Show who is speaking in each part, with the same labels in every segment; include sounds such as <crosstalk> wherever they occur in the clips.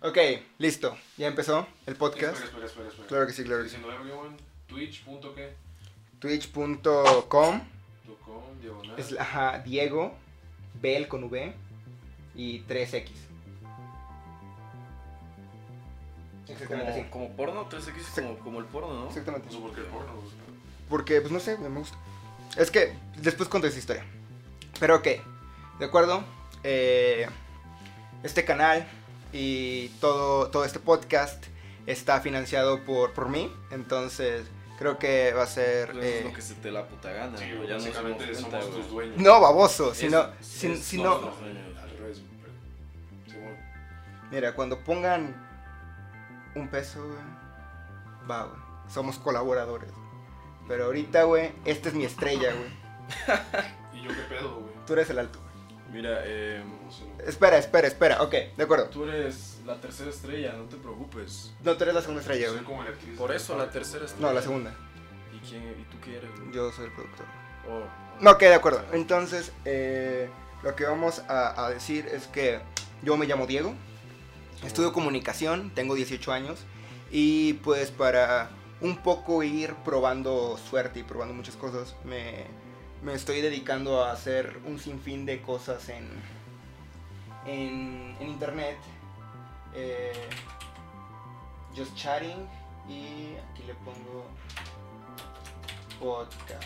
Speaker 1: Ok, listo. Ya empezó el podcast.
Speaker 2: Espera, espera, espera.
Speaker 1: Claro que sí, claro que sí.
Speaker 2: Diciendo everyone, Twitch. punto qué?
Speaker 1: Twitch.com,
Speaker 2: punto com, diagonal.
Speaker 1: es- ajá, Diego, Bel con V y 3X. Exactamente así.
Speaker 3: Como, como porno, 3X es como, como el porno, ¿no?
Speaker 1: Exactamente.
Speaker 2: No sé por qué el porno. güey.
Speaker 1: Porque, pues no sé, me gusta. Es que después conté esa historia. Pero ok, de acuerdo. eh, este canal y todo, todo este podcast está financiado por, por mí. Entonces, creo que va a ser.
Speaker 3: Pues eso
Speaker 1: eh,
Speaker 3: es lo que se te la puta gana.
Speaker 2: Sí,
Speaker 3: ¿no?
Speaker 2: güey,
Speaker 3: ya nos dimos
Speaker 2: básicamente
Speaker 3: cuenta,
Speaker 2: somos
Speaker 3: güey.
Speaker 2: tus dueños.
Speaker 1: No, baboso. Si
Speaker 3: Es-
Speaker 1: no. Si,
Speaker 3: es-
Speaker 1: si
Speaker 3: no,
Speaker 1: no,
Speaker 2: No, no, no, al revés, güey, pero- Sí, güey.
Speaker 1: Mira, cuando pongan un peso, güey. Va, güey. Somos colaboradores. Pero ahorita, güey, esta es mi estrella, güey.
Speaker 2: ¿Y yo qué pedo, güey?
Speaker 1: Tú eres el alto, güey.
Speaker 3: Mira, eh,
Speaker 2: No sé, güey.
Speaker 1: Espera, espera, espera. Ok, de acuerdo.
Speaker 3: tú eres la tercera estrella, no te preocupes.
Speaker 1: No, tú eres la segunda estrella,
Speaker 2: Soy
Speaker 1: güey.
Speaker 2: como la actriz.
Speaker 3: Por
Speaker 2: de-
Speaker 3: eso la tercera estrella.
Speaker 1: No, la segunda.
Speaker 3: ¿Y, quién, y tú qué eres? güey?
Speaker 1: Yo soy el productor.
Speaker 3: Oh,
Speaker 1: No, ok, de acuerdo. Entonces, eh, lo que vamos a, a decir es que yo me llamo Diego, estudio comunicación, tengo 18 años y pues para un poco ir probando suerte y probando muchas cosas, me, me estoy dedicando a hacer un sinfín de cosas en, en, en internet. eh, just chatting y aquí le pongo podcast.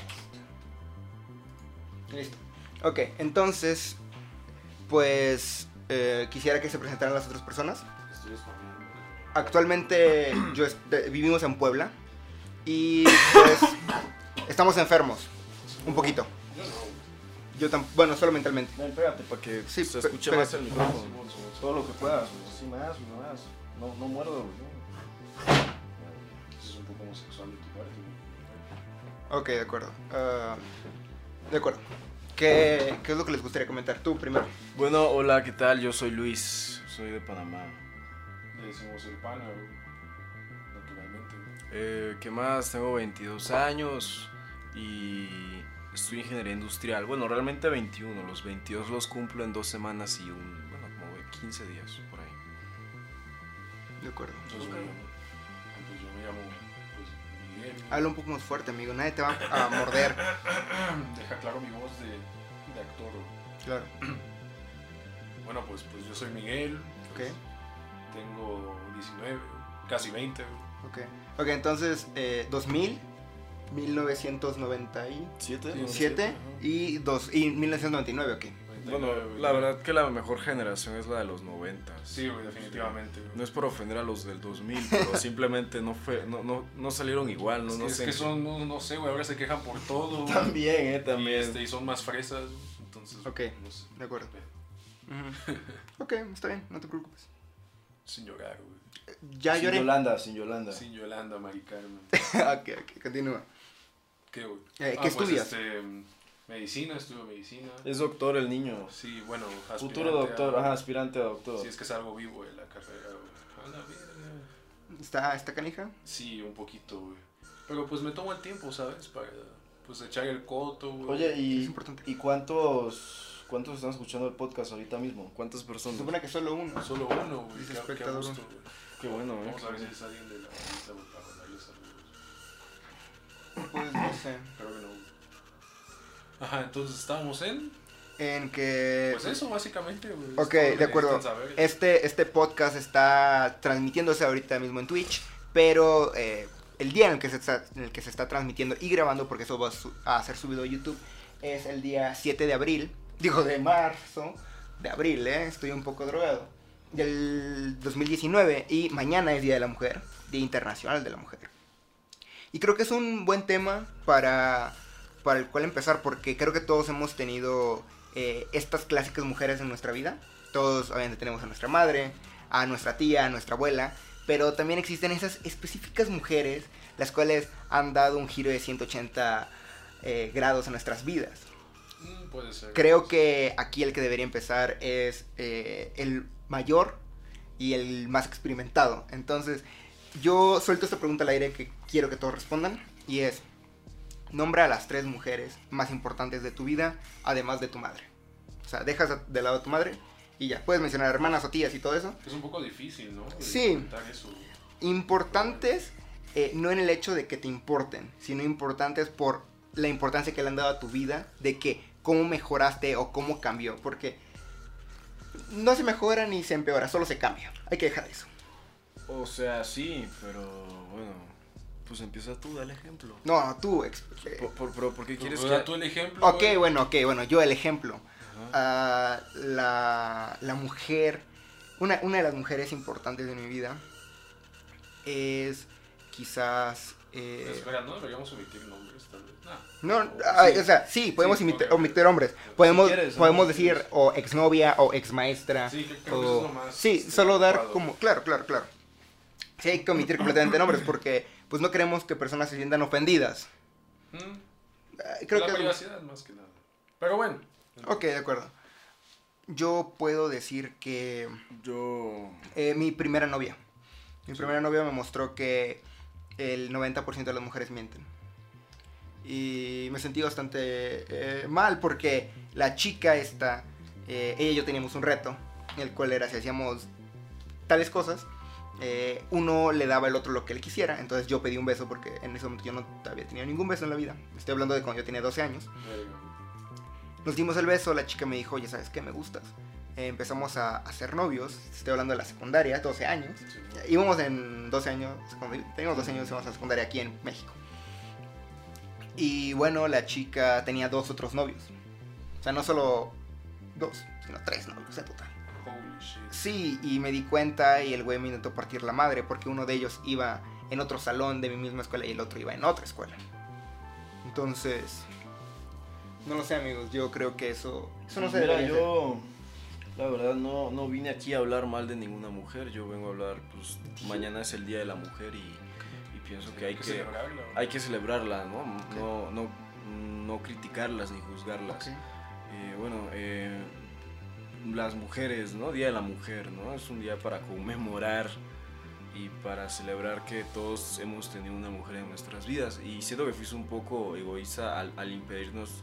Speaker 1: Listo. Ok, entonces, pues eh, quisiera que se presentaran las otras personas.
Speaker 2: Estoy spameando, güey.
Speaker 1: Ah. Actualmente yo es- de- vivimos en Puebla y <coughs> pues estamos enfermos, un poquito.
Speaker 2: Yo no, güey.
Speaker 1: Yo tam- bueno, solo mentalmente.
Speaker 4: No, espérate, para que
Speaker 1: Sí,
Speaker 3: se
Speaker 1: pe-
Speaker 3: escuche
Speaker 1: pero-
Speaker 3: más el micrófono.
Speaker 2: Simón, Simón, Simón.
Speaker 4: todo lo que puedas, güey, así más, güey, más. No, no muerdo, güey. ¿no?
Speaker 2: Eso es un poco homosexual de tu parte, güey.
Speaker 1: Ok, de acuerdo. Ah, de acuerdo. ¿Qué, ¿Qué es lo que les gustaría comentar? Tú primero.
Speaker 3: Bueno, hola, ¿qué tal? Yo soy Luis, soy de Panamá.
Speaker 2: Le decimos el pana, güey. Naturalmente, güey.
Speaker 3: Eh, ¿Qué más? Tengo 22 años y estudio ingeniería industrial. Bueno, realmente 21, los 22 los cumplo en dos semanas y un, bueno, como de 15 días por ahí.
Speaker 1: De acuerdo.
Speaker 2: Entonces, güey, pues yo me llamo, pues, Miguel. <clears throat> güey.
Speaker 1: Habla un poco más fuerte, amigo. Nadie te va a morder.
Speaker 2: Deja claro mi voz de, de actor, güey.
Speaker 1: Claro.
Speaker 2: Bueno, pues, pues yo soy Miguel. pues,
Speaker 1: Ok.
Speaker 2: Tengo 19, casi 20. güey.
Speaker 1: Ok, Ok, entonces eh, 2000, 1997
Speaker 3: ¿Siete?
Speaker 2: Sí,
Speaker 1: y, dos, y 1999, ok.
Speaker 2: 29,
Speaker 3: Bueno,
Speaker 2: güey.
Speaker 3: la verdad que la mejor generación es la de los 90.
Speaker 2: Sí, güey, definitivamente. güey.
Speaker 3: No es por ofender a los del 2000, <laughs> pero simplemente no, fue, no, no, no salieron igual, no,
Speaker 2: es, que,
Speaker 3: no
Speaker 2: es
Speaker 3: sé.
Speaker 2: que son, no, no sé, güey, ahora se quejan por todo. güey. <laughs>
Speaker 3: También, eh,
Speaker 2: Y,
Speaker 3: también.
Speaker 2: este, y son más fresas, güey, entonces. pues,
Speaker 1: Ok.
Speaker 2: No sé.
Speaker 1: De acuerdo. Ok, está bien, no te preocupes.
Speaker 2: Sin llorar, güey.
Speaker 1: Ya
Speaker 4: sin
Speaker 1: lloré.
Speaker 4: Yolanda, sin Yolanda.
Speaker 2: Sin Yolanda, Mari Carmen.
Speaker 1: <laughs> ok, ok, continúa.
Speaker 2: ¿Qué, güey?
Speaker 1: Eh,
Speaker 2: Ah,
Speaker 1: ¿Qué
Speaker 2: pues,
Speaker 1: estudias?
Speaker 2: este, medicina, estudio medicina.
Speaker 4: Es doctor el niño.
Speaker 2: Sí, bueno, aspirante
Speaker 4: Futuro doctor,
Speaker 2: a-
Speaker 4: ajá, aspirante a doctor.
Speaker 2: Si es que salgo vivo de la carrera, güey. A la verga.
Speaker 1: ¿Está, ¿Está canija?
Speaker 2: Sí, un poquito, güey. Pero pues me tomo el tiempo, ¿sabes? Para pues echar el coto, güey.
Speaker 4: Oye,
Speaker 1: Es
Speaker 4: y,
Speaker 1: importante.
Speaker 4: ¿y cuántos, cuántos están escuchando el podcast ahorita mismo?
Speaker 3: ¿Cuántas
Speaker 1: Se
Speaker 3: personas?
Speaker 1: supone que solo uno.
Speaker 2: solo uno, güey.
Speaker 1: Dice
Speaker 2: Qué, qué
Speaker 1: espectador.
Speaker 2: gusto, güey.
Speaker 3: Qué bueno, eh.
Speaker 2: Vamos a ver si es alguien de la lista, güey, para mandarle saludos.
Speaker 1: Pues no sé.
Speaker 2: Creo que no. güey. Ajá, entonces estábamos en.
Speaker 1: En que.
Speaker 2: Pues eso, básicamente, güey. es
Speaker 1: Eh, Ok,
Speaker 2: todo lo que
Speaker 1: de acuerdo.
Speaker 2: necesitan saber.
Speaker 1: Este, este podcast está transmitiéndose ahorita mismo en Twitch, pero eh, el día en el, que se está, en el que se está transmitiendo y grabando, porque eso va a, su- a ser subido a YouTube, es el día 7 de abril, digo de marzo, de abril, ¿eh? estoy un poco drogado, del 2019 y mañana es Día de la Mujer, Día Internacional de la Mujer. Y creo que es un buen tema para, para el cual empezar, porque creo que todos hemos tenido eh, estas clásicas mujeres en nuestra vida. Todos, obviamente, tenemos a nuestra madre, a nuestra tía, a nuestra abuela, pero también existen esas específicas mujeres, las cuales han dado un giro de 180 eh, grados a nuestras vidas.
Speaker 2: Mm, puede ser.
Speaker 1: Creo que aquí el que debería empezar es eh, el mayor y el más experimentado. Entonces, yo suelto esta pregunta al aire que quiero que todos respondan. Y es, nombra a las tres mujeres más importantes de tu vida, además de tu madre. O sea, dejas de lado a tu madre Y ya, puedes mencionar hermanas o tías y todo eso.
Speaker 2: Es un poco difícil, ¿no? El
Speaker 1: Sí.
Speaker 2: contar eso.
Speaker 1: Importantes, eh, no en el hecho de que te importen, sino importantes por la importancia que le han dado a tu vida, de que cómo mejoraste o cómo cambió, porque no se mejora ni se empeora, solo se cambia. Hay que dejar eso.
Speaker 4: O sea, sí, pero bueno, pues empieza tú, dale ejemplo.
Speaker 1: No, no, tú. ex- eh,
Speaker 4: Por, por- pero, ¿por qué quieres
Speaker 2: Pero da
Speaker 4: que.?
Speaker 2: tú el ejemplo?
Speaker 1: Ok,
Speaker 2: güey.
Speaker 1: bueno, ok, bueno, yo el ejemplo.
Speaker 4: Ajá.
Speaker 1: Ah, la, la mujer, una, una de las mujeres importantes de mi vida es quizás... eh,
Speaker 2: Espera, no deberíamos omitir nombres, tal vez. Nah.
Speaker 1: no,
Speaker 2: Sí.
Speaker 1: ay, o sea, sí, podemos
Speaker 2: Sí,
Speaker 1: imit-
Speaker 2: ok.
Speaker 1: omitir hombres. Podemos,
Speaker 4: quieres, ¿no?
Speaker 1: podemos
Speaker 4: Si
Speaker 1: decir
Speaker 4: quieres.
Speaker 1: o exnovia o exmaestra.
Speaker 2: Sí, creo que
Speaker 1: o-
Speaker 2: eso es lo más,
Speaker 1: sí,
Speaker 2: este,
Speaker 1: solo dar
Speaker 2: adecuado.
Speaker 1: como... Claro, claro, claro. Sí, hay que omitir completamente nombres porque pues no queremos que personas se sientan ofendidas.
Speaker 2: Mm,
Speaker 1: Ah, Creo
Speaker 2: la
Speaker 1: que es lo-
Speaker 2: privacidad, más que nada. Pero bueno.
Speaker 1: Ok, de acuerdo. Yo puedo decir que
Speaker 4: Ah, Yo.
Speaker 1: eh, mi primera novia. Mi primera novia me mostró que el 90% de las mujeres mienten. Y me sentí bastante eh, mal porque la chica esta, eh, ella y yo teníamos un reto, el cual era si hacíamos tales cosas, eh, uno le daba al otro lo que él quisiera. Entonces yo pedí un beso porque en ese momento yo no había tenido ningún beso en la vida. Estoy hablando de cuando yo tenía 12 años.
Speaker 2: eh,
Speaker 1: Nos dimos el beso, la chica me dijo, oye, ¿sabes qué? Me gustas. Eh, empezamos a, a ser novios, estoy hablando de la secundaria, 12 años.
Speaker 2: sí.
Speaker 1: Íbamos en 12 años, cuando teníamos 12 años, íbamos a la secundaria aquí en México. Y bueno, la chica tenía dos otros novios. O sea, no solo dos, sino tres novios en total.
Speaker 2: Holy shit.
Speaker 1: Sí, y me di cuenta y el güey me intentó partir la madre porque uno de ellos iba en otro salón de mi misma escuela y el otro iba en otra escuela. Entonces, no lo sé amigos, yo creo que eso, eso no se
Speaker 4: pues Mira,
Speaker 1: debería hacer.
Speaker 4: yo. La verdad, no, no vine aquí a hablar mal de ninguna mujer. Yo vengo a hablar, pues. Mañana es el Día de la Mujer y, y pienso que hay que.
Speaker 2: celebrarlo.
Speaker 4: hay que celebrarlas, ¿no? No, no, no criticarlas ni juzgarlas. Eh, bueno, eh, las mujeres, ¿no? Día de la Mujer, ¿no? Es un día para conmemorar y para celebrar que todos hemos tenido una mujer en nuestras vidas. Y siento que fuiste un poco egoísta al, al impedirnos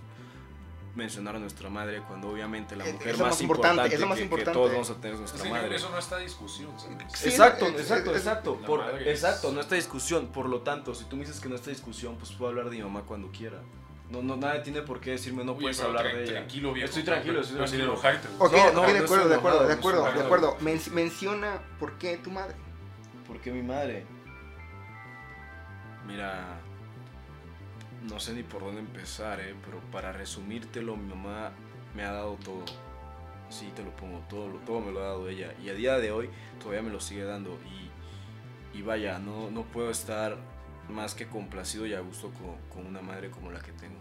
Speaker 4: mencionar a nuestra madre cuando obviamente la
Speaker 1: Es-
Speaker 4: mujer
Speaker 1: es lo
Speaker 4: más,
Speaker 1: más importante,
Speaker 4: importante,
Speaker 1: es lo
Speaker 4: que-
Speaker 1: más
Speaker 4: que
Speaker 1: importante.
Speaker 4: todos vamos a tener es
Speaker 2: Es
Speaker 4: nuestra
Speaker 2: que yo creo que
Speaker 4: madre.
Speaker 2: eso no está discusión, ¿sabes?
Speaker 1: Sí,
Speaker 4: exacto,
Speaker 1: no, es-
Speaker 4: exacto,
Speaker 1: es-
Speaker 4: exacto.
Speaker 2: la
Speaker 4: por-
Speaker 2: madre es-
Speaker 4: exacto, no está discusión. Por lo tanto, si tú me dices que no está discusión, pues puedo hablar de mi mamá cuando quiera. No, no, nadie tiene por qué decirme no
Speaker 2: Oye,
Speaker 4: puedes
Speaker 2: pero
Speaker 4: hablar
Speaker 2: tra-
Speaker 4: de ella.
Speaker 2: Tranquilo, viejo.
Speaker 4: Estoy tranquilo, estoy
Speaker 2: Pero sin
Speaker 4: tranquilo.
Speaker 2: enojarte.
Speaker 1: Ok,
Speaker 2: güey.
Speaker 4: No,
Speaker 1: ok,
Speaker 4: no,
Speaker 1: de
Speaker 4: no
Speaker 1: acuerdo,
Speaker 4: estoy
Speaker 1: de acuerdo,
Speaker 4: enojado,
Speaker 1: de
Speaker 4: no estoy
Speaker 1: acuerdo, de
Speaker 2: enojado.
Speaker 1: acuerdo. Men- menciona por qué tu madre.
Speaker 5: ¿Por qué mi madre?
Speaker 4: Mira, no sé ni por dónde empezar, ¿eh? pero para resumírtelo, mi mamá me ha dado todo. Sí, te lo pongo todo, lo- todo me lo ha dado ella. Y a día de hoy todavía me lo sigue dando. Y, y vaya, no, no puedo estar más que complacido y a gusto con, con una madre como la que tengo.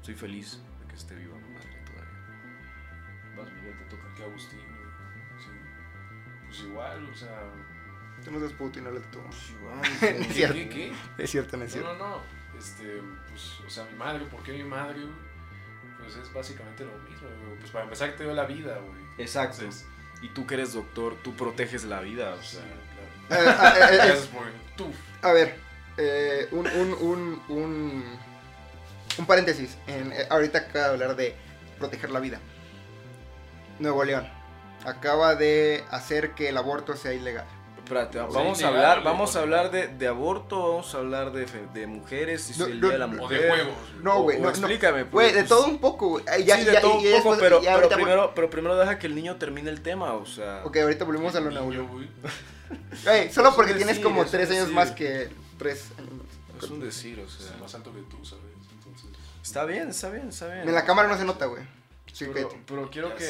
Speaker 4: Estoy feliz de que esté viva mi madre todavía. Vas, Miguel, te toca.
Speaker 2: Que Agustín, güey. Sí. Pues igual, o sea.
Speaker 1: Tú no seas puto y no le tú.
Speaker 4: <laughs>
Speaker 2: ¿Qué,
Speaker 1: Es cierto.
Speaker 2: qué, qué?
Speaker 1: Es cierto, no es
Speaker 2: No,
Speaker 1: cierto.
Speaker 2: no, no. Este, pues, o sea, mi madre, ¿por qué mi madre, güey? Pues es básicamente lo mismo, güey. Pues para empezar, te dio la vida, güey.
Speaker 4: Exacto.
Speaker 2: Entonces,
Speaker 4: Y tú que eres doctor, tú proteges la vida, o
Speaker 2: sí,
Speaker 4: sea.
Speaker 2: claro.
Speaker 1: Eh, ah, eh, eh,
Speaker 4: <laughs>
Speaker 2: Gracias por tú.
Speaker 1: A ver, eh, un, un, un, un, un paréntesis. En, eh, ahorita acaba de hablar de proteger la vida. Nuevo León acaba de hacer que el aborto sea ilegal.
Speaker 4: Espérate,
Speaker 2: O sea,
Speaker 4: vamos a
Speaker 2: ilegal,
Speaker 4: hablar,
Speaker 2: güey,
Speaker 4: vamos
Speaker 2: o
Speaker 4: a
Speaker 2: sea.
Speaker 4: hablar de, de aborto, vamos a hablar de, fe- de mujeres, si es
Speaker 1: No,
Speaker 4: el
Speaker 1: no,
Speaker 4: día de la
Speaker 1: no,
Speaker 2: O
Speaker 4: mujer.
Speaker 2: de juegos. güey.
Speaker 1: No,
Speaker 4: O-
Speaker 1: güey,
Speaker 4: o
Speaker 1: no, no.
Speaker 4: explícame,
Speaker 1: Güey, de
Speaker 4: pues.
Speaker 1: todo un poco, güey. Ay, ya-
Speaker 4: sí, de
Speaker 1: ya-
Speaker 4: todo
Speaker 1: ya
Speaker 4: un poco,
Speaker 1: después-
Speaker 4: pero,
Speaker 1: ya
Speaker 4: pero
Speaker 1: ahorita vol-
Speaker 4: primero, pero primero deja que el niño termine el tema, o sea.
Speaker 1: Ok, ahorita volvemos a lo
Speaker 2: Niño,
Speaker 1: Nuevo León.
Speaker 2: güey.
Speaker 1: Güey, solo
Speaker 4: Es
Speaker 1: porque
Speaker 4: un
Speaker 1: tienes
Speaker 4: decir,
Speaker 1: como
Speaker 4: es un
Speaker 1: tres años
Speaker 4: decir.
Speaker 1: más que tres años más.
Speaker 4: Es un decir, o sea.
Speaker 2: Es más alto que tú, ¿sabes? Entonces.
Speaker 4: Está bien, está bien, está bien.
Speaker 1: En la cámara no se nota, güey. Sí,
Speaker 4: pero,
Speaker 1: cállate.
Speaker 4: pero quiero
Speaker 2: ya
Speaker 4: que.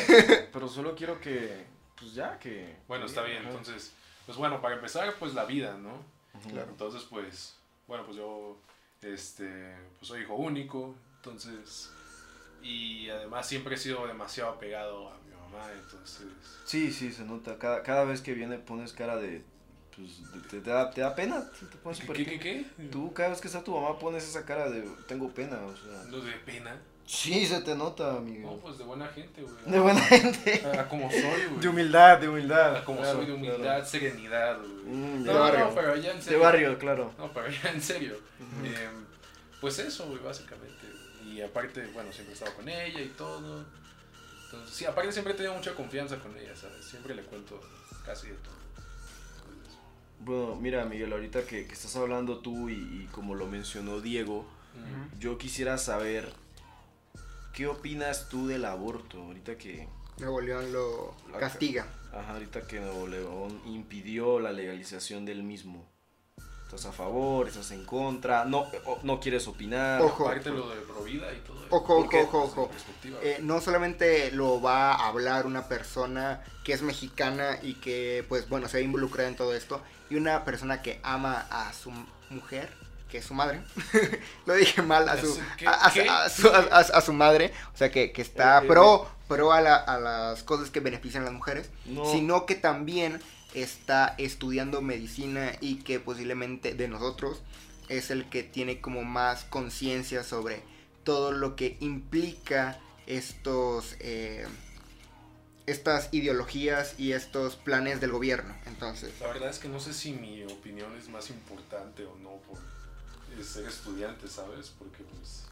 Speaker 2: sé.
Speaker 4: Pero solo quiero que. Pues ya, que.
Speaker 2: Bueno, está bien,
Speaker 4: Ajá.
Speaker 2: entonces, pues bueno, para empezar, pues la vida, ¿no?
Speaker 1: Claro.
Speaker 2: Entonces, pues, bueno, pues yo, este, pues soy hijo único, entonces, y además siempre he sido demasiado apegado a mi mamá, entonces,
Speaker 5: Sí, sí, se nota. Cada, cada vez que viene pones cara de... Pues de- te, te da, te da pena. Te, te pones
Speaker 2: ¿qué,
Speaker 5: súper
Speaker 2: qué,
Speaker 5: pena.
Speaker 2: qué, qué?
Speaker 5: Tú cada vez que está tu mamá pones esa cara de tengo pena, o sea.
Speaker 2: No de pena,
Speaker 5: Sí, se te nota,
Speaker 2: no,
Speaker 5: amigo.
Speaker 2: pues de buena gente, güey.
Speaker 5: De
Speaker 2: <laughs>
Speaker 5: buena gente.
Speaker 2: A- a como soy, güey.
Speaker 4: De humildad, de humildad.
Speaker 2: A como
Speaker 5: claro,
Speaker 2: soy, de humildad,
Speaker 5: claro.
Speaker 2: serenidad, güey.
Speaker 5: Mm,
Speaker 2: No,
Speaker 5: de
Speaker 2: no,
Speaker 5: barrio.
Speaker 2: no, pero ya en
Speaker 5: De
Speaker 2: serio.
Speaker 5: barrio, claro.
Speaker 2: No, pero ya en serio. Em, pues eso, güey, básicamente. Y aparte, bueno, siempre he estado con ella y todo. Entonces, sí, aparte siempre he tenido mucha confianza con ella, ¿sabes? Siempre le cuento casi de todo. Entonces,
Speaker 4: Bueno, mira, Miguel, ahorita que, que estás hablando tú y, y como lo mencionó Diego,
Speaker 2: mm.
Speaker 4: yo quisiera saber qué opinas tú del aborto. Ahorita que,
Speaker 1: Nuevo León lo
Speaker 4: Lo
Speaker 1: castiga.
Speaker 4: ajá, ahorita que Nuevo León impidió la legalización del mismo. ¿Estás a favor? ¿Estás en contra? ¿No, o- no quieres opinar?
Speaker 1: Ojo.
Speaker 2: mm, Aparte lo de Provida y todo eso.
Speaker 1: Ojo, ojo,
Speaker 4: Porque-
Speaker 1: ojo,
Speaker 2: desde mi
Speaker 1: ojo.
Speaker 2: perspectiva.
Speaker 1: Eh, no solamente lo va a hablar una persona que es mexicana y que, pues bueno, se ve involucrada en todo esto, y una persona que ama a su m- mujer, que es su madre. <laughs> lo dije mal, a
Speaker 2: ¿A
Speaker 1: su,
Speaker 2: su qué?
Speaker 1: a, a-
Speaker 2: ¿Qué?
Speaker 1: a su, a- a- a su madre, o sea, que, que está
Speaker 4: Eh, eh,
Speaker 1: pro, pro a, la- a las cosas que benefician a las mujeres,
Speaker 4: No.
Speaker 1: sino que también está estudiando medicina y que posiblemente de nosotros es el que tiene como más conciencia sobre todo lo que implica estos eh, estas ideologías y estos planes del gobierno. Entonces,
Speaker 2: La verdad es que no sé si mi opinión es más importante o no por eh, ser estudiante, ¿sabes? Porque pues...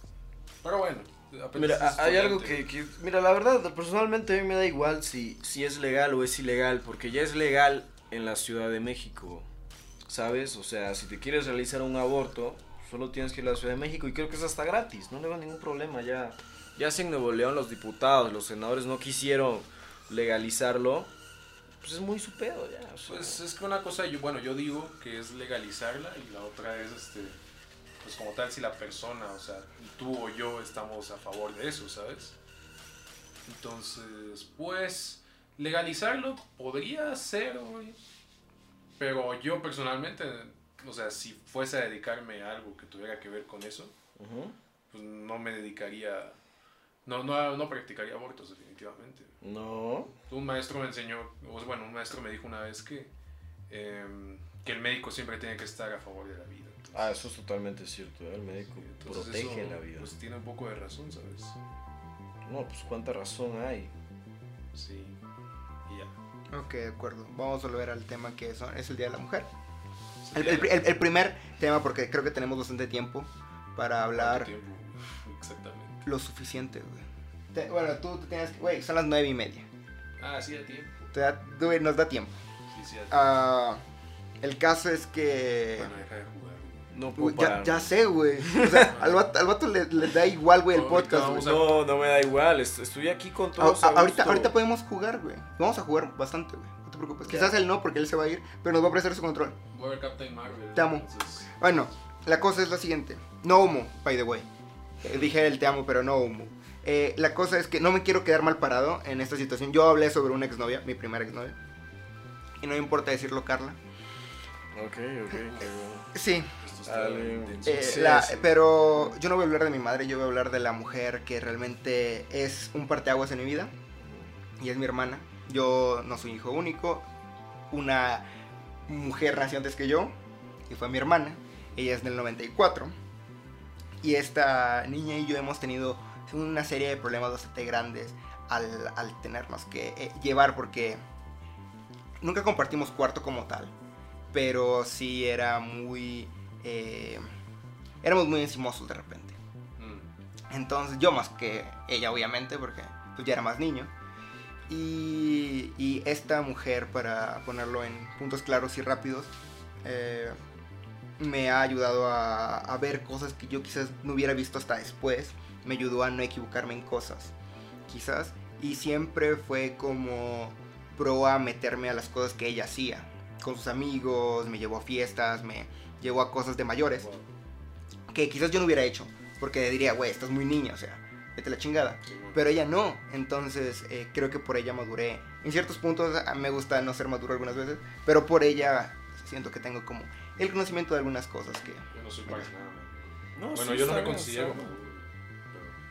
Speaker 2: Pero bueno, apenas
Speaker 4: Mira,
Speaker 2: es
Speaker 4: hay
Speaker 2: estudiante.
Speaker 4: algo que, que- Mira, la verdad, personalmente a mí me da igual si, si es legal o es ilegal, porque ya es legal en la Ciudad de México, ¿sabes? O sea, si te quieres realizar un aborto, solo tienes que ir a la Ciudad de México y creo que es hasta gratis, no le va ningún problema ya. Ya si en Nuevo León los diputados, los senadores no quisieron legalizarlo, pues es muy su pedo ya. o sea.
Speaker 2: Pues es que una cosa, yo, bueno, yo digo que es legalizarla y la otra es, este, pues como tal, si la persona, o sea, tú o yo estamos a favor de eso, ¿sabes? Entonces, pues, legalizarlo podría ser, güey. Pero yo personalmente, o sea, si fuese a dedicarme a algo que tuviera que ver con eso,
Speaker 4: Ujú.
Speaker 2: pues no me dedicaría, no, no, no practicaría abortos definitivamente.
Speaker 4: No.
Speaker 2: Un maestro me enseñó, o bueno, un maestro me dijo una vez que, em, que el médico siempre tiene que estar a favor de la vida. Entonces,
Speaker 4: Ah, eso es totalmente cierto, ¿eh? el médico
Speaker 2: entonces
Speaker 4: protege
Speaker 2: eso,
Speaker 4: la vida.
Speaker 2: Pues tiene un poco de razón, ¿sabes?
Speaker 4: No, pues cuánta razón hay.
Speaker 2: Sí. Y ya.
Speaker 1: ok, de acuerdo. Vamos a volver al tema que son- es el Día de la Mujer.
Speaker 2: Sí,
Speaker 1: El,
Speaker 2: ya
Speaker 1: el-
Speaker 2: le-
Speaker 1: el- el primer tema, porque creo que tenemos bastante tiempo para hablar
Speaker 2: ¿Cuánto tiempo? Exactamente.
Speaker 1: lo suficiente, güey. Te- bueno, tú te tienes que... Güey, son las nueve y media.
Speaker 2: Ah, sí, a tiempo.
Speaker 1: Te da- güey, nos da tiempo.
Speaker 2: Sí, sí, a tiempo.
Speaker 1: Ah, eh. el caso es que...
Speaker 2: Bueno, deja de jugar. güey.
Speaker 4: No puedo
Speaker 1: Güey, ya,
Speaker 4: parar.
Speaker 1: ya sé, güey. O
Speaker 4: <laughs>
Speaker 1: sea, al vato, al vato le, le da igual, güey, el
Speaker 2: Ahorita
Speaker 1: podcast, güey.
Speaker 2: vamos
Speaker 4: No, no me da igual, est- estoy aquí con
Speaker 1: A-
Speaker 4: todos.
Speaker 1: a-
Speaker 4: a
Speaker 1: ahorita,
Speaker 4: gusto.
Speaker 1: ahorita podemos jugar, güey. Vamos a jugar bastante, güey. No te preocupes.
Speaker 4: Ya.
Speaker 1: Quizás él no, porque él se va a ir, pero nos va a prestar su control.
Speaker 2: Voy a ver Captain Marvel.
Speaker 1: Te amo.
Speaker 2: entonces-
Speaker 1: Bueno, la cosa es la siguiente. No humo, by the way. Eh, Dije el te amo, pero no humo. Eh, la cosa es que no me quiero quedar mal parado en esta situación. Yo hablé sobre una exnovia, mi primera exnovia. Y no me importa decirlo, Carla.
Speaker 4: Ok, ok. ok.
Speaker 1: Sí,
Speaker 2: Esto está
Speaker 4: Dale.
Speaker 2: intenso.
Speaker 1: Eh,
Speaker 4: Sí,
Speaker 1: la-
Speaker 4: sí.
Speaker 1: pero yo no voy a hablar de mi madre, yo voy a hablar de la mujer que realmente es un parteaguas en mi vida y es mi hermana. Yo no soy hijo único, una mujer nació antes que yo y fue mi hermana. Ella es del 94 y esta niña y yo hemos tenido una serie de problemas bastante grandes al, al tenernos que eh, llevar porque nunca compartimos cuarto como tal, pero sí era muy eh, éramos muy encimosos de repente.
Speaker 2: Mm.
Speaker 1: Entonces yo más que ella obviamente porque pues, ya era más niño. Y, y esta mujer, para ponerlo en puntos claros y rápidos, eh, me ha ayudado a, a ver cosas que yo quizás no hubiera visto hasta después. Me ayudó a no equivocarme en cosas, quizás. Y siempre fue como pro a meterme a las cosas que ella hacía. Con sus amigos, me llevó a fiestas, me llevó a cosas de mayores
Speaker 2: Wow.
Speaker 1: que quizás yo no hubiera hecho, porque diría, güey, estás muy niña, o sea, vete a la chingada.
Speaker 2: Sí, bueno.
Speaker 1: Pero ella no, entonces eh, creo que por ella maduré. En ciertos puntos a- me gusta no ser maduro algunas veces, pero por ella siento que tengo como el conocimiento de algunas cosas que...
Speaker 2: Yo no soy para nada. güey.
Speaker 4: No,
Speaker 2: Bueno,
Speaker 4: sí,
Speaker 2: yo no
Speaker 4: está
Speaker 2: me
Speaker 4: bien,
Speaker 2: considero
Speaker 4: está bien.
Speaker 2: maduro,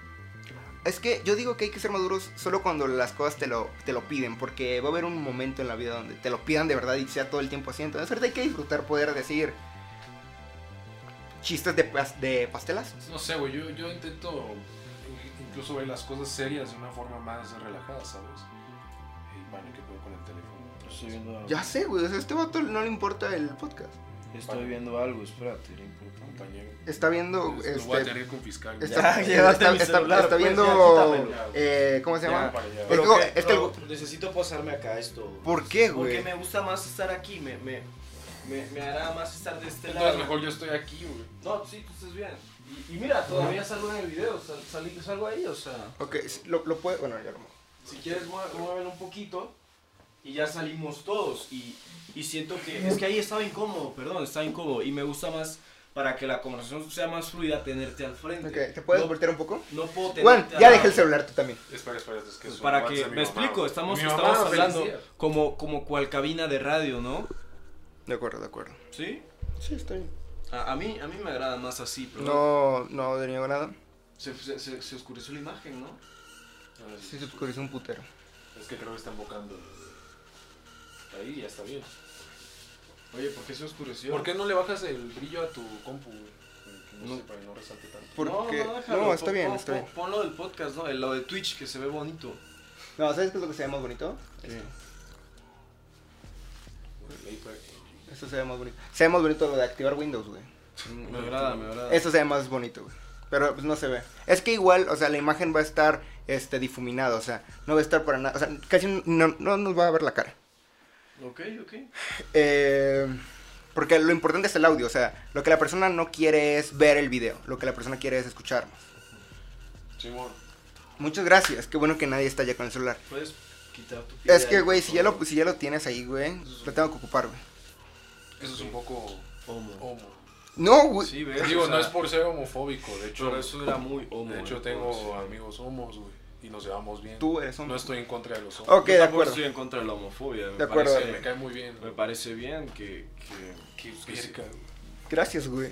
Speaker 2: pero-
Speaker 1: Es que yo digo que hay que ser maduros solo cuando las cosas te lo, te lo piden, porque va a haber un momento en la vida donde te lo pidan de verdad y sea todo el tiempo así. Entonces ahorita hay que disfrutar poder decir chistes de, pas- de pastelazos.
Speaker 2: No sé, güey, yo, yo intento incluso ver las cosas serias de una forma más relajada, ¿sabes? Y bueno, ¿qué puedo con el teléfono?
Speaker 4: Estoy viendo-
Speaker 1: Ya sé, güey, o sea, a este vato no le importa el podcast.
Speaker 4: Estoy
Speaker 2: Vale.
Speaker 4: viendo algo, espérate, era importante.
Speaker 2: compañero.
Speaker 1: Está viendo,
Speaker 2: Lo
Speaker 1: este,
Speaker 2: voy a tener que confiscar. güey.
Speaker 1: está,
Speaker 4: Ya,
Speaker 1: <laughs>
Speaker 4: llévate
Speaker 1: está-
Speaker 4: mi
Speaker 1: está-
Speaker 4: celular,
Speaker 1: está
Speaker 4: pues,
Speaker 1: viendo,
Speaker 4: ya, quítamelo.
Speaker 1: eh, ¿cómo se
Speaker 2: Ya,
Speaker 1: llama?
Speaker 2: para allá.
Speaker 1: Pero-
Speaker 4: Bro,
Speaker 1: que-
Speaker 4: ¿qué?
Speaker 1: es que el-
Speaker 4: Bro, necesito pasarme acá esto.
Speaker 1: ¿Por qué,
Speaker 4: Porque
Speaker 1: güey?
Speaker 4: me gusta más estar aquí, me, me, me, me hará más estar de este lado.
Speaker 2: Entonces mejor yo estoy aquí, güey.
Speaker 4: No, sí, tú estás bien. Y, y mira, todavía salgo en el video, sal- salí- salgo ahí, o sea,
Speaker 1: Ok, lo, lo puede, bueno, ya lo
Speaker 4: si quieres mue- muévelo un poquito y ya salimos todos. Y, y siento que, es que ahí estaba incómodo, perdón, estaba incómodo. Y me gusta más, para que la conversación sea más fluida, tenerte al frente.
Speaker 1: Ok, ¿te puedes
Speaker 4: no,
Speaker 1: voltear un poco?
Speaker 4: No puedo tenerte
Speaker 1: Juan,
Speaker 4: al
Speaker 1: ya
Speaker 4: lado.
Speaker 1: dejé el celular tú también.
Speaker 2: Espera, espera, es que es un
Speaker 4: Pues Para
Speaker 2: WhatsApp
Speaker 4: que,
Speaker 2: de mi
Speaker 4: me
Speaker 2: mamá,
Speaker 4: explico,
Speaker 2: güey.
Speaker 4: estamos,
Speaker 2: Mi mamá,
Speaker 4: estamos
Speaker 2: feliz
Speaker 4: hablando
Speaker 2: día.
Speaker 4: como, como cual cabina de radio, ¿no?
Speaker 1: De acuerdo, de acuerdo.
Speaker 4: ¿Sí?
Speaker 1: Sí, está bien.
Speaker 4: A, a mí, a mí me agrada más así, pero
Speaker 1: No, no deniego nada.
Speaker 4: se, se, se- se oscureció la imagen, ¿no?
Speaker 1: Sí, se oscureció un putero.
Speaker 2: Es que creo que está invocando. Ahí ya está bien.
Speaker 4: Oye, ¿por qué se oscureció?
Speaker 2: ¿Por qué no le bajas el brillo a tu compu, güey? Que No,
Speaker 4: No.
Speaker 2: sé, para que no resalte tanto.
Speaker 1: ¿Por
Speaker 4: no,
Speaker 1: qué?
Speaker 4: No, déjalo,
Speaker 1: No, está
Speaker 4: pon-
Speaker 1: bien,
Speaker 4: pon-
Speaker 1: está
Speaker 4: pon-
Speaker 1: bien.
Speaker 4: Pon lo del podcast, ¿no? El, lo de Twitch que se ve bonito.
Speaker 1: No, ¿sabes qué es lo que se ve más bonito? Esto.
Speaker 2: Güey, ahí fue-
Speaker 1: Esto se ve más bonito. Se ve más bonito lo de activar Windows, güey.
Speaker 4: Me agrada, me agrada.
Speaker 1: Esto se ve más bonito, güey. Pero pues no se ve. Es que igual, o sea, la imagen va a estar este, difuminada, o sea, no va a estar para nada. O sea, casi no, no nos va a ver la cara.
Speaker 4: Ok, ok.
Speaker 1: Eh, porque lo importante es el audio, o sea, lo que la persona no quiere es ver el video, lo que la persona quiere es escucharnos.
Speaker 2: Simón,
Speaker 1: Muchas gracias, qué bueno que nadie está ya con el celular.
Speaker 4: Puedes quitar tu pie
Speaker 1: Es
Speaker 4: ahí,
Speaker 1: que,
Speaker 4: por
Speaker 1: güey, si ya,
Speaker 4: favor?
Speaker 1: lo, si ya lo tienes ahí, güey, lo tengo que ocupar, güey.
Speaker 2: eso es un poco
Speaker 4: Homo.
Speaker 2: homo.
Speaker 1: No, güey.
Speaker 4: Sí, ves.
Speaker 2: Digo,
Speaker 4: o sea,
Speaker 2: no es por ser homofóbico, de hecho.
Speaker 4: Pero eso era muy homo.
Speaker 2: De hecho,
Speaker 4: eh,
Speaker 2: tengo
Speaker 4: por-
Speaker 2: amigos homos, güey. Y nos llevamos bien.
Speaker 1: Tú eres
Speaker 2: No
Speaker 1: hombre.
Speaker 2: estoy en contra de los homos.
Speaker 1: Ok,
Speaker 4: Yo
Speaker 1: de
Speaker 4: tampoco
Speaker 1: acuerdo.
Speaker 4: estoy en contra de la homofobia. me
Speaker 1: De acuerdo,
Speaker 4: parece-
Speaker 2: Me cae muy bien.
Speaker 4: Me parece bien que, que
Speaker 2: Qué
Speaker 4: que si-
Speaker 2: verga, güey.
Speaker 1: Gracias, güey.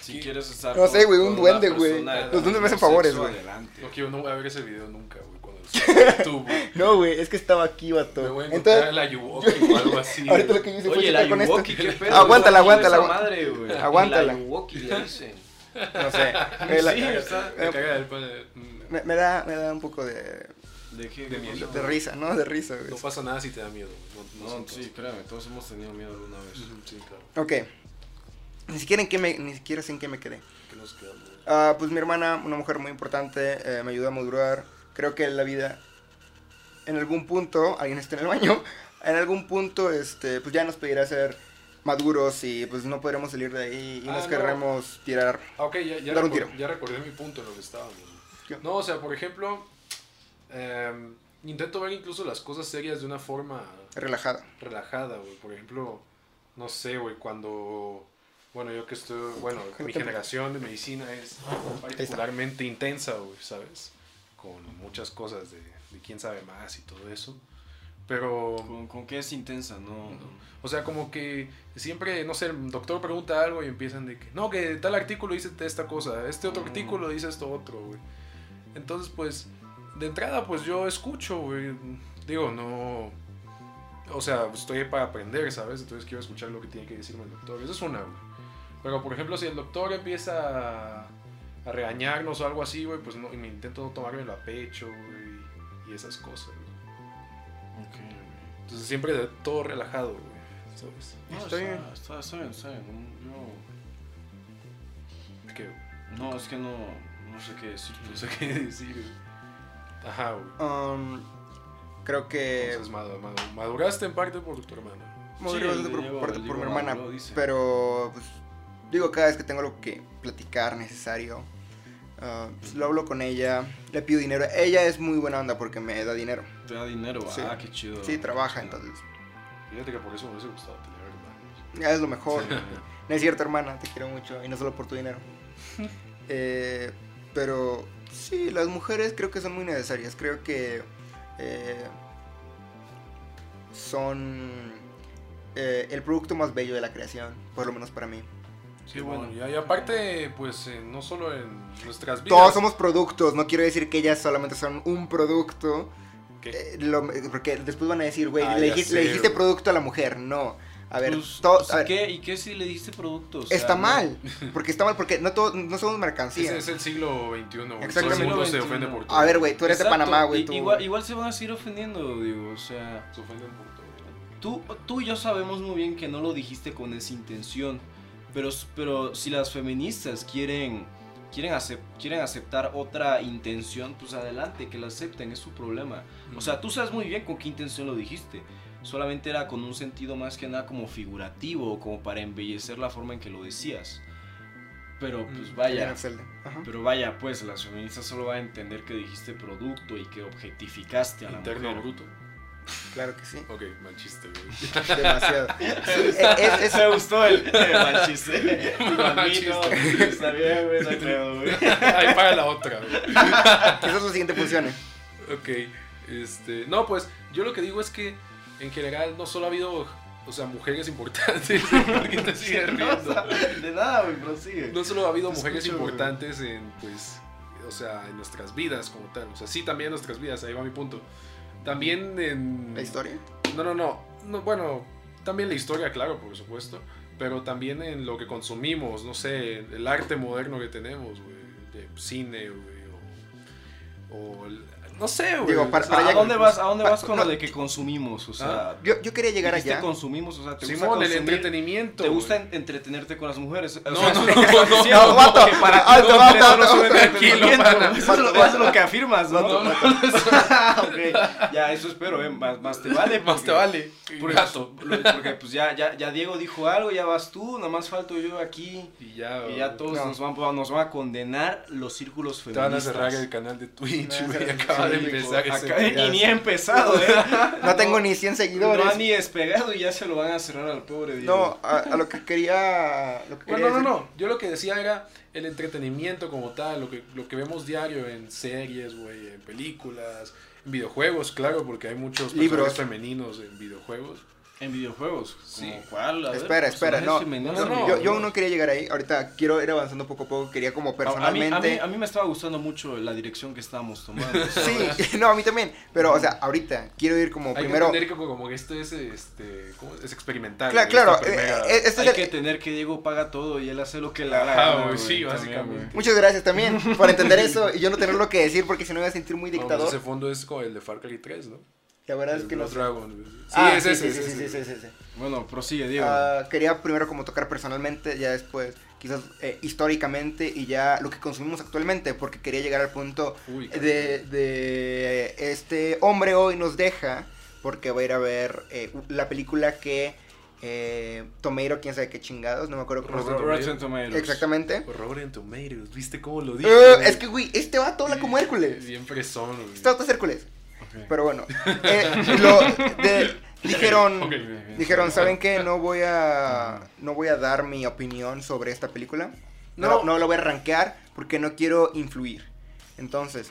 Speaker 4: si quieres estar.
Speaker 1: No sé,
Speaker 4: con-
Speaker 1: güey, un
Speaker 4: con una
Speaker 1: duende, güey.
Speaker 4: persona
Speaker 2: Los duendes
Speaker 1: me hacen favores, güey.
Speaker 4: adelante.
Speaker 2: No quiero no voy a ver ese video nunca, güey.
Speaker 1: <laughs>
Speaker 2: Cuando lo subas a YouTube, güey.
Speaker 1: No, güey, es que estaba aquí,
Speaker 2: Me
Speaker 1: vato.
Speaker 2: voy a encontrar
Speaker 1: Entonces,
Speaker 2: a la Yuwoki o algo así.
Speaker 1: ahorita
Speaker 2: güey.
Speaker 1: lo que yo hice fue
Speaker 4: Oye, la
Speaker 1: checar con esto.
Speaker 4: Yuwoki, qué pedo.
Speaker 1: Aguántala,
Speaker 4: ¿Cómo se
Speaker 1: aguántala,
Speaker 4: llama esa
Speaker 1: aguántala.
Speaker 4: madre,
Speaker 1: <laughs>
Speaker 4: güey?
Speaker 1: Aguántala.
Speaker 4: La Yuwoki, le dicen.
Speaker 1: No sé.
Speaker 2: <laughs>
Speaker 1: Me, la-
Speaker 4: Sí, está.
Speaker 2: Me caga el padre.
Speaker 1: eh, me- me da, me da un poco de,
Speaker 4: ¿De qué?
Speaker 2: De miedo.
Speaker 1: de risa, ¿no? De risa,
Speaker 2: No
Speaker 1: güey.
Speaker 2: pasa nada si te da miedo. güey. No, no,
Speaker 4: No, pues. sí, pues, créame, todos hemos tenido miedo alguna vez.
Speaker 2: Ujú, Sí, claro.
Speaker 1: Ok. Ni siquiera, en qué me, ni siquiera sé en qué me quedé.
Speaker 2: Que nos quedamos.
Speaker 1: Ah, pues mi hermana, una mujer muy importante, eh, me ayudó a madurar. Creo que en la vida, en algún punto, alguien está en el baño, <laughs> en algún punto, este, pues ya nos pedirá ser maduros y pues no podremos salir de ahí y
Speaker 2: Ah,
Speaker 1: nos
Speaker 2: no.
Speaker 1: querremos tirar.
Speaker 2: Ah, ok, ya, ya,
Speaker 1: Dar un
Speaker 2: recor-
Speaker 1: tiro.
Speaker 2: ya recordé mi punto en lo que estábamos. güey.
Speaker 1: ¿Qué?
Speaker 2: No, o sea, por ejemplo, em, intento ver incluso las cosas serias de una forma
Speaker 1: Relajada.
Speaker 2: relajada, güey. Por ejemplo, no sé, güey, cuando... Bueno, yo que estoy...
Speaker 1: <laughs>
Speaker 2: Bueno, mi
Speaker 1: te-
Speaker 2: generación de medicina es particularmente intensa, güey, ¿sabes? Con muchas cosas de, de quién sabe más y todo eso. Pero...
Speaker 4: ¿Con, con qué es intensa? No.
Speaker 2: O sea, como que siempre, no sé, el doctor pregunta algo y empiezan de que, no, que tal artículo dice esta cosa, este otro
Speaker 4: Mm.
Speaker 2: artículo dice esto otro, güey. Entonces, pues, de entrada, pues yo escucho, güey. Digo, no. O sea, estoy para aprender, ¿sabes? Entonces quiero escuchar lo que tiene que decirme el doctor. Eso es una, güey. Pero, por ejemplo, si el doctor empieza a, a regañarnos o algo así, güey, pues no, y me intento no tomármelo a pecho, güey, y esas cosas, güey. Entonces, siempre de- todo relajado, güey, ¿sabes?
Speaker 4: No,
Speaker 1: Está bien.
Speaker 4: Está, está bien, está bien. Yo.
Speaker 2: Que,
Speaker 4: No, es que no. No sé qué decir, no sé qué <laughs> decir.
Speaker 2: Ajá, güey.
Speaker 1: Um, creo que
Speaker 2: Entonces madu- madu- maduraste en parte por tu hermano.
Speaker 1: maduré
Speaker 4: Sí,
Speaker 1: bastante
Speaker 4: el
Speaker 1: por,
Speaker 4: Diego-
Speaker 1: por-
Speaker 4: el
Speaker 1: por
Speaker 4: Diego
Speaker 1: mi hermana,
Speaker 4: maduró, dice.
Speaker 1: pero pues, digo, cada vez que tengo algo que platicar necesario, ah, pues, lo hablo con ella, le pido dinero. Ella es muy buena onda porque me da dinero.
Speaker 4: Te da dinero,
Speaker 1: Sí.
Speaker 4: ah, qué chido.
Speaker 1: Sí, trabaja, entonces
Speaker 2: Fíjate que por eso me hubiese gustado tener hermanos.
Speaker 1: ya es lo mejor. No es cierto, hermana, te quiero mucho y no solo por tu
Speaker 2: <laughs>
Speaker 1: dinero. Eh, pero sí, las mujeres creo que son muy necesarias. Creo que eh, son eh, el producto más bello de la creación, por lo menos para mí.
Speaker 2: Sí, bueno. Y, y aparte, pues, eh, no solo en nuestras vidas.
Speaker 1: Todos somos productos, no quiero decir que ellas solamente son un producto.
Speaker 2: que-
Speaker 1: eh, lo- porque después van a decir, güey,
Speaker 2: Ah,
Speaker 1: le,
Speaker 2: ya
Speaker 1: dijiste-
Speaker 2: sé,
Speaker 1: le dijiste
Speaker 2: güey.
Speaker 1: producto a la mujer. No. A ver,
Speaker 4: Pues,
Speaker 1: to-
Speaker 4: pues,
Speaker 1: a ver,
Speaker 4: ¿qué? ¿Y qué si le diste productos?
Speaker 1: está mal. Porque está mal, porque no, todos, no somos mercancía.
Speaker 2: Ese es el siglo XXI, güey. Todo el
Speaker 1: ¿eh? Exactamente.
Speaker 2: mundo se
Speaker 4: Siglo
Speaker 2: ofende
Speaker 4: XXI.
Speaker 2: por todo.
Speaker 1: A ver, güey, tú eres de Panamá, güey.
Speaker 4: i-
Speaker 1: tú-
Speaker 4: Igual, igual se van a seguir ofendiendo, digo, o sea.
Speaker 2: Se ofenden por todo.
Speaker 4: tú, tú y yo sabemos muy bien que no lo dijiste con esa intención, pero, pero si las feministas quieren, quieren, acep- quieren aceptar otra intención, pues adelante, que la acepten, es su problema. O sea, tú sabes muy bien con qué intención lo dijiste. Solamente era con un sentido más que nada como figurativo, como para embellecer la forma en que lo decías. Pero
Speaker 1: Mm,
Speaker 4: pues vaya.
Speaker 1: Era Zelda. Ajá.
Speaker 4: Pero vaya, pues las feministas solo van a entender que dijiste producto y que objetificaste a la
Speaker 2: Mm. Interno
Speaker 4: mujer. <laughs>
Speaker 2: bruto.
Speaker 1: Claro que sí.
Speaker 2: Ok, mal chiste, güey. <laughs>
Speaker 1: Demasiado. Sí, eh, es- es-
Speaker 4: Me gustó el mal <laughs> chiste.
Speaker 2: Mal chiste.
Speaker 4: Está bien, güey, no creo, <laughs> güey.
Speaker 2: <laughs> Ahí para la otra, güey.
Speaker 1: Quizás lo siguiente eh, funcione.
Speaker 2: Ok, este, no, pues yo lo que digo es que en general no solo ha habido, o sea, mujeres importantes, <laughs> porque te sigues
Speaker 4: No, o
Speaker 2: riendo.
Speaker 4: sea, de nada, güey, prosigue.
Speaker 2: No solo ha habido
Speaker 1: Te
Speaker 2: mujeres
Speaker 1: escucho, güey.
Speaker 2: importantes en, pues, o sea, en nuestras vidas como tal, o sea, sí también en nuestras vidas, ahí va mi punto. También en...
Speaker 1: La historia.
Speaker 2: No, no, no, no, bueno, también la historia, claro, por supuesto, pero también en lo que consumimos, no sé, el arte moderno que tenemos, güey, de cine, güey, o... o el- no sé, güey.
Speaker 1: Digo, para-
Speaker 2: o sea,
Speaker 1: para
Speaker 4: ¿A
Speaker 1: allá-
Speaker 4: dónde vas, ¿A dónde
Speaker 1: Ah,
Speaker 4: vas con
Speaker 1: no.
Speaker 4: lo de que consumimos? O sea,
Speaker 1: Ah, Yo, yo quería llegar
Speaker 4: dijiste
Speaker 1: allá.
Speaker 4: consumimos, o sea, te gusta
Speaker 2: Simón, el
Speaker 4: consumir,
Speaker 2: entretenimiento.
Speaker 4: te
Speaker 2: güey.
Speaker 4: gusta en- entretenerte con las mujeres. O
Speaker 2: No,
Speaker 4: sea,
Speaker 2: no,
Speaker 4: eso-
Speaker 2: no, no, no,
Speaker 4: diciendo,
Speaker 2: no,
Speaker 1: vato,
Speaker 2: que para
Speaker 4: Ah,
Speaker 1: alto,
Speaker 2: no,
Speaker 1: vato,
Speaker 2: no,
Speaker 1: alto,
Speaker 2: no,
Speaker 1: vato,
Speaker 2: no, tranquilo,
Speaker 4: Entiendo,
Speaker 2: pana.
Speaker 4: eso es lo- eso es lo que afirmas, ¿no?
Speaker 2: No, no,
Speaker 4: Ah, <laughs> ok. Ya, eso espero, ¿eh? Más, más te
Speaker 2: <laughs>
Speaker 4: vale.
Speaker 2: Más te
Speaker 4: porque-
Speaker 2: vale.
Speaker 4: Porque,
Speaker 2: Gato.
Speaker 4: lo- porque, pues ya, ya, ya Diego dijo algo, ya vas tú, nada más falto yo aquí.
Speaker 2: Y ya,
Speaker 4: Y ya
Speaker 2: güey.
Speaker 4: todos
Speaker 1: No.
Speaker 4: nos, van, nos van a condenar los círculos
Speaker 2: Te van a
Speaker 4: feministas.
Speaker 2: cerrar el canal de
Speaker 1: Te
Speaker 2: Twitch,
Speaker 1: van a
Speaker 2: güey.
Speaker 1: cerrar-
Speaker 2: Acaba de
Speaker 1: sí,
Speaker 2: empezar ese
Speaker 4: Acá- y
Speaker 2: <laughs>
Speaker 4: ni
Speaker 2: pedazo.
Speaker 4: he empezado, ¿eh?
Speaker 1: <laughs> No tengo ni 100
Speaker 4: No
Speaker 1: seguidores.
Speaker 4: ha ni despegado y ya se lo van a cerrar al pobre
Speaker 1: No,
Speaker 4: Diego.
Speaker 1: a, a lo que quería. Lo que
Speaker 2: Bueno,
Speaker 1: quería
Speaker 2: no, no,
Speaker 1: decir-
Speaker 2: no. Yo lo que decía era el entretenimiento como tal, lo que, lo que vemos diario en series, güey, en películas, en videojuegos, claro, porque hay muchos
Speaker 1: Libros.
Speaker 2: personajes femeninos en videojuegos.
Speaker 4: En videojuegos.
Speaker 2: Sí.
Speaker 4: ¿Como cuál? A ver, pues,
Speaker 1: Espera, espera,
Speaker 4: personajes
Speaker 1: no.
Speaker 4: femeninos
Speaker 2: No,
Speaker 4: en
Speaker 2: no,
Speaker 1: Yo,
Speaker 4: videojuegos.
Speaker 1: yo aún no quería llegar ahí. Ahorita quiero ir avanzando poco a poco. Quería como
Speaker 4: A- a mí-
Speaker 1: personalmente.
Speaker 4: A mí, a mí me estaba gustando mucho la dirección que estábamos
Speaker 1: <laughs>
Speaker 4: tomando.
Speaker 2: <laughs>
Speaker 1: Sí, no, a mí también. Pero, o sea, ahorita quiero ir como
Speaker 2: Hay
Speaker 1: primero.
Speaker 2: que entender que como que esto es, este, ¿cómo? es experimental.
Speaker 1: Claro,
Speaker 2: güey,
Speaker 1: claro.
Speaker 2: esta primera-
Speaker 1: eh, eh, este es
Speaker 4: Hay
Speaker 1: el-
Speaker 4: que tener que Diego paga todo y él hace lo que le da la
Speaker 2: Ajá,
Speaker 4: gana,
Speaker 2: güey,
Speaker 4: güey,
Speaker 2: sí,
Speaker 4: también,
Speaker 2: básicamente.
Speaker 4: güey.
Speaker 1: Muchas gracias también por entender eso y yo no tener lo que decir porque si no me iba a sentir muy
Speaker 2: No, pues
Speaker 1: dictador.
Speaker 2: ese fondo es como el de Far Cry 3, ¿no?
Speaker 1: La verdad es
Speaker 2: El
Speaker 1: que no
Speaker 2: Blood
Speaker 1: sé.
Speaker 2: Dragon, güey. Sí,
Speaker 1: Ah,
Speaker 2: es
Speaker 1: sí,
Speaker 2: ese,
Speaker 1: sí,
Speaker 2: es
Speaker 1: sí, sí,
Speaker 2: ese.
Speaker 1: sí, sí, sí.
Speaker 4: Bueno, prosigue, Diego.
Speaker 1: Ah, quería primero como tocar personalmente, ya después quizás eh, históricamente y ya lo que consumimos actualmente, porque quería llegar al punto
Speaker 2: Uy,
Speaker 1: de, de este hombre hoy nos deja, porque va a ir a ver eh, la película que eh, Tomeiro, quién sabe qué chingados, no me acuerdo cómo se
Speaker 2: Rotten
Speaker 4: Rotten Tomatoes.
Speaker 1: Exactamente.
Speaker 2: Horror en Tomatoes, ¿viste cómo lo dije?
Speaker 1: Eh,
Speaker 2: güey?
Speaker 1: es que, güey, este vato habla como Hércules.
Speaker 2: <laughs> Bien fresón, güey.
Speaker 1: Este vato es Hércules.
Speaker 4: Ok.
Speaker 1: Pero bueno, eh, lo- de- dijeron,
Speaker 2: Ok,
Speaker 1: dijeron, ¿saben qué? No voy a, no voy a dar mi opinión sobre esta película. No,
Speaker 2: No.
Speaker 1: la- no la voy a rankear porque no quiero influir. Entonces,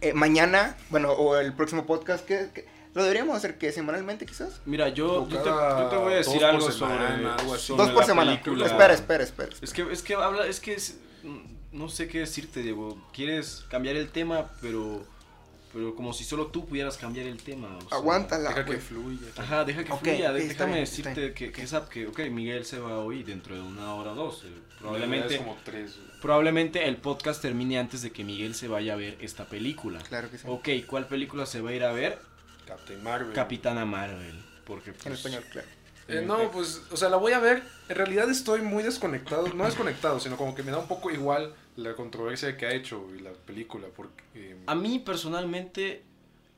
Speaker 1: eh, mañana, bueno, o el próximo podcast, que, lo deberíamos hacer que semanalmente quizás.
Speaker 4: Mira, yo,
Speaker 2: O
Speaker 4: yo te,
Speaker 2: cada
Speaker 4: yo te voy a
Speaker 2: dos
Speaker 4: decir
Speaker 2: por
Speaker 4: algo
Speaker 2: semana,
Speaker 4: sobre,
Speaker 2: algo así.
Speaker 4: sobre
Speaker 1: Dos por
Speaker 4: la
Speaker 1: semana.
Speaker 4: película.
Speaker 1: Espera, espera, espera.
Speaker 4: Es que, es que habla, es que es- no sé qué decirte, Diego. Quieres cambiar el tema, pero, pero como si solo tú pudieras cambiar el tema. o sea.
Speaker 1: Aguántala.
Speaker 2: Deja que
Speaker 1: güey.
Speaker 2: fluya.
Speaker 4: Ajá, deja que
Speaker 1: Ok,
Speaker 4: fluya,
Speaker 1: ok,
Speaker 4: de-
Speaker 1: está
Speaker 4: déjame
Speaker 1: bien, está
Speaker 4: decirte
Speaker 1: bien,
Speaker 4: que,
Speaker 1: ok.
Speaker 4: que, esa- que, ok, Miguel se va hoy dentro de una hora o dos. eh,
Speaker 2: Es
Speaker 4: Probablemente,
Speaker 2: como tres, güey.
Speaker 4: probablemente el podcast termine antes de que Miguel se vaya a ver esta película.
Speaker 1: Claro que sí.
Speaker 4: Ok, ¿cuál película se va a ir a ver?
Speaker 2: Captain Marvel.
Speaker 4: Capitana Marvel. Porque
Speaker 1: En
Speaker 4: pues,
Speaker 1: español, claro.
Speaker 2: Eh, no, pues, o sea, la voy a ver. En realidad estoy muy desconectado. No desconectado, sino como que me da un poco igual la controversia que ha hecho y la película. Porque, eh,
Speaker 4: A mí personalmente,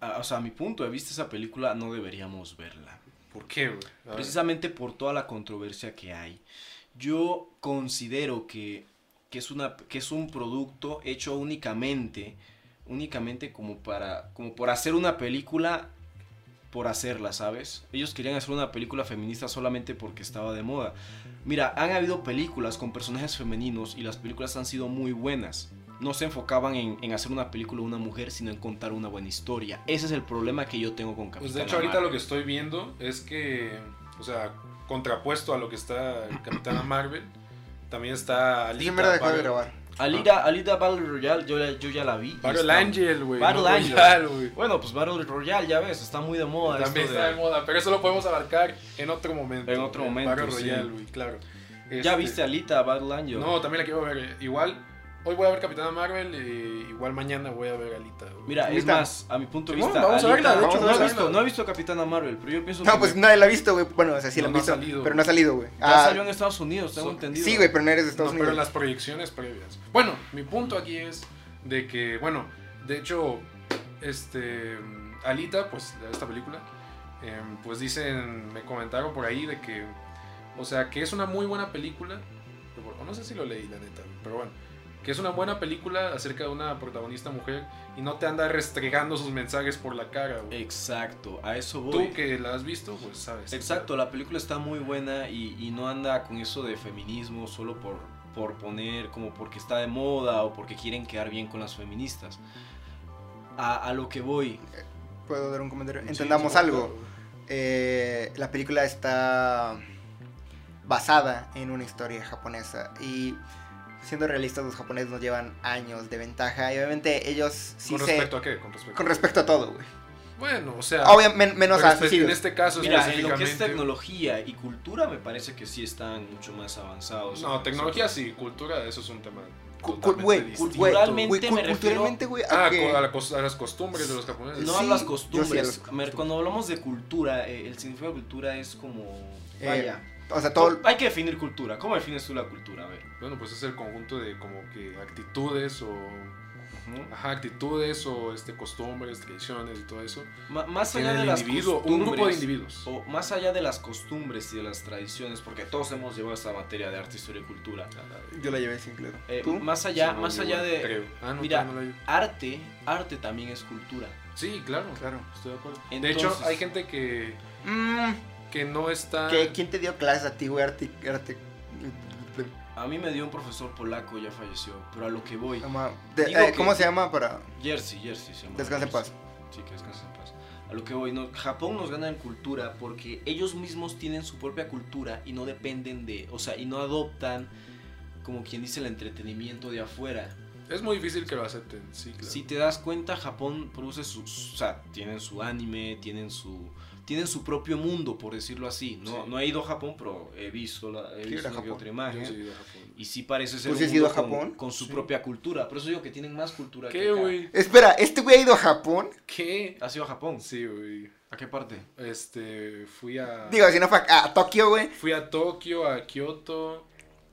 Speaker 4: a- o sea, a mi punto de vista, esa película no deberíamos verla.
Speaker 2: ¿Por qué, güey? A ver.
Speaker 4: Precisamente por toda la controversia que hay. Yo considero que, que, es, una, que es un producto hecho únicamente, únicamente como para, como por hacer una película por hacerla, ¿sabes? Ellos querían hacer una película feminista solamente porque estaba de moda. Mira, han habido películas con personajes femeninos y las películas han sido muy buenas. No se enfocaban en, en hacer una película de una mujer, sino en contar una buena historia. Ese es el problema que yo tengo con Capitana
Speaker 2: Pues de hecho, ahorita
Speaker 4: Marvel.
Speaker 2: lo que estoy viendo es que, o sea, contrapuesto a lo que está Capitana Marvel, también está
Speaker 1: Sí,
Speaker 2: Alita.
Speaker 1: me dejó de
Speaker 2: Battle-
Speaker 1: grabar.
Speaker 4: Alita, Alita Battle Royale, yo, la- yo ya la vi. y
Speaker 2: Ah. Battle
Speaker 4: está-
Speaker 2: Angel, güey.
Speaker 4: Battle
Speaker 2: no
Speaker 4: Angel.
Speaker 2: Royale, güey.
Speaker 4: Bueno, pues Battle Royale, ya ves, está muy de moda.
Speaker 2: También
Speaker 4: esto
Speaker 2: está
Speaker 4: de-
Speaker 2: de moda, pero eso lo podemos abarcar en otro momento.
Speaker 4: En otro
Speaker 2: güey,
Speaker 4: momento,
Speaker 2: Battle
Speaker 4: sí.
Speaker 2: Royale, güey, claro.
Speaker 4: ¿Ya
Speaker 2: Este,
Speaker 4: viste Alita Battle Angel?
Speaker 2: No, también la quiero ver. Igual, Hoy voy a ver Capitana Marvel y igual mañana voy a ver Alita. güey.
Speaker 4: Mira, es
Speaker 1: Ahorita.
Speaker 4: más, a mi punto de
Speaker 2: Simón,
Speaker 4: vista.
Speaker 2: vamos a verla, de
Speaker 1: hecho,
Speaker 4: no,
Speaker 1: vamos
Speaker 4: he
Speaker 1: a
Speaker 4: visto,
Speaker 2: verla.
Speaker 4: no he visto a Capitana Marvel, pero yo pienso
Speaker 1: No,
Speaker 4: que
Speaker 1: pues
Speaker 4: ya
Speaker 1: nadie la ha visto, güey. Bueno, o sea, sí
Speaker 2: No,
Speaker 1: la han
Speaker 2: no ha
Speaker 1: visto.
Speaker 2: salido,
Speaker 1: pero
Speaker 2: güey.
Speaker 1: no ha salido, güey. Ah,
Speaker 4: salió en Estados Unidos, tengo
Speaker 2: Ah. so-
Speaker 4: entendido.
Speaker 1: sí, güey, pero no eres de
Speaker 2: No,
Speaker 1: Estados
Speaker 2: pero
Speaker 1: Unidos.
Speaker 2: las proyecciones previas. Bueno, mi punto aquí es de que, bueno, de hecho, este, Alita, pues, de esta película, em, pues dicen, me comentaron por ahí de que, o sea, que es una muy buena película, o no sé si lo leí, la neta, pero bueno, que es una buena película acerca de una protagonista mujer y no te anda restregando sus mensajes por la cara, güey.
Speaker 4: Exacto, a eso voy.
Speaker 2: Tú que la has visto, pues sabes.
Speaker 4: Exacto, la película está muy buena y, y no anda con eso de feminismo solo por, por poner, como porque está de moda o porque quieren quedar bien con las feministas. A, a lo que voy.
Speaker 1: Puedo dar un comentario.
Speaker 2: Sí,
Speaker 1: Entendamos
Speaker 2: sí,
Speaker 1: algo.
Speaker 2: claro.
Speaker 1: Eh, la película está basada en una historia japonesa y siendo realistas los japoneses nos llevan años de ventaja y obviamente ellos sí
Speaker 2: ¿Con
Speaker 1: se
Speaker 2: respecto a Ah. qué? Con respecto,
Speaker 1: con respecto a todo, güey.
Speaker 2: Bueno, o sea.
Speaker 1: Obviamente menos
Speaker 2: Pero
Speaker 1: a
Speaker 2: espe- en
Speaker 1: suicidios.
Speaker 2: este caso
Speaker 4: Mira, en lo que
Speaker 2: específicamente.
Speaker 4: es tecnología y cultura me parece que sí están mucho más avanzados.
Speaker 2: no, tecnología sí, cultura, eso es un tema.
Speaker 1: Cu- cu-
Speaker 2: totalmente
Speaker 1: güey,
Speaker 2: distinto.
Speaker 1: cu- güey,
Speaker 4: Culturalmente
Speaker 1: güey, cu-
Speaker 4: me refiero-
Speaker 1: culturalmente, güey, a
Speaker 2: Ah,
Speaker 1: que-
Speaker 2: co- a, la cos- a las costumbres de los japoneses.
Speaker 4: No
Speaker 1: Sí,
Speaker 4: a las
Speaker 1: yo sí a
Speaker 4: costumbres.
Speaker 1: las
Speaker 4: Mer- Cuando hablamos de cultura, eh, el significado de cultura es como...
Speaker 1: Eh,
Speaker 4: Vaya.
Speaker 1: o sea, todo
Speaker 4: Hay que definir cultura. ¿Cómo defines tú la cultura? A ver.
Speaker 2: Bueno, pues es el conjunto de como que actitudes o. Ajá, actitudes o este, costumbres, tradiciones y todo eso.
Speaker 4: Ma- más
Speaker 2: Tiene
Speaker 4: allá de
Speaker 2: el
Speaker 4: las
Speaker 2: individuo, un
Speaker 4: costumbres,
Speaker 2: grupo de individuos.
Speaker 4: o más allá de las costumbres y de las tradiciones, porque todos hemos llevado esta materia de arte, historia y cultura.
Speaker 1: yo la llevé sin claro.
Speaker 4: Eh,
Speaker 1: ¿Tú?
Speaker 4: más allá,
Speaker 2: Sí, no,
Speaker 4: más
Speaker 2: yo
Speaker 4: allá de
Speaker 2: creo. Ah, no,
Speaker 4: mira,
Speaker 2: todavía no la
Speaker 4: arte, arte también es cultura.
Speaker 2: hay. Sí, claro,
Speaker 1: Claro.
Speaker 2: Estoy de acuerdo. de
Speaker 4: Entonces-
Speaker 2: hecho, hay gente que,
Speaker 1: Mm,
Speaker 2: que no está.
Speaker 1: ¿qué- ¿Quién te dio clases a ti, güey? Arte, arte.
Speaker 4: A mí me dio un profesor polaco, ya falleció, pero a lo que voy,
Speaker 1: Ama- de-
Speaker 4: Digo
Speaker 1: eh,
Speaker 4: que-
Speaker 1: ¿Cómo se llama para
Speaker 4: Jersey, Jersey se llama.
Speaker 1: Descansa en paz?
Speaker 4: Jersey. Sí, que descanse en paz. A lo que voy, no, Japón nos gana en cultura porque ellos mismos tienen su propia cultura y no dependen de, o sea, y no adoptan como quien dice el entretenimiento de afuera.
Speaker 2: Es muy difícil que lo acepten, sí, claro.
Speaker 4: Si te das cuenta, Japón produce sus, o sea, tienen su anime, tienen su, tienen su propio mundo, por decirlo así. No,
Speaker 2: Sí.
Speaker 4: no he ido a Japón, pero he visto, la, he
Speaker 1: Quiero ir
Speaker 4: visto
Speaker 1: a
Speaker 4: una que
Speaker 1: Japón.
Speaker 4: otra
Speaker 2: Yo
Speaker 4: imagen.
Speaker 2: sí he ido a Japón.
Speaker 4: Y sí parece ser
Speaker 1: ¿Tú sí has
Speaker 4: mundo
Speaker 1: ido a
Speaker 4: con-
Speaker 1: Japón?
Speaker 4: Con, su propia cultura. Por eso digo que tienen más cultura que
Speaker 2: ¿Qué,
Speaker 4: acá.
Speaker 2: güey?
Speaker 1: Espera, ¿este güey ha ido a Japón?
Speaker 2: ¿Qué?
Speaker 4: ¿Has ido a Japón?
Speaker 2: Sí, güey.
Speaker 4: ¿A qué parte?
Speaker 2: Este, fui a...
Speaker 1: Digo, si no fue a, a Tokio, güey.
Speaker 2: Fui a Tokio, a Kioto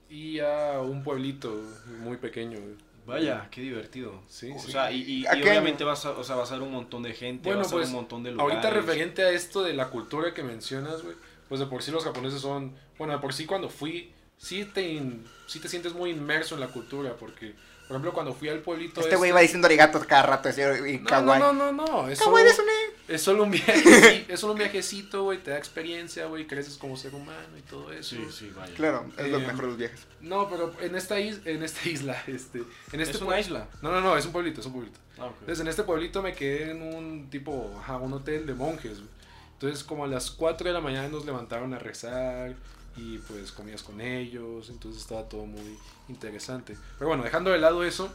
Speaker 2: y a un pueblito muy pequeño. güey.
Speaker 4: Vaya, qué divertido.
Speaker 2: Sí,
Speaker 4: o
Speaker 2: sí.
Speaker 4: sea, y, y- y
Speaker 1: ¿A qué?
Speaker 4: obviamente vas a, o sea, vas a ver un montón de gente,
Speaker 2: Bueno,
Speaker 4: vas a ver
Speaker 2: pues,
Speaker 4: un montón de lugares.
Speaker 2: Ahorita referente a esto de la cultura que mencionas, güey, pues de por sí los japoneses son, bueno, de por sí cuando fui, sí te, in- sí te sientes muy inmerso en la cultura, porque, por ejemplo, cuando fui al pueblito...
Speaker 1: Este güey va diciendo arigato cada rato, así, y
Speaker 2: No, no,
Speaker 1: kawaii.
Speaker 2: no, no, no, es solo,
Speaker 1: Kawaii es una...
Speaker 2: es solo un viaje, es solo un viajecito, <laughs> güey, te da experiencia, güey, creces como ser humano y todo eso.
Speaker 4: Sí, sí, vaya.
Speaker 1: Claro, es lo
Speaker 2: Eh,
Speaker 1: mejor de los viajes.
Speaker 2: No, pero en esta, is- en esta isla, este, en este
Speaker 4: es
Speaker 2: pue-
Speaker 4: una isla.
Speaker 2: No, no, no, es un pueblito, es un pueblito.
Speaker 4: Ah, ok.
Speaker 2: Entonces en este pueblito me quedé en un tipo, ajá, un hotel de monjes. güey. Entonces como a las 4 de la mañana nos levantaron a rezar y pues comías con ellos, entonces estaba todo muy interesante. Pero bueno, dejando de lado eso,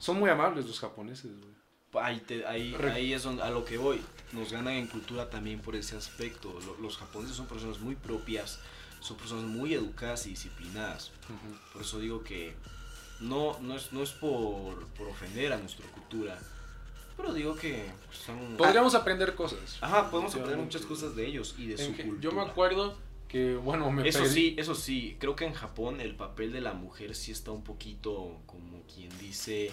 Speaker 2: son muy amables los japoneses, güey.
Speaker 4: Ahí, te- ahí,
Speaker 2: Re-
Speaker 4: ahí es donde- a lo que voy. Nos ganan en cultura también por ese aspecto. Lo- los japoneses son personas muy propias, son personas muy educadas y disciplinadas. Por eso digo que no, no es, no es por, por ofender a nuestra cultura, pero digo que pues, son... ah,
Speaker 2: Podríamos aprender cosas.
Speaker 4: Ajá, podemos aprender muchas cosas de ellos y de
Speaker 2: En
Speaker 4: su
Speaker 2: que-
Speaker 4: cultura.
Speaker 2: yo me acuerdo que, bueno, me
Speaker 4: Eso
Speaker 2: perdí-
Speaker 4: sí, eso sí, creo que en Japón el papel de la mujer sí está un poquito, como quien dice,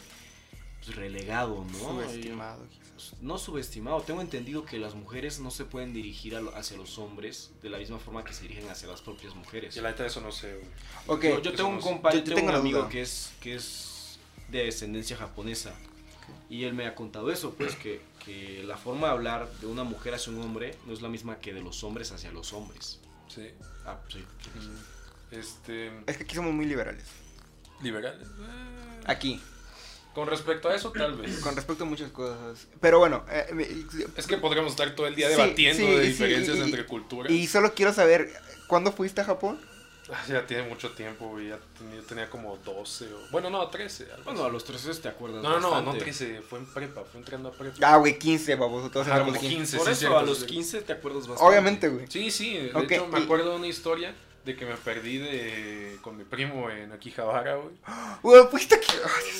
Speaker 4: pues, relegado, ¿no? Este,
Speaker 1: Subestimado, quizás.
Speaker 4: no subestimado. Tengo entendido que las mujeres no se pueden dirigir a lo- hacia los hombres de la misma forma que se dirigen hacia las propias mujeres.
Speaker 2: Y la neta eso no sé, güey.
Speaker 1: Ok,
Speaker 4: Yo- yo
Speaker 2: eso
Speaker 4: tengo
Speaker 2: no
Speaker 4: un
Speaker 2: sé.
Speaker 4: compa,
Speaker 1: Yo-
Speaker 4: yo,
Speaker 1: yo
Speaker 4: tengo
Speaker 1: tengo
Speaker 4: un
Speaker 1: la
Speaker 4: amigo
Speaker 1: duda.
Speaker 4: que es, que es de descendencia japonesa. Y él me ha contado eso, pues que, que la forma de hablar de una mujer hacia un hombre no es la misma que de los hombres hacia los hombres.
Speaker 2: Sí.
Speaker 4: Ah, sí.
Speaker 2: Este...
Speaker 1: es que aquí somos muy liberales.
Speaker 2: Liberales. eh,
Speaker 1: Aquí,
Speaker 2: Con respecto a eso, tal vez.
Speaker 1: Ah. con respecto a muchas cosas. Pero bueno, eh, me-
Speaker 2: Es que podríamos estar todo el día
Speaker 1: Sí,
Speaker 2: debatiendo
Speaker 1: sí,
Speaker 2: de
Speaker 1: sí,
Speaker 2: diferencias
Speaker 1: y-
Speaker 2: entre culturas.
Speaker 1: y solo quiero saber, ¿cuándo fuiste a Japón?
Speaker 2: Ah, ya tiene mucho tiempo, güey. Ya tenía, yo tenía como 12 o... Bueno, no, 13. algo
Speaker 4: Bueno, a
Speaker 2: así.
Speaker 4: los 13 te acuerdas.
Speaker 2: No, no, no, no
Speaker 4: bastante.
Speaker 2: 13. Fue en prepa, fue entrando a prepa.
Speaker 1: Ah, pues güey, 15, baboso, todos
Speaker 2: Ah,
Speaker 1: entramos
Speaker 2: como
Speaker 1: 15.
Speaker 2: 15,
Speaker 4: Por
Speaker 2: sí,
Speaker 4: eso,
Speaker 2: cierto,
Speaker 4: a los
Speaker 2: sí.
Speaker 4: 15 te acuerdas bastante.
Speaker 1: Obviamente, güey.
Speaker 2: Sí, sí. De
Speaker 1: Ok,
Speaker 2: hecho, me
Speaker 1: y-
Speaker 2: acuerdo de una historia de que me perdí de, con mi primo en Akihabara, güey.
Speaker 1: Güey, fuiste aquí.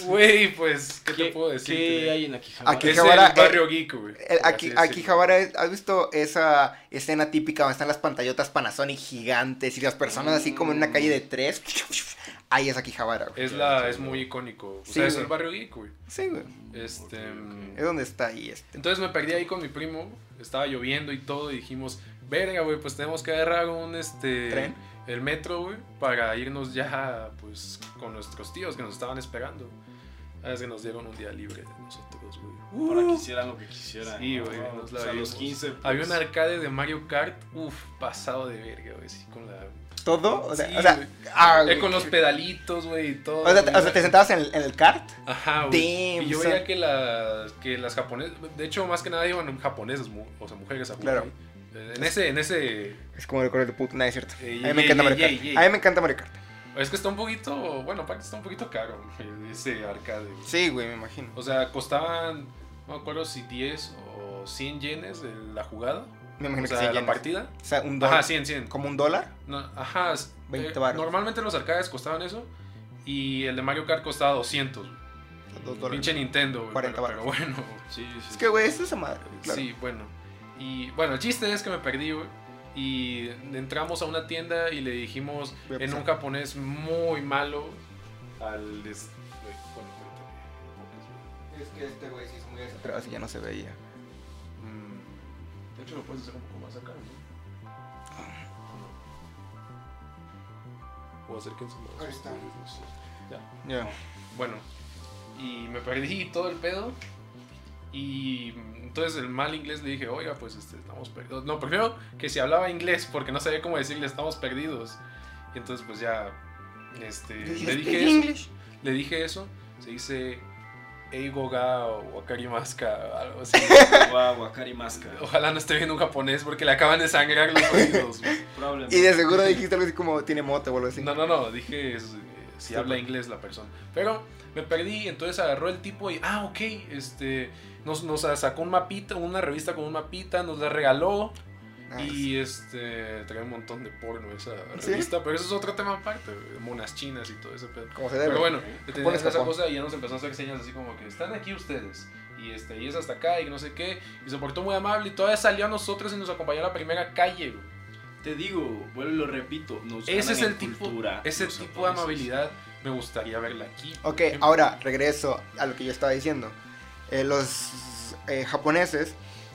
Speaker 2: Güey, pues, ¿qué, te puedo decir?
Speaker 4: ¿Qué hay en Akihabara?
Speaker 1: Aquí-
Speaker 2: Es
Speaker 1: Akihabara, eh,
Speaker 2: el barrio geek, güey.
Speaker 1: El-
Speaker 2: por así
Speaker 1: Aquí,
Speaker 2: decirlo.
Speaker 1: aquí Javara, ¿has visto esa escena típica donde están las pantallotas Panasonic gigantes y las personas así como en una calle de
Speaker 2: Mm.
Speaker 1: tres? <laughs> Ahí es aquí Javara, güey.
Speaker 2: Es, la, es muy icónico. O
Speaker 1: Sí,
Speaker 2: sea, es
Speaker 1: güey.
Speaker 2: el barrio geek, güey.
Speaker 1: Sí, güey.
Speaker 2: Este... mm,
Speaker 1: Es donde está ahí este.
Speaker 2: Entonces me perdí ahí con mi primo, estaba lloviendo y todo, y dijimos, verga, güey, pues tenemos que agarrar un, este...
Speaker 1: ¿Tren?
Speaker 2: El metro, güey, para irnos ya, pues, con nuestros tíos que nos estaban esperando. A veces nos dieron un día libre de nosotros, güey.
Speaker 4: Para
Speaker 1: Uh.
Speaker 4: que hicieran lo que quisieran.
Speaker 2: Sí,
Speaker 4: ¿no?
Speaker 2: güey,
Speaker 4: No,
Speaker 2: nos
Speaker 4: o
Speaker 2: la
Speaker 4: sea, los
Speaker 2: vimos.
Speaker 4: 15.
Speaker 2: Había
Speaker 4: pues,
Speaker 2: un arcade de Mario Kart, uff, pasado de verga, güey, sí, con la...
Speaker 1: ¿Todo? O sea,
Speaker 2: Sí,
Speaker 1: o sea,
Speaker 2: güey.
Speaker 1: ah,
Speaker 2: Eh,
Speaker 1: güey.
Speaker 2: con los pedalitos, güey, y todo.
Speaker 1: O sea, te-
Speaker 2: güey.
Speaker 1: o sea, te sentabas en el, en el kart.
Speaker 2: Ajá, güey.
Speaker 1: Damn,
Speaker 2: Y yo
Speaker 1: son-
Speaker 2: veía que las, que las japonesas, de hecho, más que nada iban japonesas, mu- o sea, mujeres a jugar
Speaker 1: Claro.
Speaker 2: ahí. Eh, En ese, en ese...
Speaker 1: Es como el correo de puto, nada es cierto.
Speaker 2: Eh,
Speaker 1: A mí me
Speaker 2: yey,
Speaker 1: encanta
Speaker 2: yey,
Speaker 1: Mario Kart.
Speaker 2: yey, yey.
Speaker 1: A mí me encanta Mario Kart.
Speaker 2: Es que está un poquito, bueno, aparte está un poquito caro güey, ese arcade. güey.
Speaker 1: Sí, güey, me imagino.
Speaker 2: O sea, costaban, no me acuerdo si 10 o 100 yenes de la jugada.
Speaker 1: Me
Speaker 2: O
Speaker 1: imagino que
Speaker 2: sea,
Speaker 1: sí.
Speaker 2: la
Speaker 1: llenas.
Speaker 2: partida.
Speaker 1: O sea, un dólar.
Speaker 2: Ajá, 100, 100.
Speaker 1: Como un dólar.
Speaker 2: No, ajá, es-
Speaker 1: 20
Speaker 2: eh,
Speaker 1: varos.
Speaker 2: normalmente los arcades costaban eso. Y el de Mario Kart costaba 200. güey.
Speaker 1: Dos dólares.
Speaker 2: Pinche Nintendo, güey,
Speaker 1: 40
Speaker 2: pero, pero bueno.
Speaker 4: Sí, sí.
Speaker 1: Es que, güey, eso es a madre. güey, claro.
Speaker 2: Sí, bueno. Y bueno, el chiste es que me perdí, güey. Y entramos a una tienda y le dijimos
Speaker 1: Voy a
Speaker 2: en
Speaker 1: pasar.
Speaker 2: un japonés muy malo al. es- güey, bueno, cuéntame.
Speaker 1: Es que este güey sí es muy desastrado, así ya no se veía.
Speaker 2: Mm, De hecho, lo puedes hacer un poco más acá, ¿no?
Speaker 1: Ah.
Speaker 2: O acérquense más.
Speaker 1: Ahí está.
Speaker 2: Ya.
Speaker 1: Ya.
Speaker 2: Bueno, y me perdí todo el pedo. Y mm, entonces el mal inglés le dije, oiga, pues este, estamos perdidos. No, primero que si hablaba inglés, porque no sabía cómo decirle, estamos perdidos. Y entonces, pues ya. Este, le dije eso. Le dije eso. Se dice. Eigo ga o Wakarimaska, algo así.
Speaker 4: Guau, Wakari Masca.
Speaker 2: Ojalá no esté viendo un japonés porque le acaban de sangrar los oídos. güey.
Speaker 4: Probablemente.
Speaker 1: Y de seguro dijiste algo así como tiene moto o algo así.
Speaker 2: No, no, no, dije es, eh, si
Speaker 1: Está
Speaker 2: habla
Speaker 1: bien.
Speaker 2: inglés la persona. Pero me perdí, entonces agarró el tipo y, ah, ok, este, nos, nos sacó un mapita, una revista con un mapita, nos la regaló
Speaker 1: Ah,
Speaker 2: y este, trae un montón de porno esa
Speaker 1: ¿Sí?
Speaker 2: revista, pero eso es otro tema aparte, güey, monas chinas y todo ese pedo.
Speaker 1: Como se debe.
Speaker 2: Pero bueno,
Speaker 1: Japón
Speaker 2: teníamos
Speaker 1: es
Speaker 2: esa
Speaker 1: Japón.
Speaker 2: cosa y ya nos empezó a hacer señas así como que están aquí ustedes. Y este, y es hasta acá y no sé qué. Y se portó muy amable y todavía salió a nosotros y nos acompañó a la primera calle, güey.
Speaker 4: Te digo, vuelvo y lo repito. Nos
Speaker 2: Ese
Speaker 4: ganan
Speaker 2: es
Speaker 4: en
Speaker 2: el tipo,
Speaker 4: cultura
Speaker 2: ese
Speaker 4: los
Speaker 2: tipo de
Speaker 4: japoneses.
Speaker 2: amabilidad me gustaría verla aquí. Em, por
Speaker 1: Ok,
Speaker 2: ejemplo.
Speaker 1: ahora regreso a lo que yo estaba diciendo. Eh, los eh, japoneses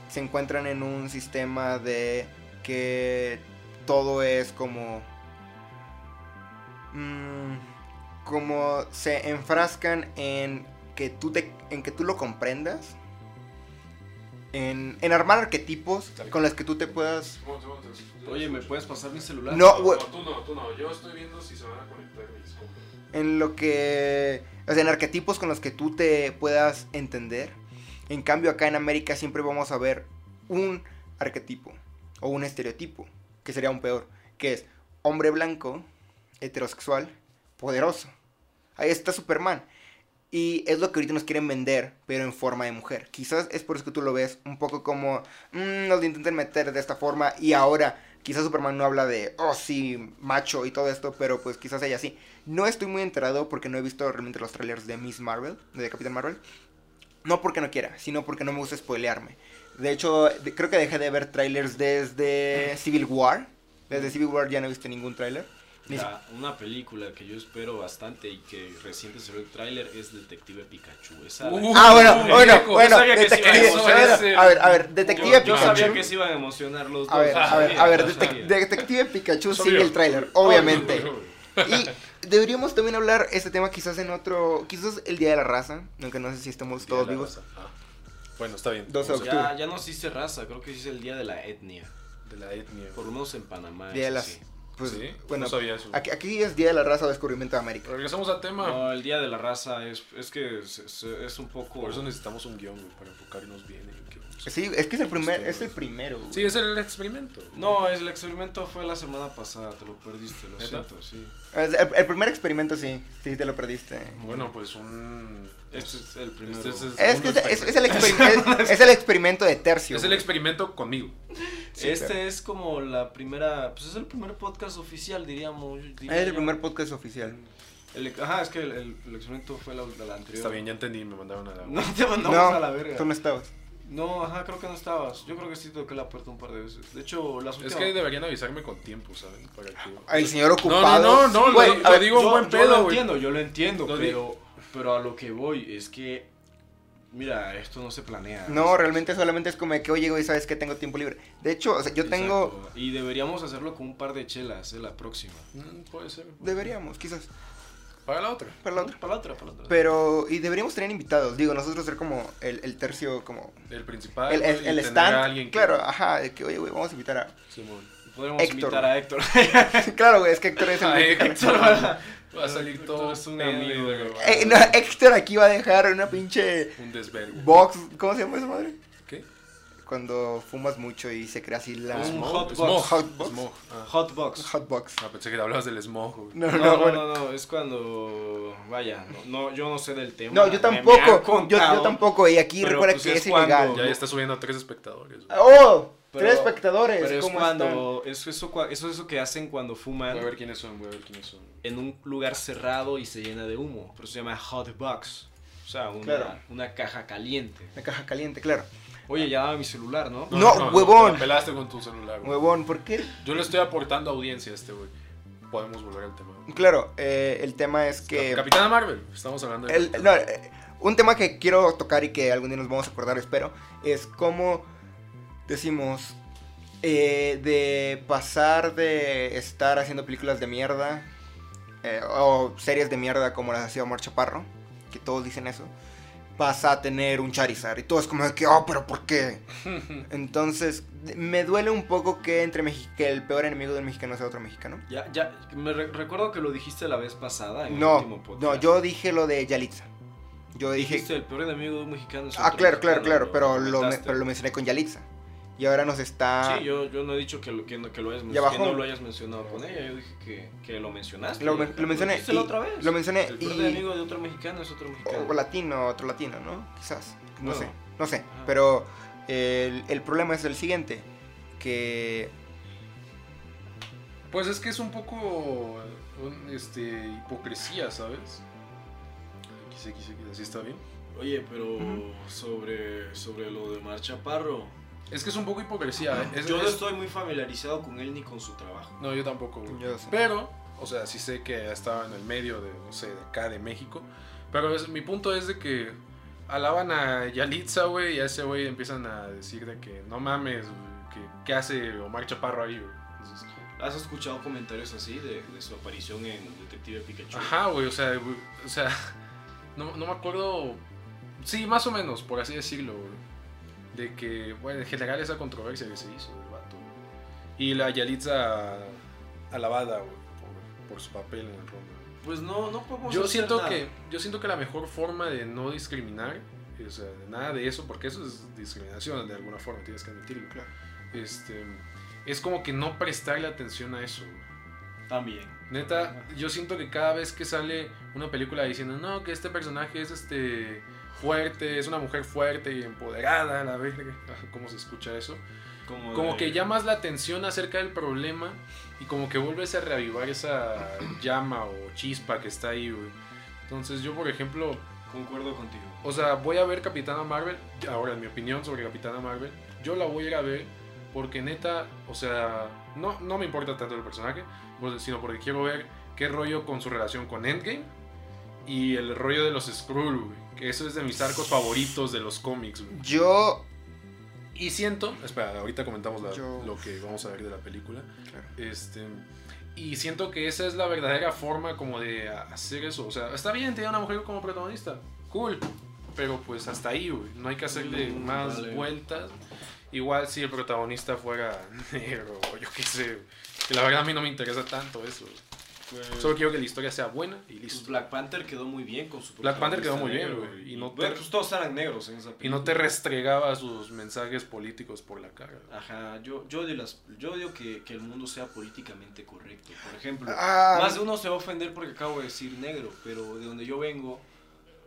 Speaker 1: se encuentran en un sistema de que todo es como... mm, como se enfrascan en que tú, te, en que tú lo comprendas. En, en armar arquetipos
Speaker 2: Tal
Speaker 1: con los que tú te puedas...
Speaker 4: Oye, ¿me puedes pasar mi celular?
Speaker 1: No, Oh, güey.
Speaker 2: tú no, tú no. Yo estoy viendo si se van a conectar mis compas.
Speaker 1: en lo que. O sea, en arquetipos con los que tú te puedas entender. En cambio, acá en América siempre vamos a ver un arquetipo o un estereotipo, que sería un peor, que es hombre blanco, heterosexual, poderoso. Ahí está Superman. Y es lo que ahorita nos quieren vender, pero en forma de mujer. Quizás es por eso que tú lo ves un poco como, "Mm, nos lo intentan meter de esta forma y ahora quizás Superman no habla de, oh sí, macho y todo esto, pero pues quizás ella sí. No estoy muy enterado porque no he visto realmente los trailers de Miss Marvel, de Capitán Marvel. No porque no quiera, sino porque no me gusta spoilearme. De hecho, de- creo que dejé de ver trailers desde Civil War. Desde Civil War ya no he visto ningún trailer. Ni si-
Speaker 4: Mira, una película que yo espero bastante y que reciente salió el tráiler es Detective Pikachu. Esa la-
Speaker 2: Uh,
Speaker 1: Ah, bueno,
Speaker 2: Uy,
Speaker 1: bueno,
Speaker 2: viejo, yo
Speaker 1: bueno,
Speaker 4: sabía que se iba a
Speaker 1: detective,
Speaker 4: emocionar
Speaker 1: bueno,
Speaker 2: ese.
Speaker 1: a ver, a ver,
Speaker 4: Yo-
Speaker 1: detective
Speaker 4: yo, sabía que
Speaker 1: Pikachu.
Speaker 4: se iban a emocionar los dos.
Speaker 1: A ver,
Speaker 4: <laughs> lo
Speaker 1: a ver,
Speaker 4: sabía,
Speaker 1: a ver,
Speaker 4: lo
Speaker 1: detec-
Speaker 4: sabía.
Speaker 1: detective Pikachu
Speaker 2: Son
Speaker 1: sigue el
Speaker 2: míos.
Speaker 1: tráiler, obviamente. Y deberíamos también hablar este tema quizás en otro, quizás el Día de la Raza, aunque no sé si estamos todos vivos.
Speaker 2: Ah, Bueno, está bien.
Speaker 1: 12 de
Speaker 2: Vamos
Speaker 1: octubre.
Speaker 4: Ya, ya no se dice raza, creo que se dice el día de la etnia.
Speaker 2: a- De la etnia.
Speaker 4: Por lo menos en Panamá.
Speaker 1: Día de
Speaker 4: es
Speaker 1: las-
Speaker 4: así.
Speaker 1: Pues,
Speaker 2: sí,
Speaker 1: bueno,
Speaker 2: no sabía eso.
Speaker 1: aquí, aquí es Día de la Raza o Descubrimiento de América.
Speaker 2: Regresamos al tema.
Speaker 4: No, el día de la raza es, es que es, es- es un poco.
Speaker 2: Por eso necesitamos un guión, güey, para enfocarnos bien en qué vamos a hacer.
Speaker 1: Sí, es que es el primer, es el primero. güey.
Speaker 2: Sí, es el experimento.
Speaker 4: No, el experimento fue la semana pasada, te lo perdiste, lo
Speaker 2: ¿Neta?
Speaker 4: siento, sí.
Speaker 1: Es El, el primer experimento sí, sí te lo perdiste.
Speaker 2: Bueno, pues un.
Speaker 4: Este es el primero.
Speaker 2: Este es el
Speaker 1: Es, que
Speaker 2: segundo
Speaker 1: es, es- es
Speaker 2: experimento.
Speaker 1: el experim- es- es el experimento de tercio.
Speaker 2: Es el
Speaker 1: güey.
Speaker 2: experimento conmigo.
Speaker 1: Sí,
Speaker 4: este
Speaker 1: claro.
Speaker 4: es como la primera, pues es el primer podcast oficial, diríamos. diría
Speaker 1: Es el
Speaker 4: yo.
Speaker 1: primer podcast oficial.
Speaker 4: El- ajá, es que el, el, el experimento fue la, la anterior.
Speaker 2: Está bien, ya entendí, me mandaron a la.
Speaker 4: No <laughs> te
Speaker 1: No,
Speaker 2: <laughs>
Speaker 4: mandamos a la verga.
Speaker 1: tú no estabas.
Speaker 4: No, ajá, creo que no estabas. Yo creo que sí toqué la puerta un par de veces. De hecho, las
Speaker 2: Es
Speaker 4: últimas...
Speaker 2: que deberían avisarme con tiempo, ¿saben? Para que.
Speaker 1: El señor
Speaker 2: No,
Speaker 1: ocupado.
Speaker 2: no, no, no,
Speaker 1: Güey,
Speaker 2: lo,
Speaker 1: a
Speaker 2: lo
Speaker 1: ver,
Speaker 2: digo un
Speaker 4: yo,
Speaker 2: buen
Speaker 4: yo
Speaker 2: pedo,
Speaker 4: lo
Speaker 2: güey.
Speaker 4: entiendo, yo lo entiendo,
Speaker 2: Lo di-
Speaker 4: pero, pero a lo que voy es que, mira, esto no se planea.
Speaker 1: No, realmente solamente es como de que, oye, güey, ¿sabes que Tengo tiempo libre. De hecho, o sea, yo tengo...
Speaker 4: Exacto. Y deberíamos hacerlo con un par de chelas, eh, la próxima.
Speaker 2: Mm, Puede ser.
Speaker 1: Deberíamos, quizás,
Speaker 2: Para la otra.
Speaker 1: para la otra.
Speaker 4: Para la otra, para la otra.
Speaker 1: Pero, y deberíamos tener invitados. Digo, nosotros ser como el, el tercio, como...
Speaker 2: El principal.
Speaker 1: El,
Speaker 2: Ah, y
Speaker 1: el, el
Speaker 2: tener a
Speaker 1: stand.
Speaker 2: alguien que-
Speaker 1: Claro, ajá, de que, oye, güey, vamos a invitar a... <laughs>
Speaker 4: <laughs>
Speaker 2: Simón.
Speaker 4: Podríamos
Speaker 1: Héctor.
Speaker 4: invitar a Héctor. <laughs>
Speaker 1: claro, güey, es que Héctor es
Speaker 2: <laughs>
Speaker 1: el...
Speaker 2: Ay,
Speaker 1: principal.
Speaker 2: Héctor va, va a salir
Speaker 4: Héctor
Speaker 2: todo este
Speaker 4: es un
Speaker 2: pedo y
Speaker 4: amigo,
Speaker 2: de-
Speaker 1: <laughs> Eh, no, Héctor aquí va a dejar una pinche
Speaker 2: Un desvergue.
Speaker 1: box... ¿Cómo se llama esa madre?
Speaker 2: ¿Qué?
Speaker 1: Cuando fumas mucho y se crea así la...
Speaker 4: Un
Speaker 2: Smog,
Speaker 4: hot
Speaker 2: smog,
Speaker 1: box. Hot box.
Speaker 2: smog, ah.
Speaker 4: Hotbox.
Speaker 1: Hotbox.
Speaker 2: Ah, pensé que hablabas del smog, güey.
Speaker 1: <laughs> No,
Speaker 4: No,
Speaker 1: no,
Speaker 4: no,
Speaker 1: bueno.
Speaker 4: no, no, es cuando... Vaya, no, no, yo no sé del tema.
Speaker 1: No,
Speaker 4: me- me
Speaker 1: yo
Speaker 4: han
Speaker 1: tampoco. Yo, yo
Speaker 4: contado.
Speaker 1: tampoco. Y aquí
Speaker 4: Pero,
Speaker 1: recuerda
Speaker 4: pues,
Speaker 1: que
Speaker 4: es
Speaker 1: es, ilegal.
Speaker 4: cuando-
Speaker 2: Ya, ya está subiendo a tres espectadores. güey.
Speaker 1: ¡Oh!
Speaker 4: Pero-
Speaker 1: tres espectadores.
Speaker 4: Pero es
Speaker 1: ¿cómo
Speaker 4: cuando... Eso, eso, cua- eso, eso que hacen cuando fuman.
Speaker 2: Voy a ver quiénes son, voy a ver quiénes son.
Speaker 4: en un lugar cerrado y se llena de humo. Por eso se llama hot box. O sea, una,
Speaker 1: Claro.
Speaker 4: una caja caliente.
Speaker 1: están? La caja caliente, claro.
Speaker 4: Oye, ya daba mi celular, ¿no?
Speaker 1: No, huevón.
Speaker 2: te la pelaste con tu celular, güey.
Speaker 1: Huevón, ¿por qué?
Speaker 2: Yo le estoy aportando audiencia a este, güey. Podemos volver al tema. güey.
Speaker 1: Claro, eh, el tema es que.
Speaker 2: Cap- Capitana Marvel, estamos hablando de.
Speaker 1: el- no, eh, un tema que quiero tocar y que algún día nos vamos a acordar, espero, es cómo decimos. eh, de pasar de estar haciendo películas de mierda eh, o series de mierda como las hacía Omar Chaparro, que todos dicen eso, vas a tener un Charizard y todo es como de que, oh, pero ¿por
Speaker 4: <laughs>
Speaker 1: qué? Entonces, de- me duele un poco que entre Mexi- que el peor enemigo del mexicano sea otro mexicano.
Speaker 4: Ya, ya, me re- recuerdo que lo dijiste la vez pasada. En el
Speaker 1: No,
Speaker 4: último podcast.
Speaker 1: no, yo dije lo de Yalitza. Yo dije.
Speaker 4: Dijiste el peor enemigo de un mexicano. es
Speaker 1: Ah,
Speaker 4: otro
Speaker 1: claro, claro, claro,
Speaker 4: mexicano",
Speaker 1: pero lo, me-
Speaker 4: comentaste.
Speaker 1: pero lo mencioné con Yalitza. Y ahora nos está.
Speaker 4: Sí, yo, yo no he dicho que lo, que, no- que lo hayas
Speaker 1: Ya
Speaker 4: mencionado. Que
Speaker 1: bajó.
Speaker 4: no lo hayas mencionado con ella. Yo dije que, que lo mencionaste.
Speaker 1: lo, men- lo mencioné.
Speaker 4: dijiste
Speaker 1: y-
Speaker 4: la otra vez.
Speaker 1: Lo mencioné.
Speaker 4: el peor
Speaker 1: Y, Oh,
Speaker 4: enemigo de otro mexicano es otro mexicano.
Speaker 1: o latino, otro latino, ¿no? Quizás. No
Speaker 4: Bueno. Ah.
Speaker 1: sé, no sé.
Speaker 4: Ajá.
Speaker 1: Pero el, el problema es el siguiente: que.
Speaker 2: Pues es que es un poco. eh, un, este, hipocresía, ¿sabes? Quise, quise, quise, así está bien.
Speaker 4: Oye, pero
Speaker 1: Ujú.
Speaker 4: sobre, sobre lo de Mar Chaparro.
Speaker 2: Es que es un poco hipocresía. eh. Es-
Speaker 4: yo no
Speaker 2: es-
Speaker 4: estoy muy familiarizado con él ni con su trabajo.
Speaker 2: No, yo tampoco, güey.
Speaker 1: Yo sé.
Speaker 2: Pero, o sea, sí sé que estaba en el medio de, no sé, de acá de México. Pero es- mi punto es de que alaban a Yalitza, güey, y a ese güey empiezan a decir de que no mames, güey, que qué hace Omar Chaparro ahí, güey. Entonces,
Speaker 4: ¿Has escuchado comentarios así de, de su aparición en Detective Pikachu?
Speaker 2: Ajá, güey, o sea, güey, o sea, <laughs> no, no me acuerdo. Sí, más o menos, por así decirlo, güey. De que, bueno, en general esa controversia que se hizo del vato, güey. Y la Yalitza alabada, güey, por, por su papel en el Roma, güey.
Speaker 4: Pues no, no podemos
Speaker 2: Yo
Speaker 4: hacer
Speaker 2: siento
Speaker 4: nada.
Speaker 2: que yo siento que la mejor forma de no discriminar, o sea, de nada de eso, porque eso es discriminación de alguna forma, tienes que admitirlo.
Speaker 1: Claro.
Speaker 2: Este, es como que no prestarle atención a eso. güey.
Speaker 4: También.
Speaker 2: Neta, yo siento que cada vez que sale una película diciendo, "No, que este personaje es este fuerte, es una mujer fuerte y empoderada", la verga, <laughs> cómo se escucha eso.
Speaker 4: Como,
Speaker 2: Como
Speaker 4: de-
Speaker 2: que llamas la atención acerca del problema y como que vuelves a reavivar esa llama o chispa que está ahí, güey. Entonces yo, por ejemplo,
Speaker 4: Concuerdo contigo.
Speaker 2: o sea, voy a ver Capitana Marvel. Ahora, en mi opinión sobre Capitana Marvel, yo la voy a ir a ver porque neta, o sea, no, no me importa tanto el personaje, pues, sino porque quiero ver qué rollo con su relación con Endgame y el rollo de los Skrull, güey. Que eso es de mis arcos favoritos de los cómics, güey.
Speaker 1: Yo.
Speaker 2: Y siento, espera, ahorita comentamos la-
Speaker 1: Yo-
Speaker 2: lo que vamos a ver de la película.
Speaker 1: Claro.
Speaker 2: Este, y siento que esa es la verdadera forma como de hacer eso. O sea, está bien tener una mujer como protagonista. Cool. Pero pues hasta ahí, güey. No hay que hacerle
Speaker 4: Mm,
Speaker 2: más
Speaker 4: vale.
Speaker 2: vueltas. Igual si el protagonista fuera <laughs> negro o yo qué sé. güey. Que la verdad a mí no me interesa tanto eso.
Speaker 4: Pues,
Speaker 2: Solo quiero que la historia sea buena y
Speaker 4: pues
Speaker 2: listo.
Speaker 4: Black Panther quedó muy bien con su
Speaker 2: Black Panther quedó muy
Speaker 4: protagonista
Speaker 2: bien,
Speaker 4: negro,
Speaker 2: güey,
Speaker 4: Y,
Speaker 2: y no te-
Speaker 4: bueno, pues todos eran negros en esa
Speaker 2: Y no
Speaker 4: película.
Speaker 2: te restregaba sus mensajes políticos por la cara. güey.
Speaker 4: Ajá, yo, yo, odio las, yo odio que, que el mundo sea políticamente correcto. Por ejemplo,
Speaker 1: ah,
Speaker 4: Más de uno se va a ofender porque acabo de decir negro, pero de donde yo vengo,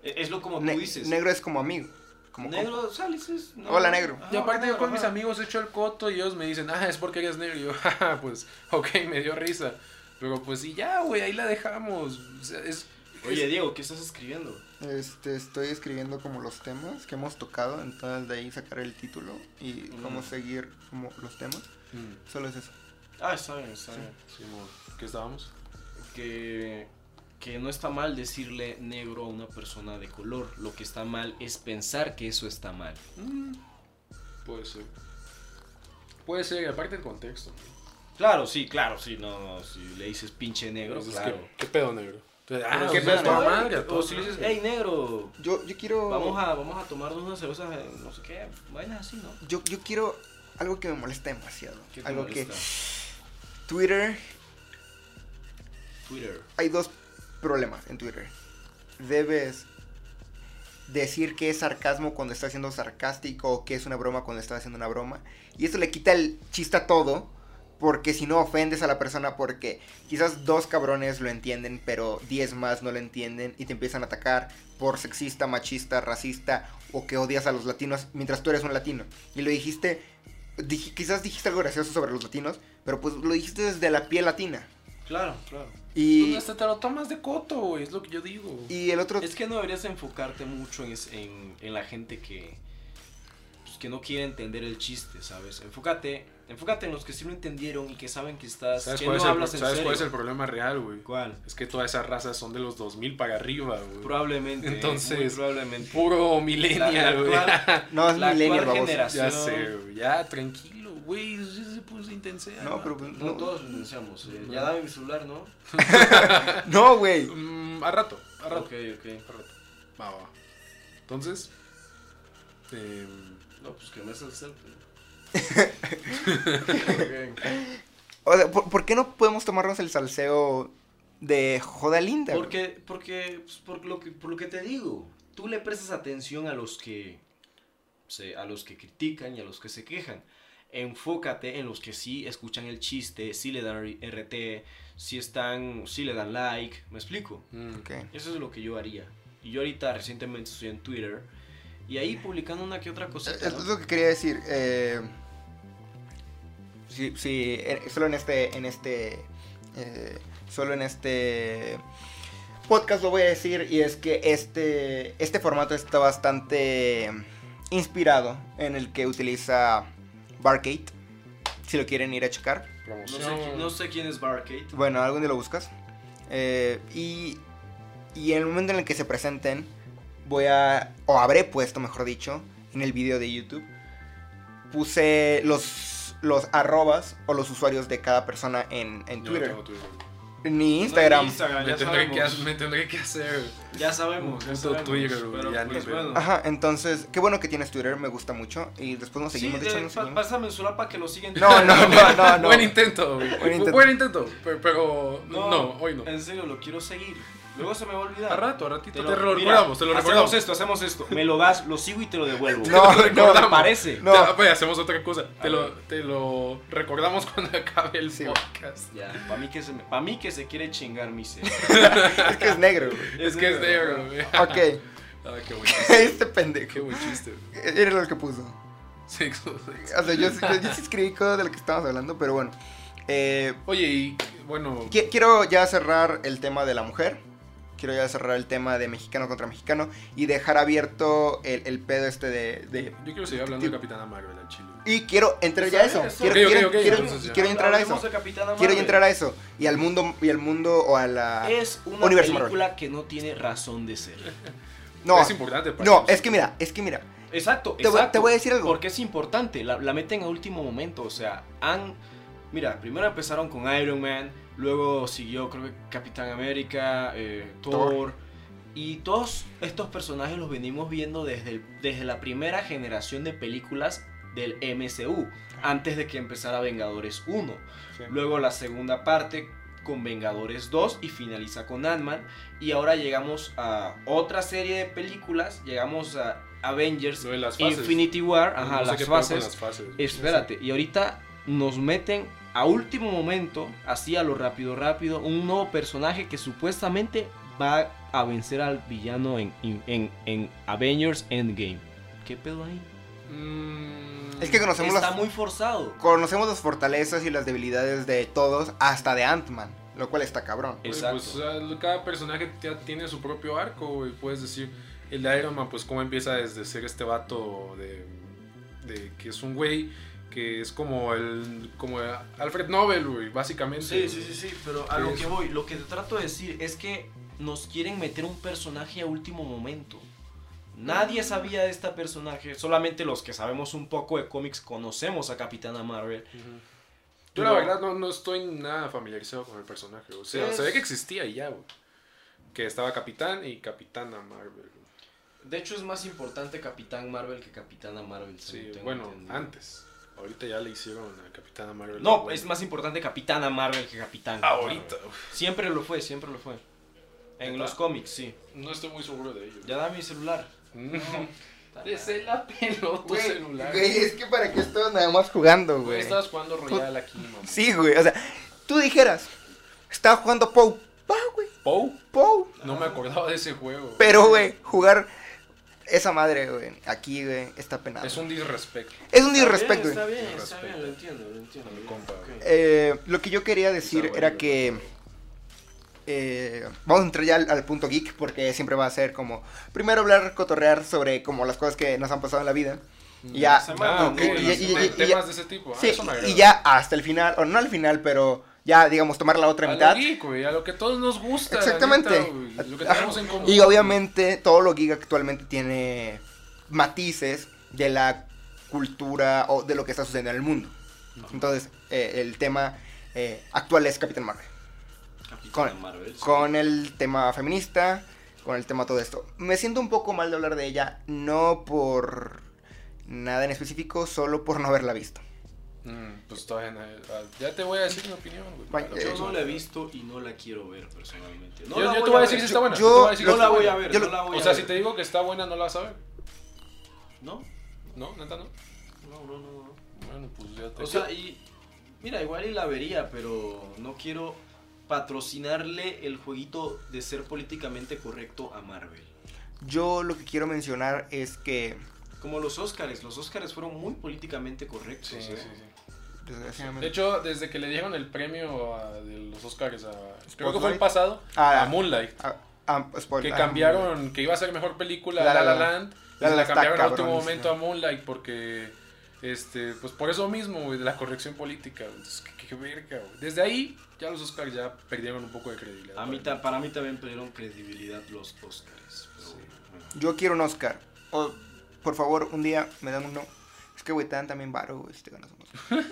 Speaker 4: e- es lo como tú
Speaker 1: ne-
Speaker 4: dices.
Speaker 1: Negro es como amigo. Como compa.
Speaker 4: negro, sales. es- Ah, no.
Speaker 1: Hola, negro.
Speaker 4: Ajá,
Speaker 2: Y aparte yo
Speaker 4: negro,
Speaker 2: con mis
Speaker 4: ajá.
Speaker 2: amigos he hecho el coto y ellos me dicen, ah, es porque eres negro. Y yo, <laughs> "Ja, ja, pues, ok, me dio risa. Pero pues sí, ya, güey, ahí la dejamos. O sea, es,
Speaker 4: Oye, Diego, ¿qué estás escribiendo?
Speaker 1: Este, estoy escribiendo como los temas que hemos tocado, entonces de ahí sacar el título y cómo
Speaker 4: Mm.
Speaker 1: seguir como los temas.
Speaker 2: Mm,
Speaker 1: Solo es eso.
Speaker 4: Ah, está bien, está bien.
Speaker 2: sí, mo- ¿Qué estábamos?
Speaker 4: que, que no está mal decirle negro a una persona de color. Lo que está mal es pensar que eso está mal.
Speaker 2: Mm, puede ser. Puede ser, y aparte el contexto. ¿no?
Speaker 4: Claro, sí, claro, sí, no, no, si le dices pinche negro,
Speaker 2: Entonces,
Speaker 4: claro.
Speaker 2: ¿qué, ¿Qué pedo negro? Entonces, ah,
Speaker 1: ¿qué
Speaker 2: o
Speaker 1: pedo
Speaker 2: sea, tu
Speaker 1: negro?
Speaker 2: madre, a
Speaker 4: o
Speaker 2: todos
Speaker 4: si le dices,
Speaker 2: lados.
Speaker 4: hey negro,
Speaker 1: Yo, yo quiero.
Speaker 4: vamos a, vamos a tomarnos unas cervezas, eh, no sé qué, vainas así, ¿no?
Speaker 1: Yo, yo quiero algo que me molesta demasiado.
Speaker 4: ¿Qué te
Speaker 1: Algo
Speaker 4: molesta?
Speaker 1: que. Twitter.
Speaker 4: Twitter.
Speaker 1: Hay dos problemas en Twitter. Debes decir que es sarcasmo cuando está siendo sarcástico o que es una broma cuando está haciendo una broma. Y eso le quita el chiste a todo. Porque si no ofendes a la persona, porque quizás dos cabrones lo entienden, pero diez más no lo entienden y te empiezan a atacar por sexista, machista, racista o que odias a los latinos mientras tú eres un latino. Y lo dijiste, dij- quizás dijiste algo gracioso sobre los latinos, pero pues lo dijiste desde la piel latina.
Speaker 4: Claro, claro.
Speaker 1: Y,
Speaker 2: Tú hasta te lo tomas de coto, güey, es lo que yo digo.
Speaker 1: y el otro...
Speaker 4: Es que no deberías enfocarte mucho en, es- en- en la gente que, pues, que no quiere entender el chiste, ¿sabes? Enfócate, enfócate en los que sí lo entendieron y que saben que estás,
Speaker 2: ¿Sabes,
Speaker 4: que
Speaker 2: cuál,
Speaker 4: no
Speaker 2: es el,
Speaker 4: hablas en
Speaker 2: sabes
Speaker 4: serio.
Speaker 2: cuál es el problema real, güey?
Speaker 4: ¿Cuál?
Speaker 2: Es que todas esas razas son de los 2000 para arriba, güey.
Speaker 4: Probablemente.
Speaker 2: Entonces,
Speaker 4: muy probablemente.
Speaker 2: Puro
Speaker 4: La-
Speaker 2: millennial,
Speaker 4: la
Speaker 2: güey.
Speaker 4: actual-
Speaker 1: No, es
Speaker 4: la
Speaker 1: millennial,
Speaker 4: actual
Speaker 1: baboso.
Speaker 4: generación.
Speaker 2: <laughs> Ya sé, güey. Ya, tranquilo, güey. Ya se puso intensidad.
Speaker 1: No, pero pues,
Speaker 4: No,
Speaker 1: no,
Speaker 4: todos lo deseamos. eh, Ya dame mi celular, ¿no?
Speaker 1: no, güey.
Speaker 2: Mm, a rato, a rato.
Speaker 4: Ok, ok.
Speaker 2: A rato. Va, va. Entonces. em,
Speaker 4: No, pues que me haces el <laughs> selfie. Ok.
Speaker 1: O sea, ¿por, por qué no podemos tomarnos el salseo de joda linda? güey?
Speaker 4: Porque, porque, pues, por, lo que, por lo que te digo, tú le prestas atención a los que, se- a los que critican y a los que se quejan. Enfócate en los que sí escuchan el chiste, sí le dan RT, sí están, sí le dan like. ¿Me explico?
Speaker 2: mm,
Speaker 1: Ok.
Speaker 4: Eso es lo que yo haría. Y yo ahorita recientemente estoy en Twitter
Speaker 1: <laughs>
Speaker 4: y ahí publicando una que otra cosa.
Speaker 1: eh, Es es lo que quería decir. eh, sí, sí, eh, solo en este, en este, eh, solo en este podcast lo voy a decir y es que este, este formato está bastante inspirado en el que utiliza Barcade. Si lo quieren ir a checar.
Speaker 4: No
Speaker 2: promoción.
Speaker 4: sé, qui- no sé quién es Barcade.
Speaker 1: Bueno, algún día lo buscas. Eh, y, y en el momento en el que se presenten, voy a. O habré puesto, mejor dicho, en el video de YouTube. Puse los, los arrobas o los usuarios de cada persona en, en
Speaker 2: Yo no
Speaker 1: Twitter.
Speaker 2: tengo Twitter.
Speaker 1: Ni Instagram.
Speaker 2: Me tendré,
Speaker 4: ya
Speaker 2: que,
Speaker 4: sabemos.
Speaker 2: ha- me tendré que hacer.
Speaker 4: Ya sabemos. ya
Speaker 2: Puto
Speaker 4: sabemos,
Speaker 2: Twitter, güey,
Speaker 4: pero
Speaker 2: ya
Speaker 4: pues,
Speaker 2: ni veo.
Speaker 4: bueno.
Speaker 1: Ajá, entonces, qué bueno que tienes Twitter, me gusta mucho. Y después nos
Speaker 4: Sí,
Speaker 1: seguimos. de
Speaker 4: de-
Speaker 1: hecho, nos
Speaker 4: pa-
Speaker 1: seguimos.
Speaker 4: pásame el celular para que lo sigan.
Speaker 1: No, no, no, no, no.
Speaker 2: Buen intento, güey.
Speaker 1: Buen
Speaker 2: Buen
Speaker 1: intento.
Speaker 2: intento. pero, pero <laughs> no, hoy no.
Speaker 4: En serio, lo quiero seguir. Luego se me va a olvidar.
Speaker 2: A rato, a ratito te lo,
Speaker 4: mira,
Speaker 2: recordamos, te lo recordamos.
Speaker 4: Hacemos esto, hacemos esto. Me lo das, lo sigo y te lo devuelvo.
Speaker 1: No,
Speaker 4: <laughs> ¿Te
Speaker 1: no,
Speaker 4: ¿Te parece?
Speaker 1: no.
Speaker 2: Ya, pues, hacemos otra cosa. Te lo,
Speaker 4: ver.
Speaker 2: te lo recordamos <laughs> cuando acabe el
Speaker 1: Sí, güey.
Speaker 2: podcast.
Speaker 4: Ya, para mí, que se me- pa' mí que se quiere chingar mi
Speaker 1: <laughs>
Speaker 4: ser.
Speaker 1: Es que es negro, güey.
Speaker 2: <laughs> Es que es negro,
Speaker 4: <laughs>
Speaker 2: güey.
Speaker 1: Ok, <laughs>
Speaker 2: Ah, qué buen chiste.
Speaker 1: este
Speaker 2: Qué
Speaker 1: pendejo.
Speaker 2: buen chiste, <laughs> güey.
Speaker 1: Eres lo que puso.
Speaker 2: Sexo, sexo.
Speaker 1: O sea, yo, yo, yo sí escribí cosas de lo que estábamos hablando, pero bueno. Eh,
Speaker 2: Oye, y bueno.
Speaker 1: Qui- Quiero ya cerrar el tema de la mujer. Quiero ya cerrar el tema de mexicano contra mexicano y dejar abierto el, el pedo este de, de-
Speaker 2: Yo quiero seguir hablando de Capitana Marvel al chile.
Speaker 1: Y quiero entrar ya a eso.
Speaker 4: Eso,
Speaker 1: Quiero,
Speaker 2: ok, ok,
Speaker 1: quiero-
Speaker 2: ok,
Speaker 1: quiero-
Speaker 2: entonces ya.
Speaker 1: quiero entrar a
Speaker 4: Hablemos
Speaker 1: eso.
Speaker 4: de Capitana
Speaker 1: Quiero
Speaker 4: Marvel.
Speaker 1: entrar a eso. Y al mundo, y al mundo o a la...
Speaker 4: Es una
Speaker 1: Universo
Speaker 4: película que no tiene razón de ser.
Speaker 1: No,
Speaker 2: Es importante para
Speaker 1: no,
Speaker 2: ellos.
Speaker 1: es que mira, es que mira.
Speaker 4: Exacto,
Speaker 1: Te voy-
Speaker 4: exacto.
Speaker 1: te voy a decir algo.
Speaker 4: Porque es importante, la, la meten a último momento, o sea, han... Mira, primero empezaron con Iron Man, luego siguió creo que Capitán América, eh, Thor,
Speaker 1: Thor.
Speaker 4: y todos estos personajes los venimos viendo desde, el- desde la primera generación de películas del MCU, antes de que empezara Vengadores 1.
Speaker 2: Sí.
Speaker 4: Luego la segunda parte con Vengadores 2 y finaliza con Ant-Man. Y ahora llegamos a otra serie de películas. Llegamos a Avengers,
Speaker 2: Lo de las fases.
Speaker 4: Infinity War,
Speaker 2: No
Speaker 4: ajá,
Speaker 2: sé qué
Speaker 4: las
Speaker 2: pedo con
Speaker 4: fases.
Speaker 2: las fases.
Speaker 4: Espérate, y ahorita nos meten a último momento, así a lo rápido, rápido, un nuevo personaje que supuestamente va a vencer al villano en, en, en- en Avengers Endgame. ¿Qué pedo ahí?
Speaker 2: Mm,
Speaker 1: Es que conocemos
Speaker 4: Está
Speaker 1: las-
Speaker 4: muy forzado.
Speaker 1: Conocemos las fortalezas y las debilidades de todos, hasta de Ant-Man, lo cual está cabrón.
Speaker 2: Güey,
Speaker 4: Exacto.
Speaker 2: Pues, o sea, cada personaje ya tiene su propio arco, güey. Puedes decir, el de Iron Man, pues cómo empieza desde ser este vato de, de que es un güey que es como el como Alfred Nobel, güey, básicamente.
Speaker 4: Sí, sí, sí, sí, pero a
Speaker 2: Sí,
Speaker 4: lo
Speaker 2: es-
Speaker 4: que voy, lo que te trato de decir es que nos quieren meter un personaje a último momento. Nadie sabía de este personaje, solamente los que sabemos un poco de cómics conocemos a Capitana Marvel.
Speaker 2: Ujú. Yo la verdad no, no estoy nada familiarizado con el personaje, o sea,
Speaker 4: Es-
Speaker 2: se ve que existía y ya, güey. Que estaba Capitán y Capitana Marvel. güey.
Speaker 4: De hecho es más importante Capitán Marvel que Capitana Marvel. según
Speaker 2: Sí,
Speaker 4: tengo
Speaker 2: bueno,
Speaker 4: entendido.
Speaker 2: antes. Ahorita ya le hicieron a Capitana Marvel.
Speaker 4: No,
Speaker 2: Bueno,
Speaker 4: es más importante Capitana Marvel que Capitán.
Speaker 2: pues, Ahorita.
Speaker 4: Marvel.
Speaker 2: güey.
Speaker 4: Siempre lo fue, siempre lo fue. En
Speaker 2: ¿Neta?
Speaker 4: los cómics, sí.
Speaker 2: No estoy muy seguro de ello.
Speaker 4: Ya da mi celular.
Speaker 2: Mm. <laughs> Desde la pelota
Speaker 1: Güey,
Speaker 2: celular.
Speaker 1: güey, es que para qué estabas nada más jugando,
Speaker 2: Tú
Speaker 1: güey.
Speaker 2: estabas jugando Royal aquí, mamá.
Speaker 1: Sí, güey, o sea, tú dijeras, estaba jugando Pou. Va, güey,
Speaker 2: Pou.
Speaker 1: Pou.
Speaker 2: No me acordaba de ese juego.
Speaker 1: Pero, güey, jugar esa madre, güey, aquí, güey, está penado.
Speaker 2: Es un disrespecto.
Speaker 1: Es un disrespecto,
Speaker 4: Está
Speaker 1: güey.
Speaker 4: bien, está
Speaker 2: Disrespecto.
Speaker 4: bien, está bien, lo entiendo, lo entiendo.
Speaker 2: compa.
Speaker 4: Ok.
Speaker 1: Eh, lo que yo quería decir
Speaker 3: Está bueno,
Speaker 1: era que... eh, vamos a entrar ya al, al punto geek porque siempre va a ser como... Primero hablar, cotorrear sobre como las cosas que nos han pasado en la vida. Y ya...
Speaker 2: Ah, ok.
Speaker 1: y- y- y-
Speaker 2: de-
Speaker 1: y- y-
Speaker 2: temas de ese tipo. Ah,
Speaker 1: sí,
Speaker 2: eso me agrada.
Speaker 1: y ya hasta el final, o no al final, pero ya digamos tomar la otra
Speaker 2: A
Speaker 1: mitad.
Speaker 2: lo geek, güey, a lo que todos nos gusta. la
Speaker 1: Exactamente.
Speaker 2: neta, güey, lo que
Speaker 1: Ajá.
Speaker 2: tenemos en común.
Speaker 1: Y obviamente todo lo geek actualmente tiene matices de la cultura o de lo que está sucediendo en el mundo. Entonces, eh, el tema eh, actual es Capitán Marvel.
Speaker 4: Capitana
Speaker 1: Con-
Speaker 4: Marvel. sí.
Speaker 1: Con el tema feminista, con el tema todo esto. Me siento un poco mal de hablar de ella, no por nada en específico, solo por no haberla visto.
Speaker 2: Mm, pues todavía no- ah, Ya te voy a decir mi opinión, güey.
Speaker 1: Bueno,
Speaker 2: Para
Speaker 1: eh,
Speaker 2: lo
Speaker 4: Yo
Speaker 2: que-
Speaker 4: no la he visto y no la quiero ver personalmente. No
Speaker 2: Yo-
Speaker 4: la
Speaker 2: yo te
Speaker 4: voy a
Speaker 2: decir
Speaker 4: ver.
Speaker 2: si está buena.
Speaker 1: Yo-
Speaker 2: yo te voy a
Speaker 1: yo
Speaker 2: decir si
Speaker 4: No
Speaker 2: está
Speaker 4: la voy
Speaker 2: buena.
Speaker 4: a ver,
Speaker 1: Yo
Speaker 4: no
Speaker 1: lo-
Speaker 4: la voy
Speaker 2: O
Speaker 4: a
Speaker 2: sea,
Speaker 4: ver.
Speaker 2: si te digo que está buena, no la vas a ver.
Speaker 4: ¿No?
Speaker 2: No, neta, no.
Speaker 4: No, no, no, no.
Speaker 2: Bueno, pues ya te.
Speaker 4: O sea, y... Mira, igual y la vería, pero no quiero patrocinarle el jueguito de ser políticamente correcto a Marvel.
Speaker 1: Yo lo que quiero mencionar es que,
Speaker 4: Como los Oscars, los Oscars fueron muy políticamente correctos.
Speaker 2: Sí,
Speaker 4: ¿eh?
Speaker 2: sí, sí. De
Speaker 1: desgraciadamente,
Speaker 2: hecho, desde que le dieron el premio a- de los Oscars a. Creo que fue
Speaker 1: Spotlight.
Speaker 2: el pasado.
Speaker 1: Ah,
Speaker 2: a Moonlight.
Speaker 1: ah, ah, spoiler,
Speaker 2: Que
Speaker 1: ah,
Speaker 2: cambiaron, que iba a ser mejor película
Speaker 1: La
Speaker 2: La
Speaker 1: La
Speaker 2: La,
Speaker 1: Land.
Speaker 2: Land.
Speaker 1: La
Speaker 2: y
Speaker 1: La
Speaker 2: se la
Speaker 1: está
Speaker 2: cambiaron al último
Speaker 1: cabronísima.
Speaker 2: momento a Moonlight porque. Este, pues por eso mismo, güey, de la corrección política. güey. Entonces, qué, qué verga, güey. Desde ahí, ya los Oscars ya perdieron un poco de credibilidad.
Speaker 4: A mí ta- para mí también perdieron credibilidad los Oscars. pero bueno.
Speaker 1: Yo quiero un Oscar. O, por favor, un día me dan uno. Es que, güey, te dan también varo, güey, si te ganas un Oscar.
Speaker 2: <laughs>
Speaker 1: De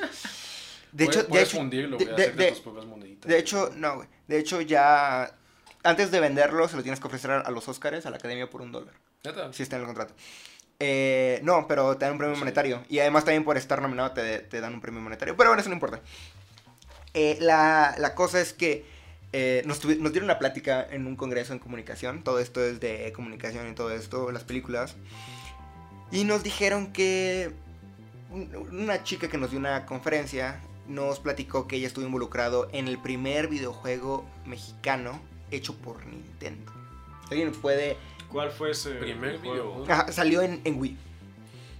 Speaker 2: Puedes-
Speaker 1: hecho, de
Speaker 2: puedes
Speaker 1: hecho,
Speaker 2: fundirlo,
Speaker 1: de-
Speaker 2: güey,
Speaker 1: de-
Speaker 2: hacer de,
Speaker 1: de-
Speaker 2: tus propias moneditas.
Speaker 1: de hecho, no, güey. De hecho, ya. Antes de venderlo, se lo tienes que ofrecer a, a los Oscars, a la academia, por un dólar.
Speaker 2: Neta.
Speaker 1: Si está en el contrato. Eh, no, pero te dan un premio
Speaker 2: Sí.
Speaker 1: monetario. Y además, también por estar nominado, te, te dan un premio monetario. Pero bueno, eso no importa. Eh, la, la cosa es que eh, nos, tuvi- nos dieron una plática en un congreso en comunicación. Todo esto es de comunicación y todo esto, las películas. Y nos dijeron que un- una chica que nos dio una conferencia nos platicó que ella estuvo involucrado en el primer videojuego mexicano hecho por Nintendo. ¿Alguien puede
Speaker 4: ¿Cuál fue ese
Speaker 2: Primer
Speaker 4: juego?
Speaker 2: videojuego.
Speaker 1: Ajá, salió en, en Wii.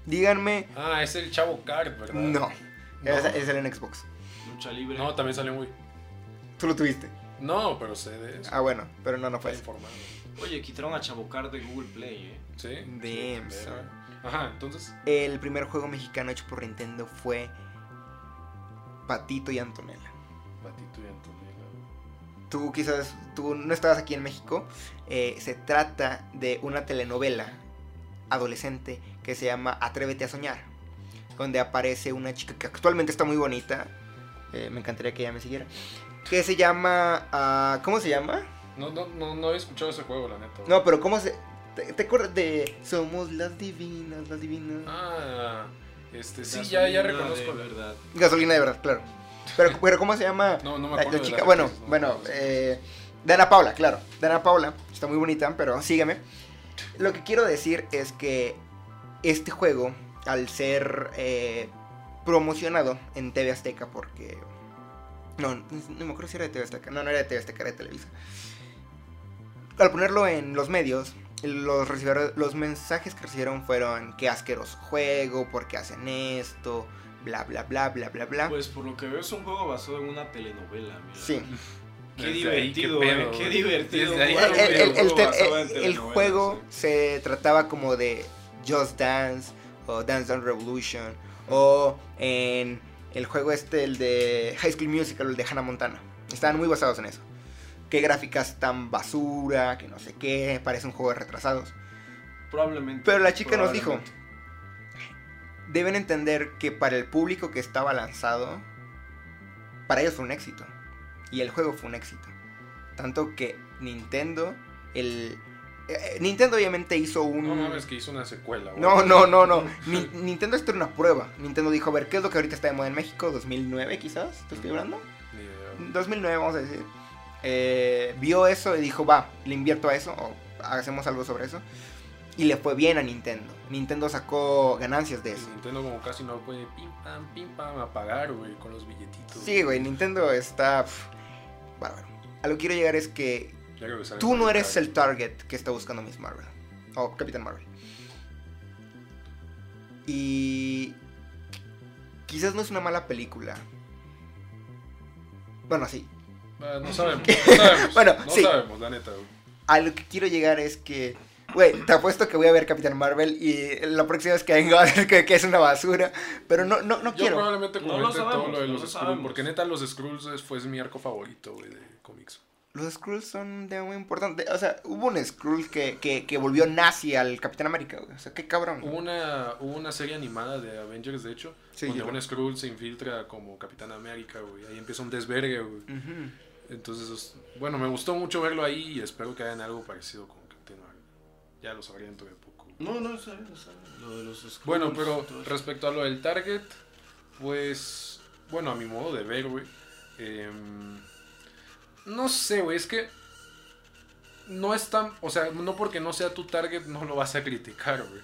Speaker 1: Díganme.
Speaker 2: Ah, es el Chavo Card, ¿verdad?
Speaker 1: No.
Speaker 2: No.
Speaker 1: Es, es el en Xbox.
Speaker 4: Lucha libre.
Speaker 2: No, también salió muy.
Speaker 1: Tú lo tuviste.
Speaker 2: No, pero sé de eso.
Speaker 1: Ah, bueno, pero no, no
Speaker 2: Está
Speaker 1: fue. ese.
Speaker 2: informado.
Speaker 4: Oye, quitaron a Chabocar de Google Play, ¿eh?
Speaker 2: Sí.
Speaker 1: Damn,
Speaker 2: Sí,
Speaker 1: son.
Speaker 2: Ajá, entonces.
Speaker 1: El primer juego mexicano hecho por Nintendo fue Patito y Antonella.
Speaker 2: Batito y Antonella.
Speaker 1: Tú quizás, tú no estabas aquí en México. Eh, se trata de una telenovela adolescente que se llama Atrévete a Soñar. Donde aparece una chica que actualmente está muy bonita. eh, me encantaría que ella me siguiera. Que se llama... ah, ¿Cómo se llama?
Speaker 2: No, no, no, no he escuchado ese juego, la neta. güey.
Speaker 1: No, pero ¿cómo se...? ¿Te, te acuerdas de...? Somos las divinas, las divinas...
Speaker 2: Ah, este, sí, ya, ya
Speaker 4: Gasolina
Speaker 2: reconozco.
Speaker 4: de verdad.
Speaker 1: Gasolina de verdad, claro. Pero, pero ¿cómo se llama
Speaker 2: No, no me
Speaker 1: la,
Speaker 2: acuerdo.
Speaker 1: la
Speaker 2: de
Speaker 1: chica?
Speaker 2: las
Speaker 1: bueno,
Speaker 2: actrices, no,
Speaker 1: bueno,
Speaker 2: no sé.
Speaker 1: eh, Dana Paula, claro. Dana Paula, está muy bonita, pero sígueme. Lo que quiero decir es que este juego, al ser eh, promocionado en TV Azteca, porque... No, no me acuerdo si era de TV Azteca. No, no era de TV Azteca, era de Televisa. Al ponerlo en los medios, los, recibieron- los mensajes que recibieron fueron qué asqueroso juego, por qué hacen esto, bla, bla, bla, bla, bla, bla.
Speaker 4: Pues por lo que veo es un juego basado en una telenovela, mira.
Speaker 1: sí.
Speaker 4: Qué
Speaker 2: Desde ahí,
Speaker 4: divertido,
Speaker 2: qué
Speaker 4: eh,
Speaker 2: pedo,
Speaker 4: qué
Speaker 2: güey.
Speaker 4: divertido
Speaker 2: Desde ahí,
Speaker 4: jugar
Speaker 1: El, el- el- el-
Speaker 4: un juego basado en
Speaker 1: el- el
Speaker 4: telenovelas,
Speaker 1: juego
Speaker 4: sí.
Speaker 1: se trataba como de Just Dance o Dance Dance Revolution o en el juego este, el de High School Musical, el de Hannah Montana. Estaban muy basados en eso. Qué gráficas tan basura, que no sé qué, parece un juego de retrasados.
Speaker 4: Probablemente.
Speaker 1: Pero la chica nos dijo,
Speaker 4: probablemente.
Speaker 1: deben entender que para el público que estaba lanzado, para ellos fue un éxito. Y el juego fue un éxito. Tanto que Nintendo, el... eh, eh, Nintendo obviamente hizo un...
Speaker 2: No mames, que hizo una secuela, güey.
Speaker 1: mm, No, no, no, no. Ni- Nintendo esto era una prueba. Nintendo dijo, a ver, ¿qué es lo que ahorita está de moda en México? ¿2009 quizás? ¿Te estoy hablando?
Speaker 2: Ni idea.
Speaker 1: 2009 vamos a decir. Eh, vio eso y dijo, va, le invierto a eso o hacemos algo sobre eso. Y le fue bien a Nintendo. Nintendo sacó ganancias de
Speaker 2: Y
Speaker 1: eso.
Speaker 2: Nintendo como casi no puede pim pam, pim pam a pagar, güey, con los billetitos.
Speaker 1: Sí, güey, Nintendo está... pf, bárbaro. A lo que quiero llegar es que
Speaker 2: Ya creo que sale
Speaker 1: tú no
Speaker 2: Mario
Speaker 1: eres
Speaker 2: Kart.
Speaker 1: el target que está buscando Miss Marvel. O Capitán Marvel. Y... Quizás no es una mala película. Bueno, sí,
Speaker 2: Ah, no sabemos, no
Speaker 1: <laughs>
Speaker 2: sabemos.
Speaker 1: Bueno,
Speaker 2: no
Speaker 1: sí.
Speaker 2: sabemos, la neta, güey.
Speaker 1: A lo que quiero llegar es que, güey, te apuesto que voy a ver Capitán Marvel y la próxima vez que venga <laughs> va a decir que, que es una basura, pero no, no, no
Speaker 2: Yo
Speaker 1: quiero.
Speaker 2: probablemente
Speaker 4: No
Speaker 2: comente
Speaker 4: lo sabemos,
Speaker 2: todo lo de
Speaker 4: no
Speaker 2: los
Speaker 4: lo
Speaker 2: Skrulls,
Speaker 4: sabemos.
Speaker 2: porque neta los Skrulls es- fue mi arco favorito, güey, de cómics.
Speaker 1: Los Skrulls son de muy importante. O sea, hubo un Skrull que, que, que volvió nazi al Capitán América, güey. O sea, qué cabrón.
Speaker 2: Hubo una, hubo una serie animada de Avengers, de hecho,
Speaker 1: Sí,
Speaker 2: donde
Speaker 1: yo
Speaker 2: un Skrull se infiltra como Capitán América, güey. Ahí empieza un desvergue, güey.
Speaker 1: Ujú.
Speaker 2: Entonces, es- bueno, me gustó mucho verlo ahí y espero que hagan algo parecido con Captain Marvel. Ya lo sabría dentro de poco.
Speaker 4: No, no, sabes, no sabes. Lo de los Skrulls,
Speaker 2: Bueno, pero
Speaker 4: todo eso.
Speaker 2: respecto a lo del Target, pues, bueno, a mi modo de ver, güey. em, no sé, güey, es que no es tan, o sea, no porque no sea tu Target no lo vas a criticar, güey.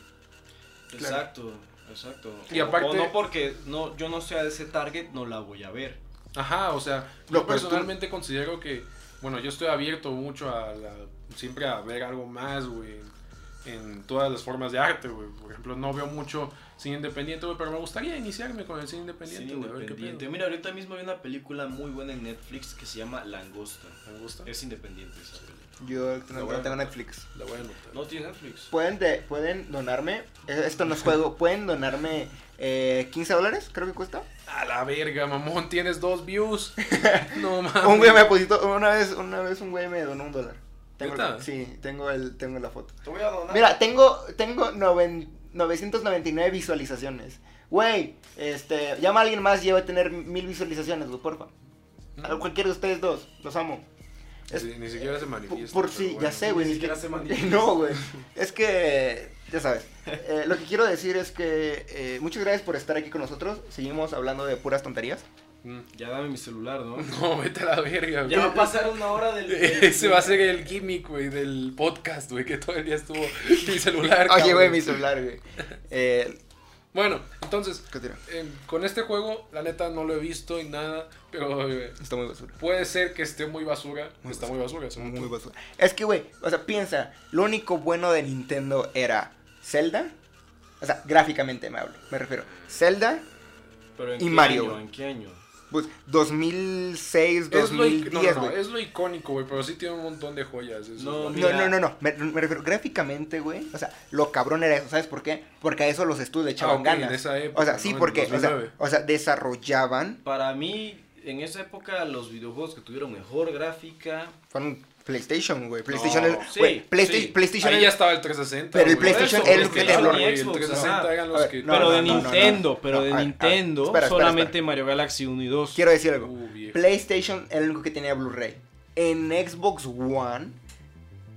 Speaker 4: Exacto, exacto.
Speaker 2: Y
Speaker 4: O-
Speaker 2: aparte-
Speaker 4: o no porque no, yo no sea de ese target, no la voy a ver.
Speaker 2: Ajá, o sea,
Speaker 1: No,
Speaker 2: yo
Speaker 1: pero tú-
Speaker 2: personalmente considero que, bueno, yo estoy abierto mucho a la, siempre a ver algo más, güey, en todas las formas de arte, güey. Por ejemplo, no veo mucho cine independiente, güey, pero me gustaría iniciarme con el cine independiente,
Speaker 4: Sí,
Speaker 2: güey, a ver qué
Speaker 4: independiente.
Speaker 2: pedo.
Speaker 4: Mira, ahorita mismo hay una película muy buena en Netflix que se llama Langosta.
Speaker 2: Me gusta.
Speaker 4: Es independiente esa película.
Speaker 1: Yo no,
Speaker 2: voy a
Speaker 1: no tengo
Speaker 2: anotar.
Speaker 1: Netflix.
Speaker 2: La voy a anotar.
Speaker 4: No tiene Netflix.
Speaker 1: ¿Pueden, de- ¿Pueden donarme? Eh, Esto no es juego. ¿Pueden donarme eh, 15 dólares? Creo que cuesta.
Speaker 2: A la verga, mamón, tienes
Speaker 1: <laughs>
Speaker 2: dos views. No mames.
Speaker 1: Un güey me depositó. Una vez, una vez un güey me donó un dólar. Tengo,
Speaker 2: ¿Neta?
Speaker 1: sí, tengo, el, tengo la foto.
Speaker 4: Te voy a donar.
Speaker 1: Mira, tengo, tengo noven- 999 visualizaciones. Güey, este, llama a alguien más y va a tener mil visualizaciones, güey, porfa.
Speaker 2: Mm.
Speaker 1: A cualquiera de ustedes dos, los amo.
Speaker 2: Ni si- Ni siquiera se
Speaker 1: Por,
Speaker 2: manifiesta.
Speaker 1: por
Speaker 2: pero
Speaker 1: si, ya
Speaker 2: bueno.
Speaker 1: sé, güey.
Speaker 4: Ni
Speaker 1: ni
Speaker 4: siquiera
Speaker 1: que-
Speaker 4: se manifiesta.
Speaker 1: <laughs> No, güey. Es que, ya sabes. Eh, lo que quiero decir es que eh, muchas gracias por estar aquí con nosotros. Seguimos hablando de puras tonterías.
Speaker 2: Mm. <laughs>
Speaker 4: Ya dame mi celular, ¿no?
Speaker 2: No, vete a la verga, güey.
Speaker 4: Ya va a pasar una hora
Speaker 1: <laughs>
Speaker 4: del. del-
Speaker 2: <laughs> Ese va a ser el gimmick, güey, del podcast, güey, que todo el día estuvo mi celular.
Speaker 1: Oye, güey,
Speaker 2: cabrón.
Speaker 1: mi celular, güey. <laughs> Eh,
Speaker 2: Bueno, entonces,
Speaker 1: continúa.
Speaker 2: eh, con este juego, la neta no lo he visto y nada, pero eh,
Speaker 1: Está muy basura.
Speaker 2: puede ser que esté muy basura.
Speaker 1: Muy
Speaker 2: está
Speaker 1: basura.
Speaker 2: muy basura, según
Speaker 1: Muy
Speaker 2: tú.
Speaker 1: basura. Es que, güey, o sea, piensa, lo único bueno de Nintendo era Zelda. O sea, gráficamente me hablo, me refiero. Zelda,
Speaker 4: Pero ¿en
Speaker 1: Y
Speaker 4: qué
Speaker 1: Mario,
Speaker 4: año?
Speaker 1: güey.
Speaker 4: ¿En qué año?
Speaker 1: pues 2006,
Speaker 2: Es lo, ic-
Speaker 1: 2010,
Speaker 2: no,
Speaker 1: güey.
Speaker 2: no, no, es lo icónico, güey, pero sí tiene un montón de joyas. eso
Speaker 4: No,
Speaker 2: es
Speaker 1: No,
Speaker 2: lo-
Speaker 1: no, no, no, me, me refiero gráficamente, güey. O sea, lo cabrón era eso, ¿sabes por qué? Porque a eso los estudios le echaban
Speaker 2: Ah, ok,
Speaker 1: ganas.
Speaker 2: en esa época,
Speaker 1: o sea,
Speaker 2: ¿no?
Speaker 1: sí,
Speaker 2: En
Speaker 1: porque, o sea,
Speaker 2: 2009.
Speaker 1: o sea, desarrollaban,
Speaker 4: Para mí, en esa época, los videojuegos que tuvieron mejor gráfica.
Speaker 1: fueron PlayStation, güey. PlayStation, el-
Speaker 4: sí,
Speaker 1: güey, PlayStation,
Speaker 4: sí.
Speaker 1: PlayStation
Speaker 2: Ahí
Speaker 1: era-
Speaker 2: ya estaba el 360.
Speaker 1: Pero el
Speaker 2: güey.
Speaker 1: PlayStation
Speaker 2: Por
Speaker 1: era
Speaker 2: eso,
Speaker 1: el
Speaker 2: los
Speaker 1: que
Speaker 2: que
Speaker 1: te
Speaker 2: daban,
Speaker 1: lo-
Speaker 2: güey, El
Speaker 4: Xbox,
Speaker 2: 360
Speaker 4: ajá.
Speaker 2: eran
Speaker 1: A
Speaker 2: los
Speaker 1: ver,
Speaker 2: que.
Speaker 1: no,
Speaker 4: pero de
Speaker 1: no, no, no.
Speaker 4: Nintendo, pero
Speaker 1: No, a
Speaker 4: de
Speaker 1: ver, a ver,
Speaker 4: Nintendo,
Speaker 1: espera, espera,
Speaker 4: solamente
Speaker 1: espera.
Speaker 4: Mario Galaxy 1 y 2.
Speaker 1: quiero decir algo.
Speaker 2: Uh, viejo.
Speaker 1: PlayStation era el único que tenía Blu-ray. En Xbox One,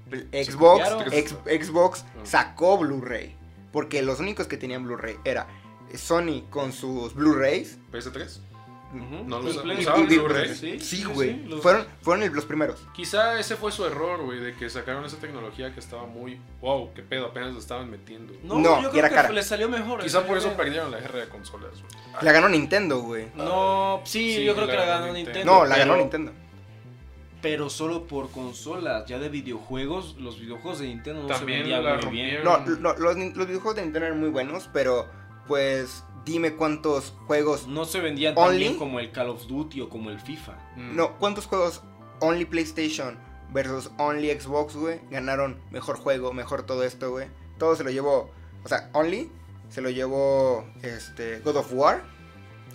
Speaker 1: pl- Xbox,
Speaker 4: copiaron.
Speaker 1: ex- Xbox
Speaker 2: Ah.
Speaker 1: sacó Blu-ray. Porque los únicos que tenían Blu-ray era Sony con sus Blu-rays.
Speaker 2: PS3.
Speaker 4: Ujú.
Speaker 2: No lo
Speaker 4: Los
Speaker 2: usa-
Speaker 4: Play-
Speaker 2: usaban
Speaker 4: Play-
Speaker 2: Blu-ray.
Speaker 4: Sí, sí,
Speaker 1: Sí, güey.
Speaker 4: sí, los-
Speaker 1: fueron fueron el- los primeros.
Speaker 2: Quizá ese fue su error, güey, de que sacaron esa tecnología que estaba muy. ¡Wow! ¡Qué pedo! Apenas lo estaban metiendo.
Speaker 4: No,
Speaker 1: No,
Speaker 4: yo
Speaker 1: y
Speaker 4: creo
Speaker 1: era
Speaker 4: que
Speaker 1: cara.
Speaker 4: le salió mejor.
Speaker 2: Quizá
Speaker 4: le
Speaker 2: por eso
Speaker 4: salió bien.
Speaker 2: perdieron la guerra de consolas, güey.
Speaker 1: La ganó Nintendo, güey.
Speaker 4: No, sí,
Speaker 2: Sí,
Speaker 4: yo creo
Speaker 2: la
Speaker 4: que la
Speaker 2: ganó
Speaker 4: ganó
Speaker 2: Nintendo.
Speaker 4: Nintendo.
Speaker 1: No, la ganó
Speaker 4: pero-
Speaker 1: Nintendo.
Speaker 4: pero solo por consolas. Ya de videojuegos, los videojuegos de Nintendo no
Speaker 2: También
Speaker 4: se
Speaker 2: la
Speaker 4: vendían muy bien.
Speaker 2: rompieron.
Speaker 1: No, no, los, nin- los videojuegos de Nintendo eran muy buenos, pero pues dime cuántos juegos...
Speaker 4: No se vendían tan
Speaker 1: Only-
Speaker 4: bien como el Call of Duty o como el FIFA.
Speaker 2: Mm.
Speaker 1: No, cuántos juegos Only PlayStation versus Only Xbox, güey, ganaron mejor juego, mejor todo esto, güey. Todo se lo llevó, o sea, Only se lo llevó este, God of War,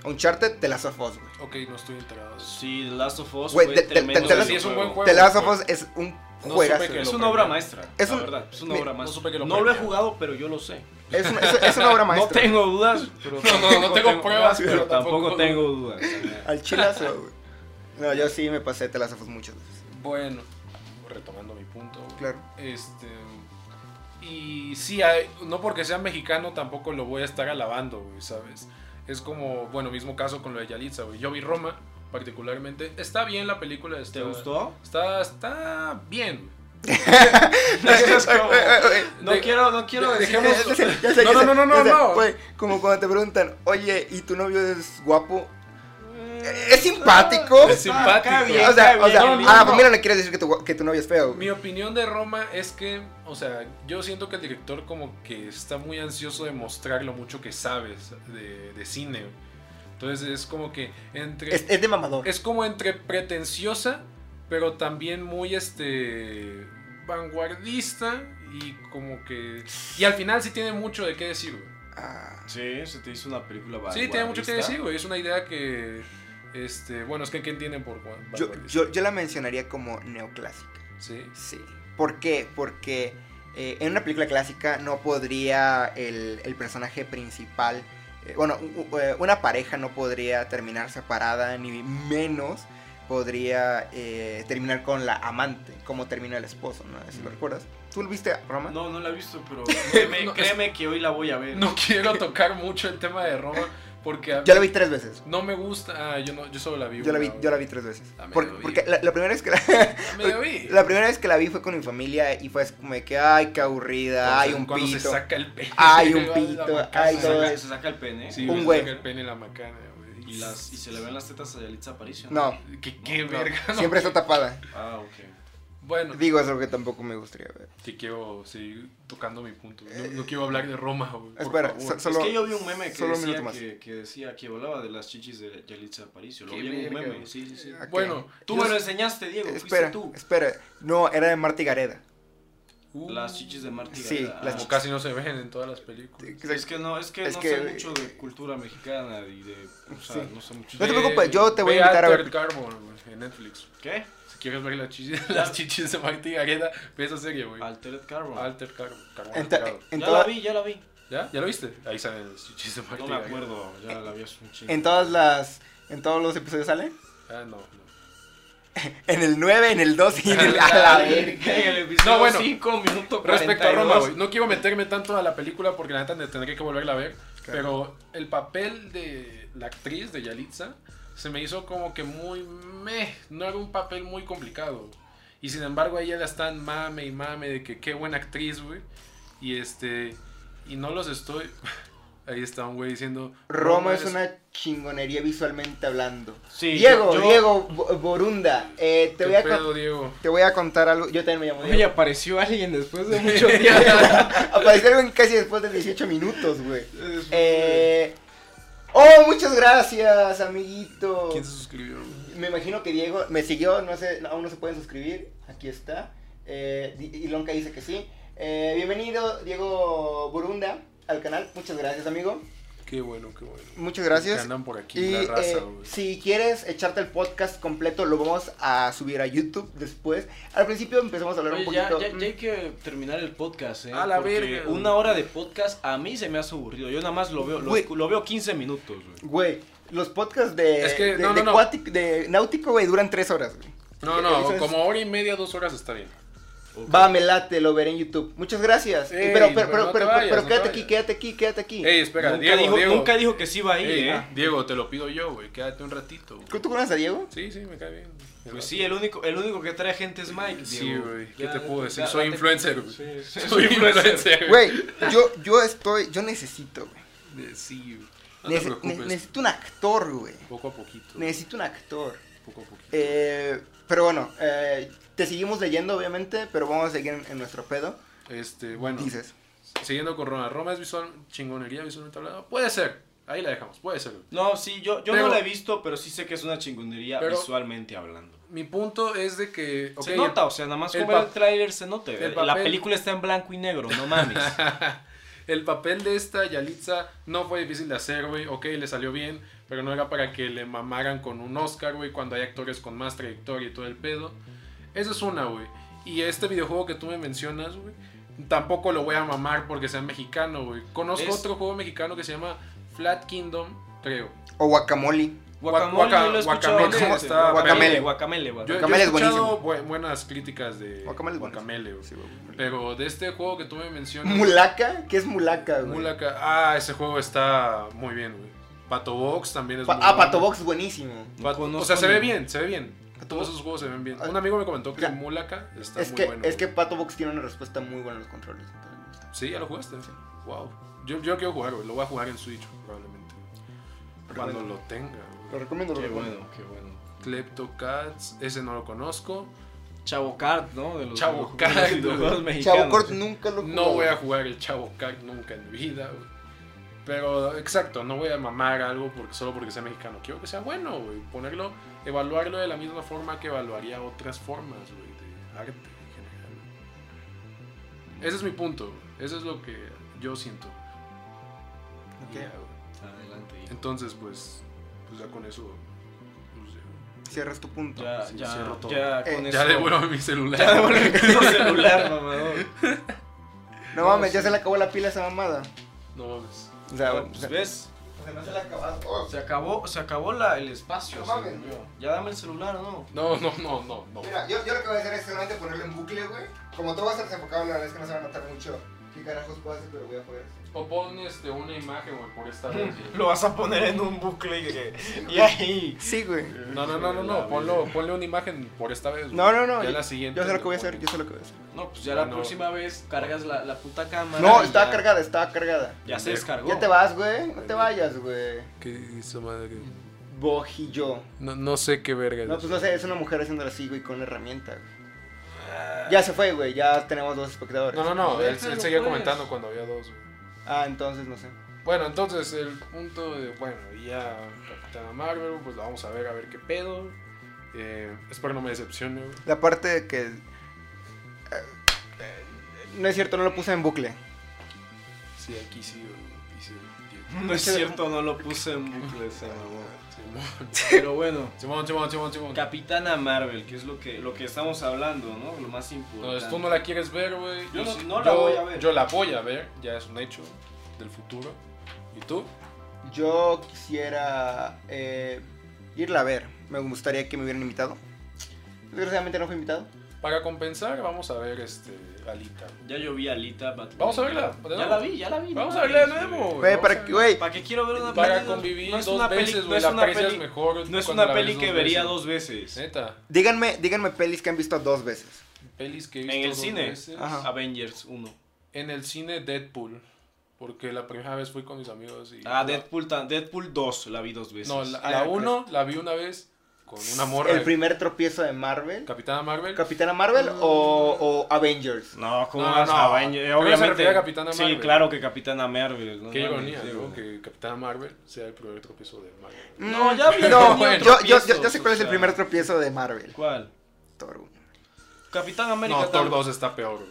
Speaker 1: Uncharted, The Last of Us, güey.
Speaker 2: Ok, no estoy enterado.
Speaker 4: Sí, The Last of Us
Speaker 1: Güey,
Speaker 4: fue
Speaker 1: te- te-
Speaker 4: tremendo.
Speaker 1: te- te-
Speaker 4: juego.
Speaker 1: sí,
Speaker 2: es un buen juego.
Speaker 1: The Last of
Speaker 2: güey.
Speaker 1: Us es un
Speaker 2: No
Speaker 1: juegazo.
Speaker 2: supe que
Speaker 1: güey.
Speaker 4: Es
Speaker 2: lo
Speaker 4: una obra
Speaker 2: premiaron.
Speaker 4: maestra,
Speaker 1: Es
Speaker 4: la
Speaker 1: un-
Speaker 4: verdad. Es una
Speaker 1: mi-
Speaker 4: obra
Speaker 2: No
Speaker 4: maestra.
Speaker 2: supe que lo
Speaker 4: No lo he
Speaker 2: premiaron.
Speaker 4: jugado, pero yo lo sé.
Speaker 1: Es una, es- es una
Speaker 2: <laughs>
Speaker 1: obra
Speaker 4: No
Speaker 1: maestra.
Speaker 4: tengo dudas, pero
Speaker 2: <laughs> No, no, no tengo pruebas,
Speaker 4: pero
Speaker 2: pero
Speaker 4: tampoco
Speaker 2: tampoco-
Speaker 4: tengo dudas.
Speaker 1: Al chilazo, güey. No, yo sí me pasé The Last of Us muchas veces.
Speaker 2: Bueno, retomando mi punto. güey.
Speaker 1: Claro.
Speaker 2: Este. Y sí, hay- no porque sea mexicano tampoco lo voy a estar alabando, güey, ¿sabes? Es como, bueno, mismo caso con lo de Yalitza, güey. Yo vi Roma, particularmente. Está bien la película. Está,
Speaker 4: ¿Te gustó?
Speaker 2: Está, está bien.
Speaker 4: Es
Speaker 1: <laughs>
Speaker 4: como-
Speaker 1: Eh,
Speaker 4: No
Speaker 2: De-
Speaker 4: quiero, no quiero
Speaker 2: de-
Speaker 4: decir
Speaker 2: dejemos-
Speaker 4: eso.
Speaker 1: Ya sé,
Speaker 2: No,
Speaker 1: ya
Speaker 2: no,
Speaker 1: sé,
Speaker 2: no, no,
Speaker 1: ya
Speaker 2: no,
Speaker 1: sé.
Speaker 2: no.
Speaker 1: Güey, como cuando te preguntan, oye, ¿y tu novio es guapo? Eh, ¿Es
Speaker 4: Ah,
Speaker 1: simpático?
Speaker 2: Es simpático.
Speaker 4: Acá bien,
Speaker 1: o sea,
Speaker 4: acá
Speaker 1: o sea,
Speaker 4: bien,
Speaker 2: no,
Speaker 1: ah,
Speaker 2: no.
Speaker 1: pues mira, le quieres decir que tu, gua- que tu novio es feo.
Speaker 2: Mi
Speaker 1: güey.
Speaker 2: opinión de Roma es que, o sea, yo siento que el director como que está muy ansioso de mostrar lo mucho que sabes de, de cine. Entonces es como que entre...
Speaker 1: Es, es de mamador.
Speaker 2: Es como entre pretenciosa, pero también muy este vanguardista y como que y al final sí tiene mucho de qué decir. güey.
Speaker 1: Ah,
Speaker 4: Sí, se te hizo una película
Speaker 2: Sí, tiene mucho que
Speaker 4: vanguardista.
Speaker 2: decir, güey. Es una idea que este, bueno, es que ¿qué entienden por van-
Speaker 1: yo,
Speaker 2: vanguardista?
Speaker 1: yo, yo la mencionaría como neoclásica.
Speaker 2: Sí.
Speaker 1: Sí. ¿Por qué? Porque eh, en una película clásica no podría el, el personaje principal, eh, bueno, u- u- eh, una pareja no podría terminar separada, ni menos podría eh, terminar con la amante, como termina el esposo, ¿no? Si lo
Speaker 2: Mm.
Speaker 1: recuerdas. ¿Tú lo viste, Roma?
Speaker 4: No, no la he visto,
Speaker 2: <laughs>
Speaker 4: pero créeme,
Speaker 2: No, es-
Speaker 4: créeme que hoy la voy a ver.
Speaker 2: No <laughs> quiero tocar mucho el tema de Roma porque a
Speaker 1: Yo la
Speaker 2: mí
Speaker 1: vi tres veces.
Speaker 2: no me gusta. Ah, yo no, yo solo la vi.
Speaker 1: Yo la vi,
Speaker 2: una,
Speaker 1: yo la vi tres veces.
Speaker 3: Ah, me
Speaker 1: Porque,
Speaker 3: lo vi.
Speaker 1: porque la, la primera vez que la,
Speaker 2: güey. Me la vi.
Speaker 1: <laughs> la primera vez que la vi fue con mi familia y fue así como de que, ay, qué aburrida, ay, un
Speaker 2: Cuando se
Speaker 1: pito.
Speaker 2: saca el pene.
Speaker 1: Ay, un
Speaker 2: <laughs> La
Speaker 1: pito,
Speaker 2: macana.
Speaker 1: ay,
Speaker 4: se,
Speaker 1: todo
Speaker 4: saca,
Speaker 1: es-
Speaker 4: se saca el pene
Speaker 2: Sí,
Speaker 1: Un
Speaker 2: se
Speaker 1: güey.
Speaker 2: saca el pene y la macana, güey.
Speaker 4: y, las, y se le ven las tetas a Yalitza Aparicio.
Speaker 1: No,
Speaker 2: ¿Qué, qué
Speaker 4: No,
Speaker 2: verga? no.
Speaker 1: siempre está tapada.
Speaker 4: Ah, ok.
Speaker 2: Bueno,
Speaker 1: Digo, es algo que tampoco me gustaría ver.
Speaker 2: que quiero seguir tocando mi punto. No, no quiero hablar de Roma, güey. por
Speaker 1: Espera,
Speaker 2: favor.
Speaker 1: so- solo,
Speaker 4: es que yo vi un meme que
Speaker 1: solo un minuto
Speaker 4: decía
Speaker 1: más.
Speaker 4: que, que decía que hablaba de las chichis de Yalitza Aparicio. Lo
Speaker 2: Qué
Speaker 4: vi en un
Speaker 2: verga,
Speaker 4: meme,
Speaker 2: güey.
Speaker 4: sí, sí, sí.
Speaker 1: Ah,
Speaker 2: Bueno,
Speaker 4: Tú
Speaker 2: tú
Speaker 4: me lo enseñaste, Diego, fuiste
Speaker 1: Espera,
Speaker 4: tú.
Speaker 1: espera. No, era de Marta y Gareda.
Speaker 2: Uh,
Speaker 4: Las chichis de Martí.
Speaker 1: Sí,
Speaker 4: Gareda.
Speaker 1: las
Speaker 2: como
Speaker 1: chichis.
Speaker 2: casi no se ven en todas las películas.
Speaker 4: Es que no, es que
Speaker 1: Es
Speaker 4: no
Speaker 1: que-
Speaker 4: sé mucho de cultura mexicana y de, o sea,
Speaker 1: Sí.
Speaker 4: no sé mucho.
Speaker 1: No te
Speaker 2: Ve-
Speaker 1: preocupes, yo te voy a
Speaker 2: ve
Speaker 1: invitar a ver-
Speaker 2: Altered Carbon, güey, en Netflix.
Speaker 4: ¿Qué?
Speaker 2: Si quieres ver las chichis, <laughs> las chichis de Martí Gareda, ve esa serie, güey.
Speaker 4: Altered Carbon.
Speaker 2: Alter Carbon. Carbón
Speaker 1: En, to-
Speaker 2: alterado.
Speaker 1: en
Speaker 4: ya
Speaker 1: toda-
Speaker 4: la vi, ya la vi.
Speaker 2: ¿Ya? ¿Ya lo viste? Ahí salen las chichis de Martí
Speaker 4: No me
Speaker 2: Gareda.
Speaker 4: acuerdo, ya la vi hace un chingo.
Speaker 1: en
Speaker 4: <laughs>
Speaker 1: todas las... En todos los episodios sale.
Speaker 2: Ah, no, no.
Speaker 1: En el 9, en el 2 y en
Speaker 4: <laughs>
Speaker 1: el...
Speaker 2: A
Speaker 1: A <laughs>
Speaker 2: la
Speaker 1: la
Speaker 2: verga.
Speaker 1: verga.
Speaker 2: No, bueno.
Speaker 4: 5 minutos
Speaker 2: Respecto a Roma, güey, no quiero meterme tanto a la película porque la neta me tendré que volverla a ver. Pero el papel de la actriz de Yalitza se me hizo como que muy meh, no era un papel muy complicado. Y sin embargo a ella la están mame y mame de que qué buena actriz, güey. Y este y no los estoy <laughs> Ahí está un güey diciendo
Speaker 1: Roma es una chingonería visualmente hablando.
Speaker 4: Sí,
Speaker 1: Diego,
Speaker 4: yo- yo-
Speaker 1: Diego Bo- Borunda, eh, te,
Speaker 2: ¿Qué
Speaker 1: voy a
Speaker 2: pedo,
Speaker 1: con-
Speaker 2: Diego?
Speaker 1: te voy a contar algo. Yo también me llamo Diego.
Speaker 4: apareció alguien después de
Speaker 1: <laughs>
Speaker 4: mucho tiempo.
Speaker 1: Apareció algo en casi después de 18 minutos, güey. Eh, oh, muchas gracias, amiguito.
Speaker 2: ¿Quién se suscribió? güey?
Speaker 1: Me imagino que Diego me siguió, no sé, aún no se pueden suscribir. Aquí está. Eh, Di- Ilonka dice que sí. Eh, bienvenido, Diego Burunda, al canal. Muchas gracias, amigo.
Speaker 2: Qué bueno, qué bueno.
Speaker 1: Muchas
Speaker 2: Que
Speaker 1: gracias.
Speaker 2: andan por aquí
Speaker 1: Y
Speaker 2: la raza,
Speaker 1: eh,
Speaker 2: güey.
Speaker 1: si quieres echarte el podcast completo, lo vamos a subir a YouTube después. Al principio empezamos a hablar un
Speaker 4: Oye, ya,
Speaker 1: poquito.
Speaker 4: ya,
Speaker 1: mm,
Speaker 4: ya hay que terminar el podcast, ¿eh?
Speaker 2: A la
Speaker 4: porque
Speaker 2: verga.
Speaker 4: Una hora de podcast a mí se me hace aburrido. Yo nada más lo veo, lo,
Speaker 1: Güey.
Speaker 4: lo veo 15 minutos, güey.
Speaker 1: Güey, los podcasts de,
Speaker 2: Es que,
Speaker 1: de,
Speaker 2: no,
Speaker 1: de
Speaker 2: no, no.
Speaker 1: Cuatic- de Náutico, güey, duran tres horas. güey.
Speaker 2: No,
Speaker 1: eso
Speaker 2: no,
Speaker 1: es-
Speaker 2: como hora y media, dos horas está bien.
Speaker 1: Va, me late, lo veré en YouTube. Muchas gracias.
Speaker 2: Ey,
Speaker 1: pero, pero,
Speaker 2: no
Speaker 1: pero,
Speaker 2: te
Speaker 1: pero,
Speaker 2: vayas,
Speaker 1: pero
Speaker 2: no te
Speaker 1: quédate aquí,
Speaker 2: vayas.
Speaker 1: quédate aquí, quédate aquí.
Speaker 2: Ey, espera,
Speaker 4: nunca,
Speaker 2: Diego,
Speaker 4: dijo,
Speaker 2: Diego.
Speaker 4: nunca dijo que sí iba a ir,
Speaker 2: Ey,
Speaker 4: ¿eh?
Speaker 2: Diego, te lo pido yo, güey. Quédate un ratito. güey.
Speaker 1: ¿Tú tú conoces a Diego?
Speaker 2: Sí, sí, me cae bien.
Speaker 4: Pues sí,
Speaker 2: <laughs>
Speaker 4: el único, el único que trae gente es Mike.
Speaker 2: Sí,
Speaker 4: Diego.
Speaker 2: güey, ¿qué
Speaker 4: Ya,
Speaker 2: te puedo decir?
Speaker 4: ya,
Speaker 2: Soy
Speaker 4: date-
Speaker 2: influencer, güey.
Speaker 4: Sí, sí,
Speaker 2: Soy influencer.
Speaker 1: Güey, yo, yo estoy, yo necesito, güey.
Speaker 2: Eh, Sí, güey. No te
Speaker 1: Nece-
Speaker 2: preocupes.
Speaker 1: ne- necesito un actor, güey.
Speaker 2: Poco a poquito.
Speaker 1: Necesito un actor.
Speaker 2: Poco a poquito.
Speaker 1: Eh, pero bueno, eh, te seguimos leyendo, obviamente, pero vamos a seguir en, en nuestro pedo.
Speaker 2: Este, bueno.
Speaker 1: Dices.
Speaker 2: Siguiendo con Roma. Roma es visual, chingonería visualmente hablando. Puede ser. Ahí la dejamos. Puede ser.
Speaker 4: No, sí, yo, yo
Speaker 2: Pero-
Speaker 4: no la he visto, pero sí sé que es una chingonería
Speaker 2: Pero-
Speaker 4: visualmente hablando.
Speaker 2: Mi punto es de que. ok,
Speaker 4: se nota, o sea, nada más
Speaker 2: el
Speaker 4: como el
Speaker 2: pa-
Speaker 4: tráiler se nota. eh.
Speaker 2: el
Speaker 4: La
Speaker 2: papel-
Speaker 4: película está en blanco y negro,
Speaker 2: <laughs>
Speaker 4: no mames.
Speaker 2: El papel de esta Yalitza no fue difícil de hacer, güey. Ok, le salió bien, pero no era para que le mamaran con un Oscar, güey, cuando hay actores con más trayectoria y todo el pedo. Esa es una, güey. Y este videojuego que tú me mencionas, güey, tampoco lo voy a mamar porque sea mexicano, güey. Conozco
Speaker 4: Es-
Speaker 2: otro juego mexicano que se llama Flat Kingdom, creo.
Speaker 1: O guacamole.
Speaker 4: Guacamole,
Speaker 2: Guaca-
Speaker 4: yo lo he escuchado
Speaker 2: guacamele,
Speaker 4: antes.
Speaker 2: está-
Speaker 4: guacamele,
Speaker 1: guacamele.
Speaker 4: guacamele,
Speaker 2: Yo,
Speaker 4: guacamele.
Speaker 2: yo he
Speaker 1: Guacamele es
Speaker 2: escuchado bu- buenas críticas de
Speaker 1: Guacamele es buenísimo.
Speaker 2: Guacamele, güey.
Speaker 1: Sí, guacamole.
Speaker 2: Pero de este juego que tú me mencionas...
Speaker 1: Mulaca, ¿qué es mulaca, güey?
Speaker 2: Mulaka. Ah, ese juego está muy bien, güey. Pato Box también es
Speaker 1: Pa-
Speaker 2: muy
Speaker 1: ah,
Speaker 2: bueno.
Speaker 1: Pato Box, buenísimo.
Speaker 4: No
Speaker 2: Pat-
Speaker 4: conozco
Speaker 2: o sea, se ve
Speaker 4: ni-
Speaker 2: bien, se ve bien.
Speaker 1: Pato
Speaker 2: Todos
Speaker 1: Box.
Speaker 2: esos juegos se ven bien.
Speaker 1: Ah,
Speaker 2: Un amigo me comentó que
Speaker 1: ya.
Speaker 2: Mulaka está
Speaker 1: Es
Speaker 2: muy
Speaker 1: que,
Speaker 2: bueno.
Speaker 1: es que
Speaker 2: güey.
Speaker 1: Pato Box tiene una respuesta muy buena en los controles. entonces me gusta.
Speaker 2: Sí, ya lo jugaste. Wow. Yo, yo quiero jugar, güey. Lo voy a jugar en Switch, probablemente. Cuando
Speaker 1: Recomiendo.
Speaker 2: lo tenga,
Speaker 1: Lo
Speaker 2: güey.
Speaker 1: recomiendo, lo
Speaker 4: Qué
Speaker 1: recomiendo.
Speaker 4: bueno, qué bueno.
Speaker 2: Kleptocats, ese no lo conozco.
Speaker 4: Chavo Kart, ¿no? De los
Speaker 2: Chavo
Speaker 4: de los
Speaker 2: Kart,
Speaker 4: videojuegos
Speaker 2: güey.
Speaker 4: mexicanos.
Speaker 1: Chavo Cort nunca lo jugó.
Speaker 2: No voy a jugar el Chavo Kart nunca en mi vida, güey. Pero, exacto, no voy a mamar algo porque, solo porque sea mexicano. Quiero que sea bueno, güey. Ponerlo, evaluarlo de la misma forma que evaluaría otras formas, güey, de arte en general. Ese es mi punto. Eso es lo que yo siento.
Speaker 1: Ok.
Speaker 2: Ya, güey.
Speaker 4: Adelante. hijo.
Speaker 2: Entonces, pues, pues ya con eso. pues,
Speaker 1: Cierras tu punto.
Speaker 4: Ya,
Speaker 2: Sí,
Speaker 4: ya,
Speaker 2: cierro todo.
Speaker 4: ya,
Speaker 1: Eh,
Speaker 4: con
Speaker 2: ya,
Speaker 4: eso.
Speaker 2: ya devuelvo mi celular.
Speaker 4: <laughs> Ya devuelve tu celular, mamador.
Speaker 1: no
Speaker 4: no,
Speaker 1: mames, ya
Speaker 4: sí.
Speaker 1: se le acabó la pila a esa mamada.
Speaker 2: No mames.
Speaker 1: O sea,
Speaker 4: Bueno, pues, ¿Ves?
Speaker 1: se le acabó.
Speaker 4: Se acabó, se acabó la, el espacio.
Speaker 1: Oh. No mames.
Speaker 4: según yo. Ya dame el celular, ¿no?
Speaker 2: No, no, no, no, no.
Speaker 1: Mira, yo, yo lo que voy a hacer es solamente ponerlo en bucle, güey. Como todo va a estar enfocado, la verdad es que no se va a notar mucho qué carajos puedo hacer, pero voy a poder.
Speaker 2: O pon este, una imagen, güey, por esta vez. güey.
Speaker 4: Lo vas a poner en un bucle
Speaker 1: <laughs>
Speaker 4: y, y ahí.
Speaker 1: Sí, güey.
Speaker 2: No, no, no, no, no. Ponlo, ponle una imagen por esta vez. güey.
Speaker 1: No, no, no.
Speaker 2: Ya
Speaker 1: Yo,
Speaker 2: la siguiente.
Speaker 1: yo sé lo que voy a
Speaker 2: pones.
Speaker 1: hacer, yo sé lo que voy a hacer.
Speaker 4: No, pues ya la
Speaker 2: No.
Speaker 4: próxima vez cargas la, la puta cámara.
Speaker 1: No,
Speaker 4: y
Speaker 1: estaba
Speaker 4: ya-
Speaker 1: cargada, estaba cargada.
Speaker 4: Ya se descargó.
Speaker 1: Ya te vas, güey. No te vayas, güey.
Speaker 2: ¿Qué hizo madre?
Speaker 1: Bojillo.
Speaker 2: No, no sé qué verga.
Speaker 1: No, pues no sé, es una mujer haciéndolo así, güey, con una herramienta, güey. Ya se fue, güey, ya tenemos dos espectadores.
Speaker 2: Ah. no, no, no. Él,
Speaker 4: Déjalo,
Speaker 2: él seguía
Speaker 4: pues.
Speaker 2: comentando cuando había dos. güey.
Speaker 1: Ah, entonces no sé.
Speaker 2: Bueno, entonces el punto de, bueno, ya Capitana Marvel, pues la vamos a ver, a ver qué pedo. Eh, espero no me decepcione. güey.
Speaker 1: La parte de que. eh, eh, No es cierto, no lo puse en bucle.
Speaker 2: Sí, aquí sí. güey, hice el tío.
Speaker 4: No
Speaker 2: <laughs>
Speaker 4: es cierto, no lo puse en bucle ese mamón.
Speaker 2: Simón,
Speaker 4: Pero bueno,
Speaker 2: Simón, Simón, Simón. Simón.
Speaker 4: Capitana Marvel, que es lo que, lo que estamos hablando, ¿no? Lo más importante.
Speaker 2: Entonces tú no la quieres ver, güey.
Speaker 4: Yo no-
Speaker 2: sí-
Speaker 4: no la voy a ver.
Speaker 2: Yo la voy a ver, ya es un hecho del futuro. ¿Y tú?
Speaker 1: Yo quisiera eh, irla a ver. Me gustaría que me hubieran invitado. Desgraciadamente no fui invitado.
Speaker 2: Para compensar, vamos a ver este Alita.
Speaker 4: Ya yo vi a Alita. Batman.
Speaker 2: Vamos a verla, de
Speaker 4: Ya
Speaker 2: nuevo.
Speaker 4: la vi, ya la vi.
Speaker 2: Vamos
Speaker 4: no
Speaker 2: a verla de
Speaker 4: mames,
Speaker 2: nuevo,
Speaker 1: Güey,
Speaker 2: no
Speaker 1: para
Speaker 2: sé.
Speaker 1: que, güey.
Speaker 4: ¿Para qué quiero ver una
Speaker 2: Para
Speaker 4: peli dos-
Speaker 2: convivir
Speaker 4: no es
Speaker 2: dos
Speaker 4: una peli-
Speaker 2: veces,
Speaker 4: no
Speaker 2: güey.
Speaker 4: es
Speaker 2: la
Speaker 4: una
Speaker 2: aprecias
Speaker 4: peli-
Speaker 2: mejor.
Speaker 4: No es
Speaker 2: cuando
Speaker 4: una
Speaker 2: la
Speaker 4: peli
Speaker 2: ves
Speaker 4: que
Speaker 2: dos
Speaker 4: vería
Speaker 2: veces. ¿Eh?
Speaker 4: dos veces.
Speaker 2: Neta,
Speaker 1: Díganme, díganme pelis que han visto dos veces.
Speaker 2: pelis que he
Speaker 4: En
Speaker 2: visto
Speaker 4: el
Speaker 2: dos
Speaker 4: cine.
Speaker 2: veces.
Speaker 1: Ajá.
Speaker 4: Avengers 1.
Speaker 2: En el cine Deadpool. Porque la primera vez fui con mis amigos y.
Speaker 4: Ah, Deadpool, pues. tan- Deadpool 2 la vi dos veces.
Speaker 2: No, la-
Speaker 1: Ah,
Speaker 2: la
Speaker 1: la
Speaker 2: 1 la vi una vez con una morra.
Speaker 1: El primer tropiezo de Marvel.
Speaker 2: Capitana Marvel.
Speaker 1: Capitana Marvel
Speaker 4: Mm.
Speaker 1: o, o Avengers.
Speaker 4: No, ¿cómo
Speaker 2: No,
Speaker 4: vas
Speaker 2: no,
Speaker 4: a
Speaker 2: no. Creo
Speaker 4: Avengers?
Speaker 2: que se
Speaker 4: Obviamente.
Speaker 2: refiere a Capitana
Speaker 4: sí,
Speaker 2: Marvel.
Speaker 4: claro que Capitana Marvel. no
Speaker 2: Qué
Speaker 4: mames,
Speaker 2: ironía,
Speaker 4: sí,
Speaker 2: ¿no?
Speaker 4: güey.
Speaker 2: Que Capitana Marvel sea el primer tropiezo de Marvel.
Speaker 4: No, ya había
Speaker 1: No,
Speaker 4: tenido
Speaker 1: yo, yo, yo,
Speaker 4: tropiezos,
Speaker 1: yo sé cuál
Speaker 4: o
Speaker 1: es el
Speaker 4: sea.
Speaker 1: primer tropiezo de Marvel.
Speaker 4: ¿Cuál?
Speaker 1: Thor uno.
Speaker 4: Capitán América.
Speaker 2: no, Thor
Speaker 4: tal-
Speaker 2: 2 está peor. güey.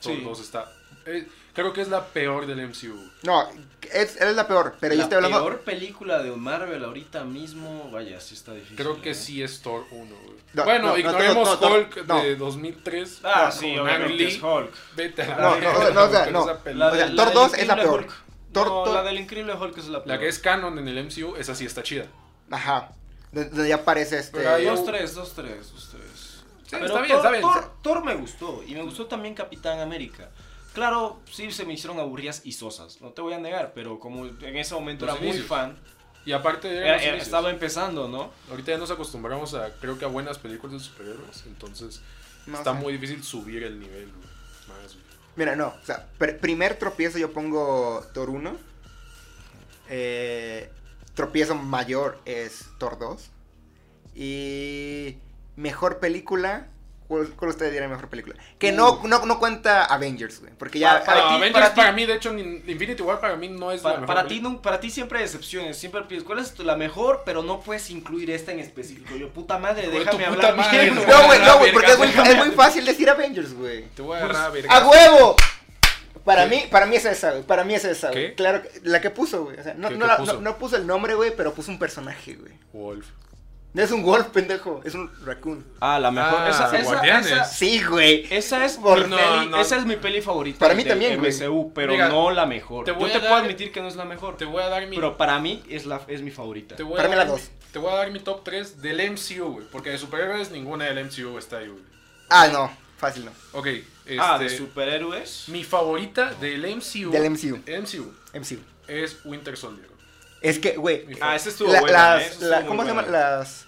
Speaker 2: Thor
Speaker 4: Sí.
Speaker 2: 2 está. eh, creo que es la peor del MCU. güey.
Speaker 1: No, es, él es la peor, pero yo
Speaker 4: la
Speaker 1: estoy hablando.
Speaker 4: peor película de Marvel ahorita mismo, vaya, sí está difícil.
Speaker 2: Creo que
Speaker 4: ¿eh?
Speaker 2: sí es Thor 1, güey.
Speaker 1: No,
Speaker 2: bueno,
Speaker 1: no, no,
Speaker 2: ignoremos
Speaker 1: no, no, no,
Speaker 2: Hulk
Speaker 1: no.
Speaker 2: de 2003.
Speaker 4: Ah,
Speaker 2: con
Speaker 4: sí,
Speaker 2: Ang
Speaker 4: obviamente
Speaker 2: Lee.
Speaker 4: es Hulk.
Speaker 2: Vete a la
Speaker 1: No, no,
Speaker 2: verga,
Speaker 1: no, no, o sea,
Speaker 2: con
Speaker 1: no.
Speaker 2: esa película.
Speaker 1: La- O sea, Thor
Speaker 4: del
Speaker 1: 2 es la
Speaker 4: Increíble
Speaker 1: peor.
Speaker 4: Hulk.
Speaker 1: Thor-
Speaker 4: no,
Speaker 1: Thor-
Speaker 4: la del Increíble Hulk es la peor.
Speaker 2: La que es canon en el MCU, esa sí está chida.
Speaker 1: Ajá. d- Donde ya aparece este.
Speaker 2: Pero hay
Speaker 4: Dos, tres, dos, tres, dos, tres. Pero
Speaker 2: está bien,
Speaker 4: Thor,
Speaker 2: está bien.
Speaker 4: Thor, Thor me gustó. Y me gustó también Capitán América. Claro, sí se me hicieron aburridas y sosas. No te voy a negar, pero como en ese momento
Speaker 2: Los
Speaker 4: era
Speaker 2: inicios.
Speaker 4: muy fan,
Speaker 2: Y aparte de
Speaker 4: era- era- estaba empezando, ¿no?
Speaker 2: Ahorita ya nos acostumbramos a, creo que a buenas películas de superhéroes. Entonces,
Speaker 1: no
Speaker 2: está
Speaker 1: sé.
Speaker 2: muy difícil subir el nivel, güey. Más, güey.
Speaker 1: Mira, no, o sea, pr- primer tropiezo yo pongo Thor 1. Eh, tropiezo mayor es Thor 2. Y mejor película, ¿Cuál, cuál ustedes dirían mejor película? Que no, no, no cuenta Avengers, güey. Porque ya.
Speaker 4: Pa-
Speaker 2: Para,
Speaker 4: para ti-
Speaker 2: Avengers
Speaker 4: para
Speaker 2: para,
Speaker 4: ti-
Speaker 2: mí, de hecho, ni- Infinity War para mí no es la
Speaker 4: Para,
Speaker 2: mejor
Speaker 4: para ti,
Speaker 2: película.
Speaker 4: no- para ti siempre hay excepciones, siempre pides cuál es tu- la mejor, pero no puedes incluir esta en específico. Yo, puta madre,
Speaker 2: Hijo de tu
Speaker 4: déjame
Speaker 2: puta
Speaker 4: hablar
Speaker 1: <laughs>
Speaker 2: madre,
Speaker 4: bien,
Speaker 2: no,
Speaker 4: güey.
Speaker 1: No, güey, no, güey,
Speaker 2: Verga,
Speaker 1: porque es muy,
Speaker 2: déjame-
Speaker 1: es muy fácil decir Avengers, güey.
Speaker 2: Te voy a agarrar a vergas.
Speaker 1: ¡A huevo! Para mí, para mí es esa, güey. Para mí es esa, güey.
Speaker 2: ¿Qué?
Speaker 1: Claro, que- la que puso, güey. O sea, no,
Speaker 2: ¿Qué-
Speaker 1: no,
Speaker 2: qué
Speaker 1: la-
Speaker 2: puso?
Speaker 1: no- no puso el nombre, güey, pero puso un personaje, güey.
Speaker 2: Wolf.
Speaker 1: No es un wolf, pendejo. Es un raccoon.
Speaker 4: Ah, la mejor.
Speaker 2: Ah,
Speaker 4: esa, esa-
Speaker 2: Guardianes.
Speaker 4: esa-
Speaker 1: Sí, güey.
Speaker 4: Esa es,
Speaker 1: Por-
Speaker 4: mi
Speaker 2: no,
Speaker 4: peli,
Speaker 2: no.
Speaker 4: esa es mi peli favorita.
Speaker 1: Para mí
Speaker 4: de
Speaker 1: también, güey.
Speaker 4: MCU, pero
Speaker 2: Mira,
Speaker 4: no la mejor.
Speaker 2: te voy
Speaker 4: Yo
Speaker 2: a
Speaker 4: te puedo
Speaker 2: dar-
Speaker 4: admitir que no es la mejor.
Speaker 2: Te voy a dar mi.
Speaker 4: Pero para mí es, la, es mi favorita.
Speaker 2: te voy a
Speaker 1: Para mí la
Speaker 2: dar mi-
Speaker 1: dos.
Speaker 2: Te voy a dar mi top 3 del MCU, güey. Porque de superhéroes ninguna del MCU está ahí, güey.
Speaker 1: Ah, no. Fácil, no.
Speaker 2: Ok, este.
Speaker 4: Ah, de superhéroes.
Speaker 2: Mi favorita del MCU.
Speaker 1: Del MCU.
Speaker 2: MCU
Speaker 1: MCU.
Speaker 2: es Winter Soldier.
Speaker 1: Es que, güey.
Speaker 2: Mi
Speaker 4: Ah,
Speaker 2: favorita.
Speaker 4: esa estuvo
Speaker 1: la-
Speaker 4: buena.
Speaker 1: las-
Speaker 4: eh, esa
Speaker 1: la-
Speaker 4: estuvo
Speaker 1: ¿Cómo
Speaker 4: muy
Speaker 1: se
Speaker 4: buena.
Speaker 1: llaman? Las,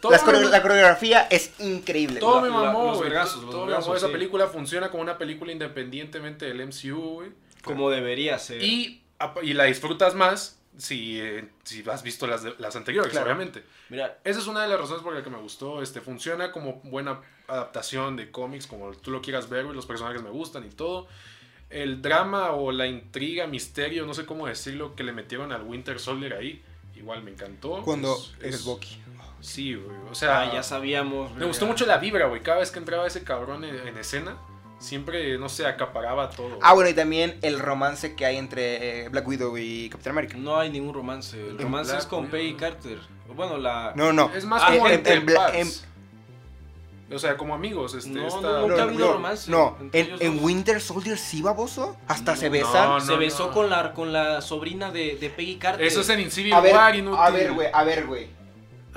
Speaker 2: Todo
Speaker 1: las
Speaker 2: me-
Speaker 1: coreo- la coreografía es increíble.
Speaker 2: Todo
Speaker 4: La-
Speaker 2: me
Speaker 4: la-
Speaker 2: mamó,
Speaker 4: los
Speaker 2: güey.
Speaker 4: vergazos, los
Speaker 2: Todo me
Speaker 4: vergazos,
Speaker 2: mamó. Esa
Speaker 4: sí.
Speaker 2: película funciona como una película independientemente del MCU, güey.
Speaker 4: Como debería ser.
Speaker 2: Y, ap- y la disfrutas más si, eh, si has visto las, de- las anteriores,
Speaker 1: Claro.
Speaker 2: obviamente.
Speaker 4: Mira,
Speaker 2: Esa es una de las razones por la que me gustó. Este, funciona como buena adaptación de cómics, como tú lo quieras ver, güey, los personajes me gustan y todo. El drama o la intriga, misterio, no sé cómo decirlo, que le metieron al Winter Soldier ahí, igual me encantó. Es- es-
Speaker 1: Bucky.
Speaker 2: Sí, güey. O sea,
Speaker 4: ah, ya sabíamos.
Speaker 2: me gustó mucho la vibra, güey. Cada vez que entraba ese cabrón en, en escena, siempre, no sé, acaparaba todo.
Speaker 1: Ah, bueno, y también el romance que hay entre eh, Black Widow y Capitán América.
Speaker 4: No hay ningún romance. El romance
Speaker 2: Black
Speaker 4: es con Peggy
Speaker 2: Widow.
Speaker 4: Carter. Bueno, la.
Speaker 1: No, no.
Speaker 2: Es más
Speaker 4: Ah,
Speaker 2: como
Speaker 1: en-
Speaker 2: entre
Speaker 1: en Bla-
Speaker 2: pads. O sea, como amigos. Este,
Speaker 4: No,
Speaker 2: esta-
Speaker 4: no,
Speaker 1: No,
Speaker 4: nunca ha
Speaker 1: no,
Speaker 4: habido
Speaker 1: no,
Speaker 4: romance
Speaker 1: no.
Speaker 4: entre
Speaker 1: En,
Speaker 4: ellos
Speaker 1: en
Speaker 4: dos.
Speaker 1: Winter Soldier sí baboso. Hasta
Speaker 4: No,
Speaker 1: se
Speaker 4: no,
Speaker 1: besan.
Speaker 2: no,
Speaker 4: se besó Con, la, con la sobrina de, de Peggy Carter.
Speaker 2: Eso es en Incivil
Speaker 1: A ver,
Speaker 2: War, inútil.
Speaker 1: a ver, güey, a ver, güey.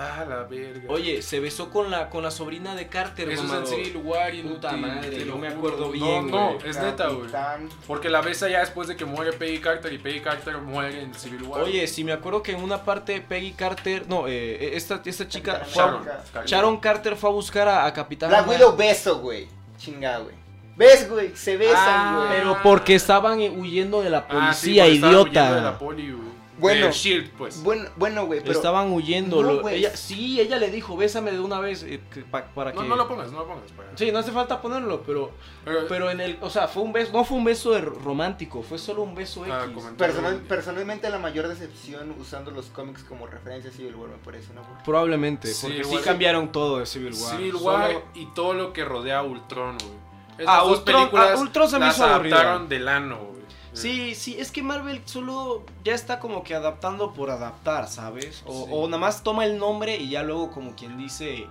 Speaker 2: Ah, la verga.
Speaker 4: Oye, se besó con la, con la sobrina de Carter,
Speaker 2: eso
Speaker 4: mamado.
Speaker 2: es en Civil War, inútil.
Speaker 4: Puta madre,
Speaker 2: te lo
Speaker 4: no me
Speaker 2: juro.
Speaker 4: acuerdo bien,
Speaker 2: No, no,
Speaker 4: güey.
Speaker 2: es neta, güey.
Speaker 1: Capitán.
Speaker 2: Porque la besa ya después de que muere Peggy Carter y Peggy Carter muere en Civil War.
Speaker 4: Oye, si me acuerdo que en una parte Peggy Carter, no, eh, esta, esta chica, fue a-
Speaker 2: Sharon.
Speaker 1: Sharon.
Speaker 4: Sharon Carter fue a buscar a, a Capitán
Speaker 1: Black
Speaker 4: Amar-
Speaker 1: Widow beso, güey. Chinga, güey. ¿Ves, güey? Se besan,
Speaker 2: Ah,
Speaker 1: güey.
Speaker 4: Pero porque estaban eh, huyendo de la
Speaker 2: Ah, sí,
Speaker 4: policía,
Speaker 2: porque estaba huyendo de la
Speaker 4: idiota.
Speaker 2: poli, güey.
Speaker 1: Bueno.
Speaker 2: Del Shield, pues.
Speaker 1: Bueno, bueno, güey, pero.
Speaker 4: Estaban huyendo.
Speaker 1: No,
Speaker 4: lo-
Speaker 1: güey.
Speaker 4: ella, sí, ella le dijo, bésame de una vez eh, que- pa- para
Speaker 2: No,
Speaker 4: que...
Speaker 2: no lo pongas, no lo pongas. para-
Speaker 4: Sí, no hace falta ponerlo, pero,
Speaker 2: Pero,
Speaker 4: pero en el, o sea, fue un beso, no fue un beso de romántico, fue solo un beso X.
Speaker 2: Ah, comentario.
Speaker 1: personal- personalmente, la mayor decepción usando los cómics como referencia Civil War me parece una burla.
Speaker 4: Probablemente,
Speaker 2: Sí,
Speaker 4: porque sí
Speaker 2: igual-
Speaker 4: cambiaron todo de Civil War.
Speaker 2: Civil War
Speaker 4: Solo-
Speaker 2: y todo lo que rodea a Ultron, güey. Esas
Speaker 4: Ah,
Speaker 2: dos
Speaker 4: Ultron-
Speaker 2: películas
Speaker 4: ah, Ultron se me
Speaker 2: las
Speaker 4: hizo aburrida.
Speaker 2: adaptaron del ano, güey.
Speaker 4: Sí, sí, es que Marvel solo ya está como que adaptando por adaptar, ¿sabes? O,
Speaker 2: Sí.
Speaker 4: o nada más toma el nombre y ya luego como quien dice,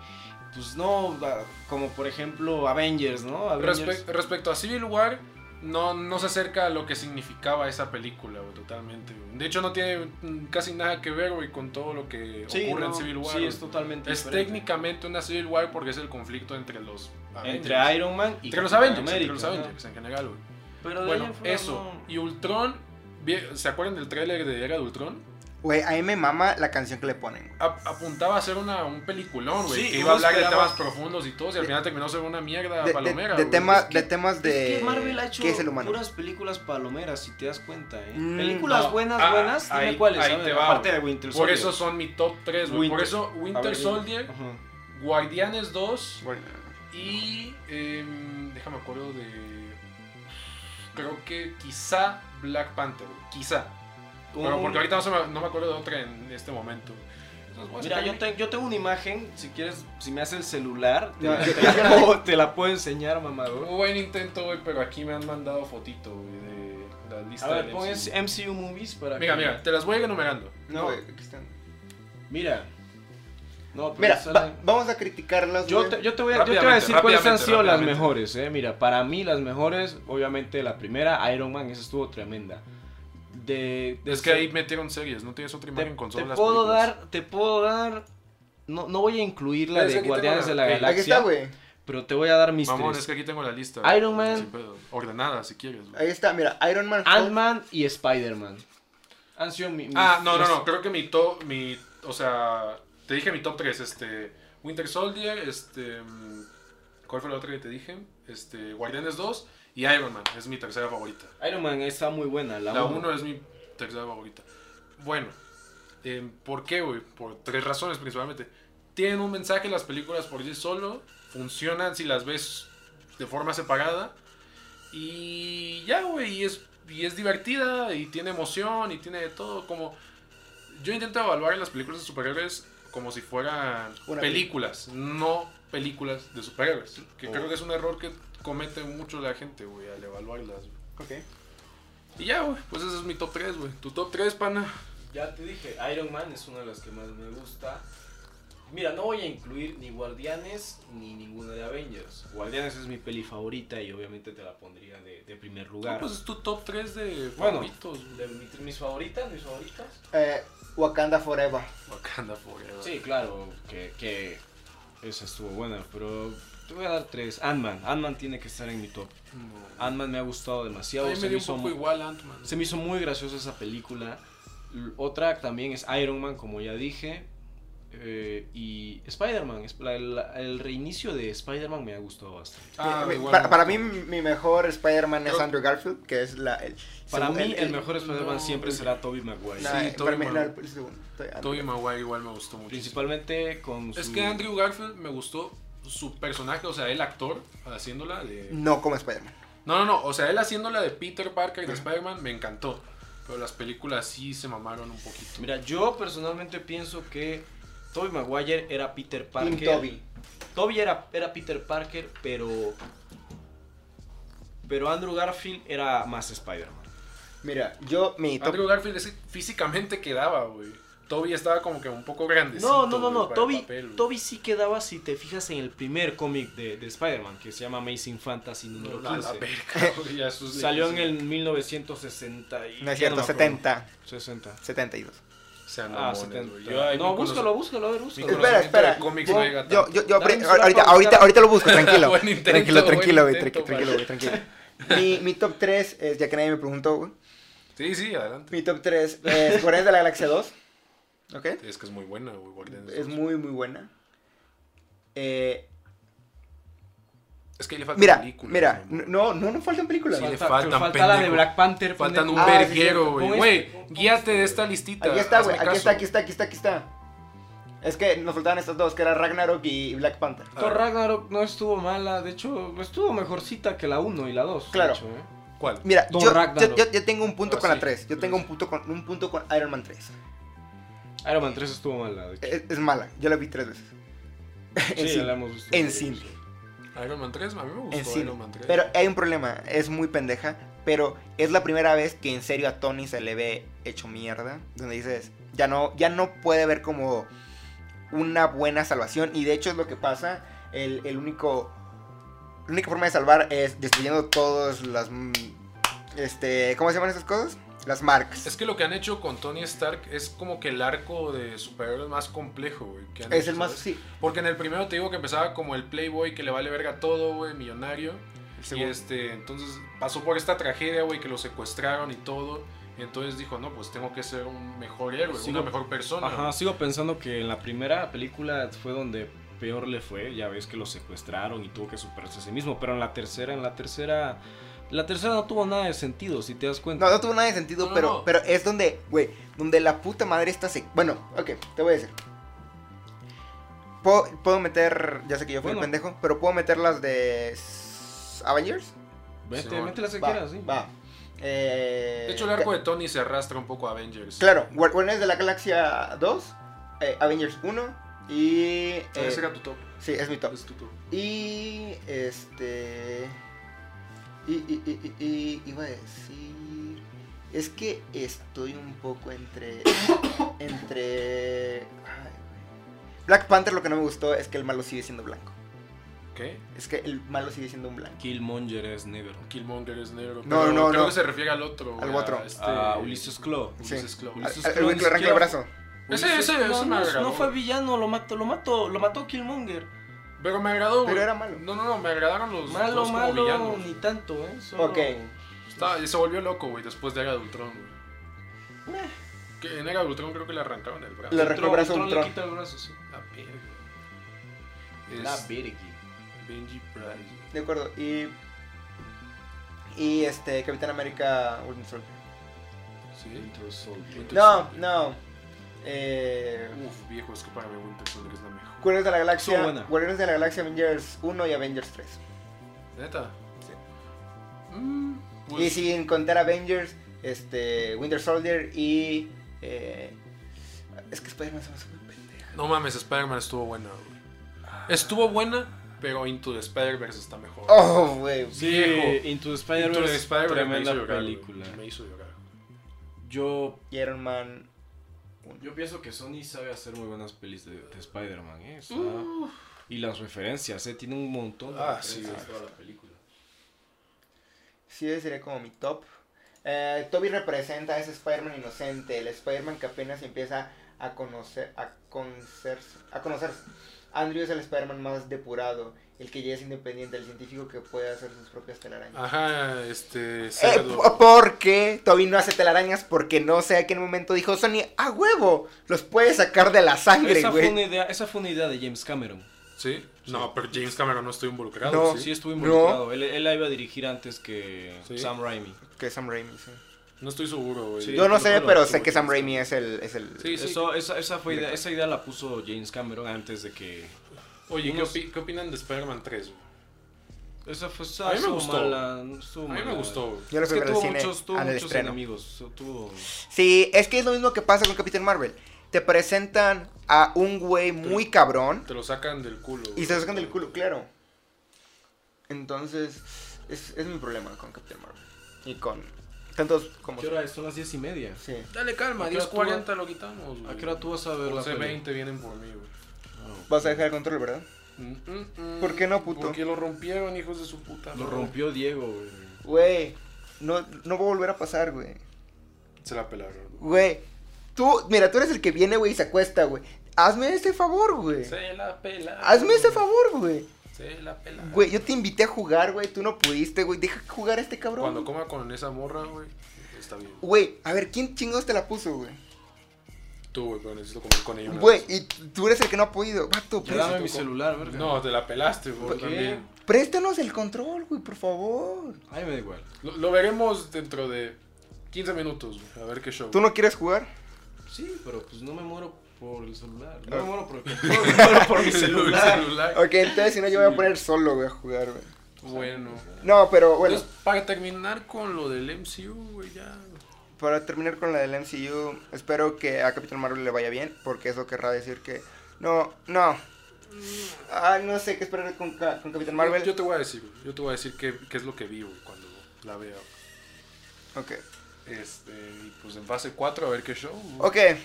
Speaker 4: pues no, va- como por ejemplo Avengers, ¿no? Avengers.
Speaker 2: Respe- respecto a Civil War, no, no se acerca a lo que significaba esa película, güey, totalmente. güey. De hecho, no tiene mm, casi nada que ver, güey, con todo lo que
Speaker 4: Sí,
Speaker 2: ocurre en
Speaker 4: no,
Speaker 2: Civil War.
Speaker 4: sí,
Speaker 2: güey.
Speaker 4: es totalmente
Speaker 2: es
Speaker 4: diferente.
Speaker 2: técnicamente una Civil War porque es el conflicto entre los
Speaker 4: Entre Iron Man y
Speaker 2: Entre los
Speaker 4: Capitán
Speaker 2: Avengers, entre
Speaker 4: América,
Speaker 2: los
Speaker 4: ajá.
Speaker 2: Avengers en general, güey.
Speaker 4: Pero de ahí
Speaker 2: Bueno,
Speaker 4: en fuera
Speaker 2: eso.
Speaker 4: no.
Speaker 2: Y Ultron, vie- ¿se acuerdan del tráiler de Era de Ultron?
Speaker 1: Güey, a mí me mama la canción que le ponen, güey.
Speaker 2: Ap- apuntaba a ser una, un peliculón, güey,
Speaker 4: Sí,
Speaker 2: que
Speaker 4: y
Speaker 2: iba a
Speaker 4: no
Speaker 2: hablar de
Speaker 4: esperaba-
Speaker 2: temas profundos y todo, y al
Speaker 1: De-
Speaker 2: final terminó ser una mierda
Speaker 1: De, de-
Speaker 2: palomera,
Speaker 1: de
Speaker 2: güey.
Speaker 1: tema-
Speaker 2: Es que-
Speaker 1: de temas de.
Speaker 4: Es que Marvel ha hecho
Speaker 1: ¿Qué es el humano?
Speaker 4: puras películas palomeras, si te das cuenta, ¿eh?
Speaker 1: Mm,
Speaker 4: películas
Speaker 2: no.
Speaker 4: buenas,
Speaker 2: Ah,
Speaker 4: buenas,
Speaker 2: ahí-
Speaker 4: dime cuáles,
Speaker 2: ahí
Speaker 4: a ver,
Speaker 2: te va,
Speaker 4: aparte
Speaker 2: güey.
Speaker 4: de Winter
Speaker 2: Por
Speaker 4: Soldier.
Speaker 2: eso son mi top 3, güey. Por
Speaker 4: Winter-
Speaker 2: eso
Speaker 4: A
Speaker 2: Winter
Speaker 4: ver, dime.
Speaker 2: Soldier,
Speaker 4: Ajá.
Speaker 2: Guardianes 2
Speaker 1: Bueno,
Speaker 2: y... em, déjame acuerdo de... Creo que quizá Black Panther, güey, quizá. Pero
Speaker 4: Un-
Speaker 2: porque ahorita no, se me, no me acuerdo de otra en este momento. Entonces, voy a
Speaker 4: Mira,
Speaker 2: sacar
Speaker 4: yo,
Speaker 2: mi-
Speaker 4: te- yo tengo una imagen, si quieres, si me hace el celular, te,
Speaker 1: No,
Speaker 2: <laughs>
Speaker 4: la,
Speaker 1: yo-
Speaker 4: te la puedo, te la puedo enseñar, mamador.
Speaker 2: Un buen intento, güey, pero aquí me han mandado fotito, güey, de la lista
Speaker 4: A ver, pues, eh,
Speaker 2: del
Speaker 4: pon
Speaker 2: MCU.
Speaker 4: ese MCU Movies para
Speaker 2: Mira,
Speaker 4: que...
Speaker 2: mira, te las voy a ir enumerando.
Speaker 1: no,
Speaker 4: No.
Speaker 1: güey, aquí están.
Speaker 4: Mira. No, pero
Speaker 1: Mira,
Speaker 4: sale-
Speaker 1: va- vamos a criticarlas,
Speaker 4: yo
Speaker 1: güey.
Speaker 4: te, yo te voy a, yo te voy a
Speaker 2: Rápidamente,
Speaker 4: decir cuáles han
Speaker 2: rápidamente,
Speaker 4: sido las
Speaker 2: rápidamente.
Speaker 4: mejores, eh. Mira, para mí las mejores, obviamente la primera, Iron Man, esa estuvo tremenda. De, de-
Speaker 2: Es que ahí metieron series, no tienes otra
Speaker 4: te,
Speaker 2: imagen con solo
Speaker 4: te
Speaker 2: las
Speaker 4: puedo
Speaker 2: películas.
Speaker 4: dar, te puedo dar, no, no voy a incluir la
Speaker 2: Es que
Speaker 4: de
Speaker 2: aquí
Speaker 4: Guardianes
Speaker 2: tengo
Speaker 4: de
Speaker 2: la-
Speaker 4: la
Speaker 2: ok, aquí
Speaker 1: Aquí está,
Speaker 4: Galaxia,
Speaker 1: güey.
Speaker 4: pero te voy a dar mis
Speaker 2: Mamón,
Speaker 4: tres.
Speaker 2: es que aquí tengo la lista.
Speaker 4: Iron Man.
Speaker 2: sin pedo. Ordenada, si quieres. güey.
Speaker 1: Ahí está, mira, Iron Man. Hulk.
Speaker 4: Ant-Man y Spider-Man. Han sido mi, mis-
Speaker 2: Ah, no, no,
Speaker 4: mis-
Speaker 2: no. Creo que mi top, mi, o sea, te dije mi top 3, este, Winter Soldier, este, mm, ¿cuál fue la otra que te dije? Este, Guardianes 2 y Iron Man, es mi tercera favorita.
Speaker 4: Iron Man está muy buena, la
Speaker 2: La
Speaker 4: 1.
Speaker 2: 1 es mi tercera favorita. Bueno, em, ¿por qué, güey? Por tres razones principalmente. tienen un mensaje las películas por sí solo, funcionan si las ves de forma separada. Y ya, güey, y es, y es divertida, y tiene emoción, y tiene de todo. Como yo intento evaluar las películas de superhéroes como si fueran
Speaker 1: Una
Speaker 2: películas, no películas de superhéroes. Que
Speaker 1: Oh.
Speaker 2: creo que es un error que comete mucho la gente, güey, al evaluarlas. güey.
Speaker 1: Ok.
Speaker 2: Y ya, güey, pues ese es mi top 3, güey. Tu top 3, pana.
Speaker 4: Ya te dije, Iron Man es una de las que más me gusta. Mira, no voy a incluir ni Guardianes ni ninguna de Avengers. Guardianes es mi peli favorita y obviamente te la pondría de, de primer lugar.
Speaker 2: No, pues es tu top 3 de
Speaker 4: Bueno.
Speaker 2: favoritos, güey.
Speaker 4: De mi- mis favoritas, mis favoritas.
Speaker 1: Eh, Wakanda Forever.
Speaker 2: Wakanda Forever.
Speaker 4: Sí, claro, que, que esa estuvo buena, pero te voy a dar tres. Ant-Man, Ant-Man tiene que estar en mi top.
Speaker 2: No.
Speaker 4: Ant-Man me ha gustado
Speaker 2: A
Speaker 4: demasiado.
Speaker 2: mí me
Speaker 4: Se me,
Speaker 2: dio un
Speaker 4: hizo,
Speaker 2: poco
Speaker 4: mu-
Speaker 2: igual Ant-Man.
Speaker 4: se me hizo muy graciosa esa película. L- Otra también es Iron Man, como ya dije. eh, y Spider-Man, es- la- la- el reinicio de Spider-Man me ha gustado bastante.
Speaker 2: Ah,
Speaker 1: Eh, Mi- mi-
Speaker 2: igual.
Speaker 1: para, para mí, mi mejor Spider-Man es
Speaker 2: Creo-
Speaker 1: Andrew Garfield, que es la. El,
Speaker 4: Para
Speaker 1: según-
Speaker 4: mí, el mejor Spider-Man
Speaker 2: no,
Speaker 4: siempre
Speaker 2: güey.
Speaker 4: será Tobey Maguire.
Speaker 1: nah,
Speaker 2: sí,
Speaker 1: eh, para
Speaker 2: Tobey
Speaker 1: mí, no,
Speaker 2: Maguire.
Speaker 1: el segundo. Estoy-
Speaker 2: Tobey Maguire igual me gustó mucho.
Speaker 4: Principalmente con
Speaker 2: Es
Speaker 4: su-
Speaker 2: que Andrew Garfield me gustó su personaje, o sea, el actor haciéndola de...
Speaker 1: No como Spider-Man.
Speaker 2: No, no, no, o sea, él haciéndola de Peter Parker y de
Speaker 1: Ajá.
Speaker 2: Spider-Man me encantó. Pero las películas sí se mamaron un poquito.
Speaker 4: Mira, yo personalmente pienso que Tobey Maguire era Peter Parker.
Speaker 1: Team Tobey.
Speaker 4: Toby era, era Peter Parker, pero. Pero Andrew Garfield era más Spider-Man.
Speaker 1: Mira, yo, mi top.
Speaker 2: Andrew Garfield es que físicamente quedaba, güey. Toby estaba como que un poco grande.
Speaker 4: No, no, no, no. Toby, Toby sí quedaba si te fijas en el primer cómic de, de Spider-Man, que se llama Amazing Fantasy número 15. <laughs> Salió en el 1960. y-
Speaker 1: No es
Speaker 4: ya
Speaker 1: cierto,
Speaker 4: me acuerdo.
Speaker 1: 70.
Speaker 4: 60.
Speaker 1: 72.
Speaker 4: Ah, 70. no, búscalo, búscalo, a ver, búscalo.
Speaker 2: Nicolás.
Speaker 1: Espera, espera.
Speaker 2: de cómics
Speaker 1: Yo-
Speaker 2: no llega
Speaker 1: yo,
Speaker 2: tanto.
Speaker 1: yo, yo
Speaker 4: Dame
Speaker 1: apre-
Speaker 4: un solo
Speaker 1: ahorita, ahorita,
Speaker 4: para buscar.
Speaker 1: ahorita lo busco, tranquilo.
Speaker 2: <laughs> Buen intento,
Speaker 1: tranquilo,
Speaker 2: buen
Speaker 1: tranquilo, güey,
Speaker 2: intento,
Speaker 1: tranqui- tranquilo,
Speaker 2: vale.
Speaker 1: güey, tranquilo. Mi,
Speaker 2: <laughs>
Speaker 1: mi top 3 es, ya que nadie me preguntó, güey.
Speaker 2: Sí, sí, adelante.
Speaker 1: Mi top 3 es Guardianes de la Galaxia 2. ¿Ok?
Speaker 2: Es que es muy buena, güey. Guardianes
Speaker 1: Es
Speaker 2: dos.
Speaker 1: muy, muy buena. Eh,
Speaker 2: Es que le faltan
Speaker 1: mira,
Speaker 2: películas.
Speaker 1: mira,
Speaker 2: mi amor.
Speaker 1: no, no, no faltan películas.
Speaker 2: Sí, le
Speaker 4: Falta,
Speaker 2: faltan,
Speaker 4: pero falta la de
Speaker 2: pendejo.
Speaker 4: Black Panther.
Speaker 2: Faltan un
Speaker 1: Ah,
Speaker 4: pendejo.
Speaker 1: sí, es
Speaker 2: verguero,
Speaker 1: cierto.
Speaker 2: güey.
Speaker 4: ¿Cómo
Speaker 2: Güey,
Speaker 4: es? ¿Cómo- cómo
Speaker 2: guíate
Speaker 4: es?
Speaker 2: de esta listita.
Speaker 1: Aquí está,
Speaker 2: hazme
Speaker 1: güey. Aquí
Speaker 2: caso.
Speaker 1: está, aquí está, aquí está, aquí está. Es que nos faltaban estas dos, que era Ragnarok y Black Panther.
Speaker 4: Thor Ragnarok no estuvo mala, de hecho, estuvo mejorcita que la 1 y la 2.
Speaker 1: Claro.
Speaker 4: ¿eh?
Speaker 2: ¿Cuál?
Speaker 1: Mira, yo,
Speaker 4: Don
Speaker 1: yo,
Speaker 4: Ragnarok.
Speaker 1: yo, yo tengo un punto
Speaker 2: Ah,
Speaker 1: con
Speaker 2: sí.
Speaker 1: la 3. Yo tengo un punto con, un punto con Iron Man 3.
Speaker 4: Iron Man 3 estuvo mala. de hecho.
Speaker 1: Es, es mala, yo la vi tres veces. en
Speaker 4: Sí,
Speaker 1: cine.
Speaker 4: la hemos visto.
Speaker 1: En cine.
Speaker 2: Iron Man 3, a mí me
Speaker 1: En
Speaker 2: gustó
Speaker 1: cine.
Speaker 2: Iron Man 3.
Speaker 1: Eh, Pero hay un problema, es muy pendeja, pero es la primera vez que en serio a Tony se le ve hecho mierda, donde dices, ya no, ya no puede ver como una buena salvación, y de hecho es lo que pasa, el, el único, la única forma de salvar es destruyendo todas las, mm, este, ¿cómo se llaman esas cosas? Las marcas.
Speaker 2: Es que lo que han hecho con Tony Stark es como que el arco de superhéroes más complejo, güey. que han
Speaker 1: Es
Speaker 2: hecho,
Speaker 1: el más,
Speaker 2: ¿sabes?
Speaker 1: sí,
Speaker 2: Porque en el primero te digo que empezaba como el playboy que le vale verga todo, güey, millonario.
Speaker 1: el
Speaker 2: Y
Speaker 1: segundo.
Speaker 2: este, entonces pasó por esta tragedia, güey, que lo secuestraron y todo. Y entonces dijo, no, pues tengo que ser un mejor héroe,
Speaker 4: Sí,
Speaker 2: una
Speaker 4: no.
Speaker 2: mejor persona.
Speaker 4: Ajá, sigo pensando que en la primera película fue donde peor le fue, ya ves que lo secuestraron y tuvo que superarse a sí mismo, pero en la tercera, en la tercera, la tercera no tuvo nada de sentido, si te das cuenta.
Speaker 1: No, no tuvo nada de sentido,
Speaker 2: No, no,
Speaker 1: pero,
Speaker 2: no.
Speaker 1: pero es donde, güey, donde la puta madre está se... Bueno, ok, te voy a decir. ¿Puedo, puedo meter, ya sé que yo fui el
Speaker 4: Bueno.
Speaker 1: pendejo, pero puedo meter las de s- Avengers?
Speaker 4: Vete,
Speaker 2: Sí, bueno.
Speaker 4: métela si
Speaker 1: Va,
Speaker 4: quieras, sí.
Speaker 1: Va. Eh,
Speaker 2: De hecho, el arco de Tony se arrastra un poco a Avengers.
Speaker 1: ca- Claro, Guar- Guardianes de la Galaxia 2, eh, Avengers 1 y... eh,
Speaker 2: Ese era tu top.
Speaker 1: sí, es mi top.
Speaker 2: Es tu top.
Speaker 1: Y este. Y, y, y, y- y- iba a decir. Es que estoy un poco entre. <coughs> entre. ay, güey. Black Panther lo que no me gustó es que el malo sigue siendo blanco.
Speaker 2: ¿Qué?
Speaker 1: Es que el malo sigue siendo un blanco.
Speaker 4: Killmonger es negro.
Speaker 2: Killmonger es negro.
Speaker 1: No,
Speaker 2: pero
Speaker 1: no,
Speaker 2: creo
Speaker 1: no.
Speaker 2: que se refiere al otro. güey,
Speaker 1: Al otro.
Speaker 2: a Este...
Speaker 4: Ah, Ulysses Claw.
Speaker 2: Ulises Claw.
Speaker 1: Al-
Speaker 4: Ulises
Speaker 1: al- El
Speaker 4: Claw
Speaker 1: güey
Speaker 4: ni
Speaker 1: que le arranca el
Speaker 4: siquiera-
Speaker 1: brazo.
Speaker 2: Ese, ese,
Speaker 4: no,
Speaker 2: ese me
Speaker 4: no,
Speaker 2: agradó.
Speaker 4: no fue villano, lo mató, lo mató, lo mató Killmonger.
Speaker 2: Pero me agradó,
Speaker 1: Pero
Speaker 2: güey.
Speaker 1: era malo.
Speaker 2: No, no, no, me agradaron los
Speaker 4: Malo,
Speaker 2: los Pues, como
Speaker 4: malo,
Speaker 2: villanos.
Speaker 4: ni tanto, ¿eh? Solo-
Speaker 1: Ok.
Speaker 2: Estaba- se volvió loco, güey, después de Era de Ultron, güey. Que en Era de Ultron creo que le arrancaron el brazo.
Speaker 1: Le arran-
Speaker 2: La
Speaker 1: arrancó el brazo a
Speaker 4: Ultron le
Speaker 1: Ultron.
Speaker 4: quita el brazo, sí.
Speaker 2: verga.
Speaker 4: La
Speaker 2: Es
Speaker 4: verga.
Speaker 2: Benji Price. güey.
Speaker 1: De acuerdo. Y. Y este. Capitán América. Winter Soldier.
Speaker 2: Sí.
Speaker 4: Pues
Speaker 1: No,
Speaker 2: Soldier.
Speaker 1: no. eh,
Speaker 2: Uf, viejo, es que para mí Winter Soldier es la mejor.
Speaker 1: Guardianes de la Galaxia,
Speaker 4: Estuvo buena.
Speaker 1: Guardianes de la Galaxia Avengers 1 y Avengers 3.
Speaker 2: ¿Neta?
Speaker 1: Sí.
Speaker 2: Mm,
Speaker 1: Y
Speaker 2: pues,
Speaker 1: sin contar Avengers, este, Winter Soldier y... eh, es que Spider-Man se me hace muy pendeja.
Speaker 2: No mames, Spider-Man estuvo buena, güey. Estuvo buena, pero Into the Spider-Verse está mejor.
Speaker 1: Oh, güey.
Speaker 2: Sí, viejo.
Speaker 4: Into the
Speaker 2: Into the
Speaker 4: Spider-Verse,
Speaker 2: Spider-Verse
Speaker 4: tremenda
Speaker 2: me hizo llorar, güey.
Speaker 4: película.
Speaker 2: Me hizo llorar.
Speaker 4: Yo,
Speaker 1: Iron Man.
Speaker 4: yo
Speaker 1: Yo
Speaker 4: pienso que Sony sabe hacer muy buenas pelis de, de Spider-Man, ¿eh? O sea,
Speaker 2: Uh.
Speaker 4: Y las referencias, ¿eh? Tiene un montón de
Speaker 2: Ah, sí,
Speaker 4: referencias
Speaker 2: güey.
Speaker 4: toda la película.
Speaker 1: Sí, ese sería como mi top. Eh, Toby representa a ese Spider-Man inocente, el Spider-Man que apenas empieza a conocer, a conocerse, a conocerse. Andrew es el Spider-Man más depurado, el que ya es independiente, el científico que puede hacer sus propias telarañas.
Speaker 2: Ajá, este.
Speaker 1: Eh,
Speaker 2: cerdo.
Speaker 1: po- ¿Por qué Toby no hace telarañas? Porque no sé a qué momento dijo Sony, a huevo, los puede sacar de la sangre,
Speaker 4: Esa fue,
Speaker 1: güey.
Speaker 4: una idea, esa fue una idea de James Cameron.
Speaker 2: ¿Sí? No, pero James Cameron no estoy involucrado.
Speaker 1: No.
Speaker 2: ¿sí?
Speaker 4: Sí, estuvo
Speaker 1: No.
Speaker 4: involucrado. Él, él la iba a dirigir antes que
Speaker 2: Sí.
Speaker 4: Sam Raimi.
Speaker 1: Que Sam Raimi, sí.
Speaker 2: No estoy seguro, güey.
Speaker 4: Sí,
Speaker 1: Yo no
Speaker 4: pero
Speaker 1: sé,
Speaker 4: bueno,
Speaker 1: pero
Speaker 4: estuvo
Speaker 1: sé que Sam
Speaker 4: James
Speaker 1: Raimi eh. es el... Es el...
Speaker 2: Sí, sí.
Speaker 4: Eso, esa, esa, fue idea, esa idea la puso James Cameron antes de que...
Speaker 2: Oye, ¿qué,
Speaker 4: unos-
Speaker 2: opi- qué opinan de Spider-Man 3? güey?
Speaker 4: Esa fue,
Speaker 2: A mí me
Speaker 4: estuvo
Speaker 2: gustó.
Speaker 4: mala, estuvo
Speaker 2: A mí me
Speaker 4: mala.
Speaker 2: gustó, güey.
Speaker 1: Yo lo
Speaker 4: Es
Speaker 1: fui
Speaker 4: que
Speaker 1: a ver al
Speaker 4: tuvo
Speaker 1: cine
Speaker 4: muchos, tuvo
Speaker 1: al
Speaker 4: muchos
Speaker 1: estreno.
Speaker 4: enemigos. Tuvo...
Speaker 1: Sí, es que es lo mismo que pasa con Capitán Marvel. Te presentan a un güey muy cabrón
Speaker 2: Te lo sacan del culo.
Speaker 1: y
Speaker 2: güey.
Speaker 1: se sacan del culo, claro. Entonces, es, es mi problema con Capitán Marvel. Y con tantos como...
Speaker 4: ¿Qué hora es? Son las diez y media.
Speaker 1: Sí.
Speaker 2: Dale calma,
Speaker 4: ¿A
Speaker 2: a
Speaker 4: qué hora tú
Speaker 2: 40 lo quitamos, güey.
Speaker 4: ¿A qué hora tú vas a ver la peli? Ah,
Speaker 2: 11.20 vienen por mí, güey.
Speaker 1: Vas a dejar el control, ¿verdad?
Speaker 2: Mm, mm, mm.
Speaker 1: ¿Por qué no, puto?
Speaker 2: Porque lo rompieron, hijos de su puta.
Speaker 4: Lo
Speaker 2: madre.
Speaker 4: rompió Diego, güey.
Speaker 1: Güey, no, no va a volver a pasar, güey.
Speaker 2: Se la pelaron. güey.
Speaker 1: Güey, tú, mira, tú eres el que viene, güey, y se acuesta, güey. Hazme ese favor, güey.
Speaker 2: Se la pelaron.
Speaker 1: Hazme ese favor, güey.
Speaker 2: Se la pelaron.
Speaker 1: Güey, yo te invité a jugar, güey, tú no pudiste, güey. Deja jugar a este cabrón. Uh.
Speaker 2: Cuando coma con esa morra, güey, está bien.
Speaker 1: Güey, a ver, ¿quién chingados te la puso, güey?
Speaker 2: Tú, güey, pero necesito comer con ella. una
Speaker 1: Güey,
Speaker 2: vez.
Speaker 1: y tú eres el que no ha podido. Vato,
Speaker 4: Ya
Speaker 1: prés-
Speaker 4: dame mi celular, verga.
Speaker 2: No, te la pelaste,
Speaker 4: ¿Por
Speaker 2: güey,
Speaker 4: qué?
Speaker 2: también.
Speaker 1: préstanos el control, güey, por favor.
Speaker 4: Ay, me da igual.
Speaker 2: Lo, lo veremos dentro de 15 minutos, güey, a ver qué show.
Speaker 1: ¿Tú no quieres jugar?
Speaker 4: Sí, pero pues no me muero por el celular. No
Speaker 1: Ah.
Speaker 4: me muero por el control, me muero por
Speaker 2: <laughs>
Speaker 4: mi
Speaker 2: El
Speaker 4: celular.
Speaker 1: Ok, entonces si no, yo voy a poner solo, güey, a jugar, güey.
Speaker 2: Bueno.
Speaker 1: No, pero bueno,
Speaker 2: Entonces, para terminar con lo del MCU, güey, ya.
Speaker 1: para terminar con la del MCU, espero que a Capitán Marvel le vaya bien, porque eso querrá decir que. No, no. Ah, no sé qué esperar con, Ca- con Capitán Marvel.
Speaker 2: Yo te voy a decir, güey, yo te voy a decir qué, qué es lo que vi, güey, cuando la vea.
Speaker 1: Ok.
Speaker 2: Este, y pues en fase 4 a ver qué show. güey.
Speaker 1: Ok.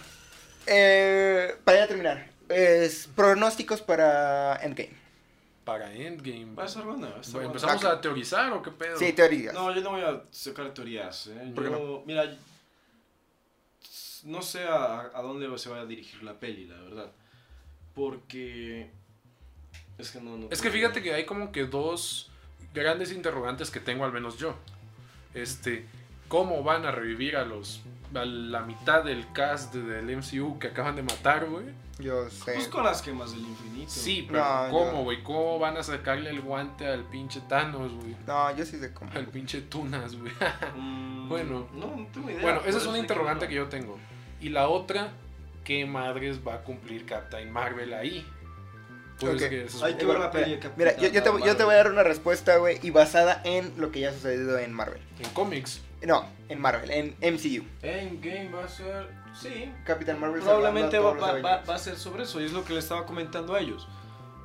Speaker 1: Eh, para ya terminar, es pronósticos para Endgame.
Speaker 2: Para Endgame.
Speaker 4: Va a ser buena, va a ser
Speaker 2: Bueno,
Speaker 4: buena.
Speaker 2: ¿Empezamos a teorizar o qué pedo?
Speaker 1: Sí, teorías.
Speaker 4: No, yo no voy a sacar teorías. ¿eh?
Speaker 1: ¿Por qué
Speaker 4: Yo- Mira, no sé a, a dónde se va a dirigir la peli, la verdad. Porque... Es que no, no
Speaker 2: Es que fíjate que hay como que dos grandes interrogantes que tengo, al menos yo. Este, ¿cómo van a revivir a los a la mitad del cast de- del MCU que acaban de matar, güey?
Speaker 1: Yo sé.
Speaker 4: Pues con las quemas del infinito.
Speaker 2: Sí, pero
Speaker 1: No, yo-
Speaker 2: ¿cómo, güey? ¿Cómo van a sacarle el guante al pinche Thanos, güey?
Speaker 1: No, yo sí sé cómo.
Speaker 2: Al pinche Tunas, güey.
Speaker 4: Mm,
Speaker 2: Bueno.
Speaker 4: No, no tengo idea.
Speaker 2: Bueno,
Speaker 4: Por
Speaker 2: esa es
Speaker 4: eso
Speaker 2: una
Speaker 4: te
Speaker 2: interrogante que
Speaker 4: quiero-
Speaker 2: yo tengo. Y la otra, ¿qué madres va a cumplir Captain Marvel ahí? Pues
Speaker 1: Ok.
Speaker 2: que se
Speaker 4: Hay que ver la peli de
Speaker 1: Mira, mira, yo,
Speaker 4: Capitán
Speaker 1: yo te, voy- yo te voy a dar una respuesta, güey, y basada en lo que ya ha sucedido en Marvel.
Speaker 2: En cómics.
Speaker 1: No, en Marvel, en MCU.
Speaker 4: Endgame va a ser... Sí,
Speaker 1: Capitán Marvel
Speaker 4: Probablemente va,
Speaker 1: salvando a todos
Speaker 4: va-
Speaker 1: los
Speaker 4: va-
Speaker 1: Avengers.
Speaker 4: va a ser sobre eso, y es lo que le estaba comentando a ellos.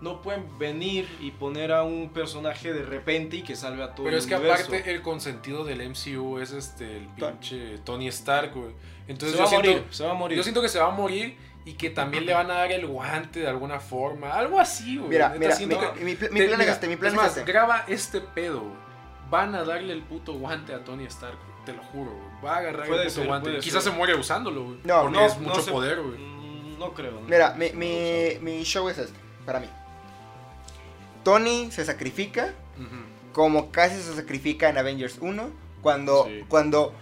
Speaker 4: No pueden venir y poner a un personaje de repente y que salve a todo
Speaker 2: Pero
Speaker 4: el
Speaker 2: es que
Speaker 4: universo.
Speaker 2: aparte eh, el consentido del MCU es este el
Speaker 1: Ton-
Speaker 2: pinche Tony Stark, güey. Entonces
Speaker 4: se
Speaker 2: yo
Speaker 4: va a
Speaker 2: siento,
Speaker 4: morir, se va a morir.
Speaker 2: yo siento que se va a morir y que también le van a dar el guante de alguna forma, algo así, güey.
Speaker 1: Mira,
Speaker 2: Neta,
Speaker 1: mira,
Speaker 2: siento
Speaker 1: mira,
Speaker 2: que-
Speaker 1: mi, pl- mi
Speaker 2: te-
Speaker 1: plan
Speaker 2: mira,
Speaker 1: es este, mi plan
Speaker 2: es
Speaker 1: es,
Speaker 2: más,
Speaker 1: este.
Speaker 2: graba este pedo. güey. Van a darle el puto guante a Tony Stark, güey, te lo juro, güey. Va a agarrar
Speaker 4: Puede
Speaker 2: el puto
Speaker 4: ser,
Speaker 2: guante.
Speaker 4: puede
Speaker 2: Quizás
Speaker 4: ser.
Speaker 2: se muere usándolo, güey.
Speaker 1: No,
Speaker 2: porque
Speaker 1: no,
Speaker 2: es
Speaker 4: no
Speaker 2: mucho
Speaker 4: se-
Speaker 2: poder, güey.
Speaker 4: Mm, No creo. ¿no?
Speaker 1: Mira, mi, mi, mi show es este, para mí. Tony se sacrifica
Speaker 2: Ujú.
Speaker 1: como casi se sacrifica en Avengers 1, cuando,
Speaker 4: Sí.
Speaker 1: cuando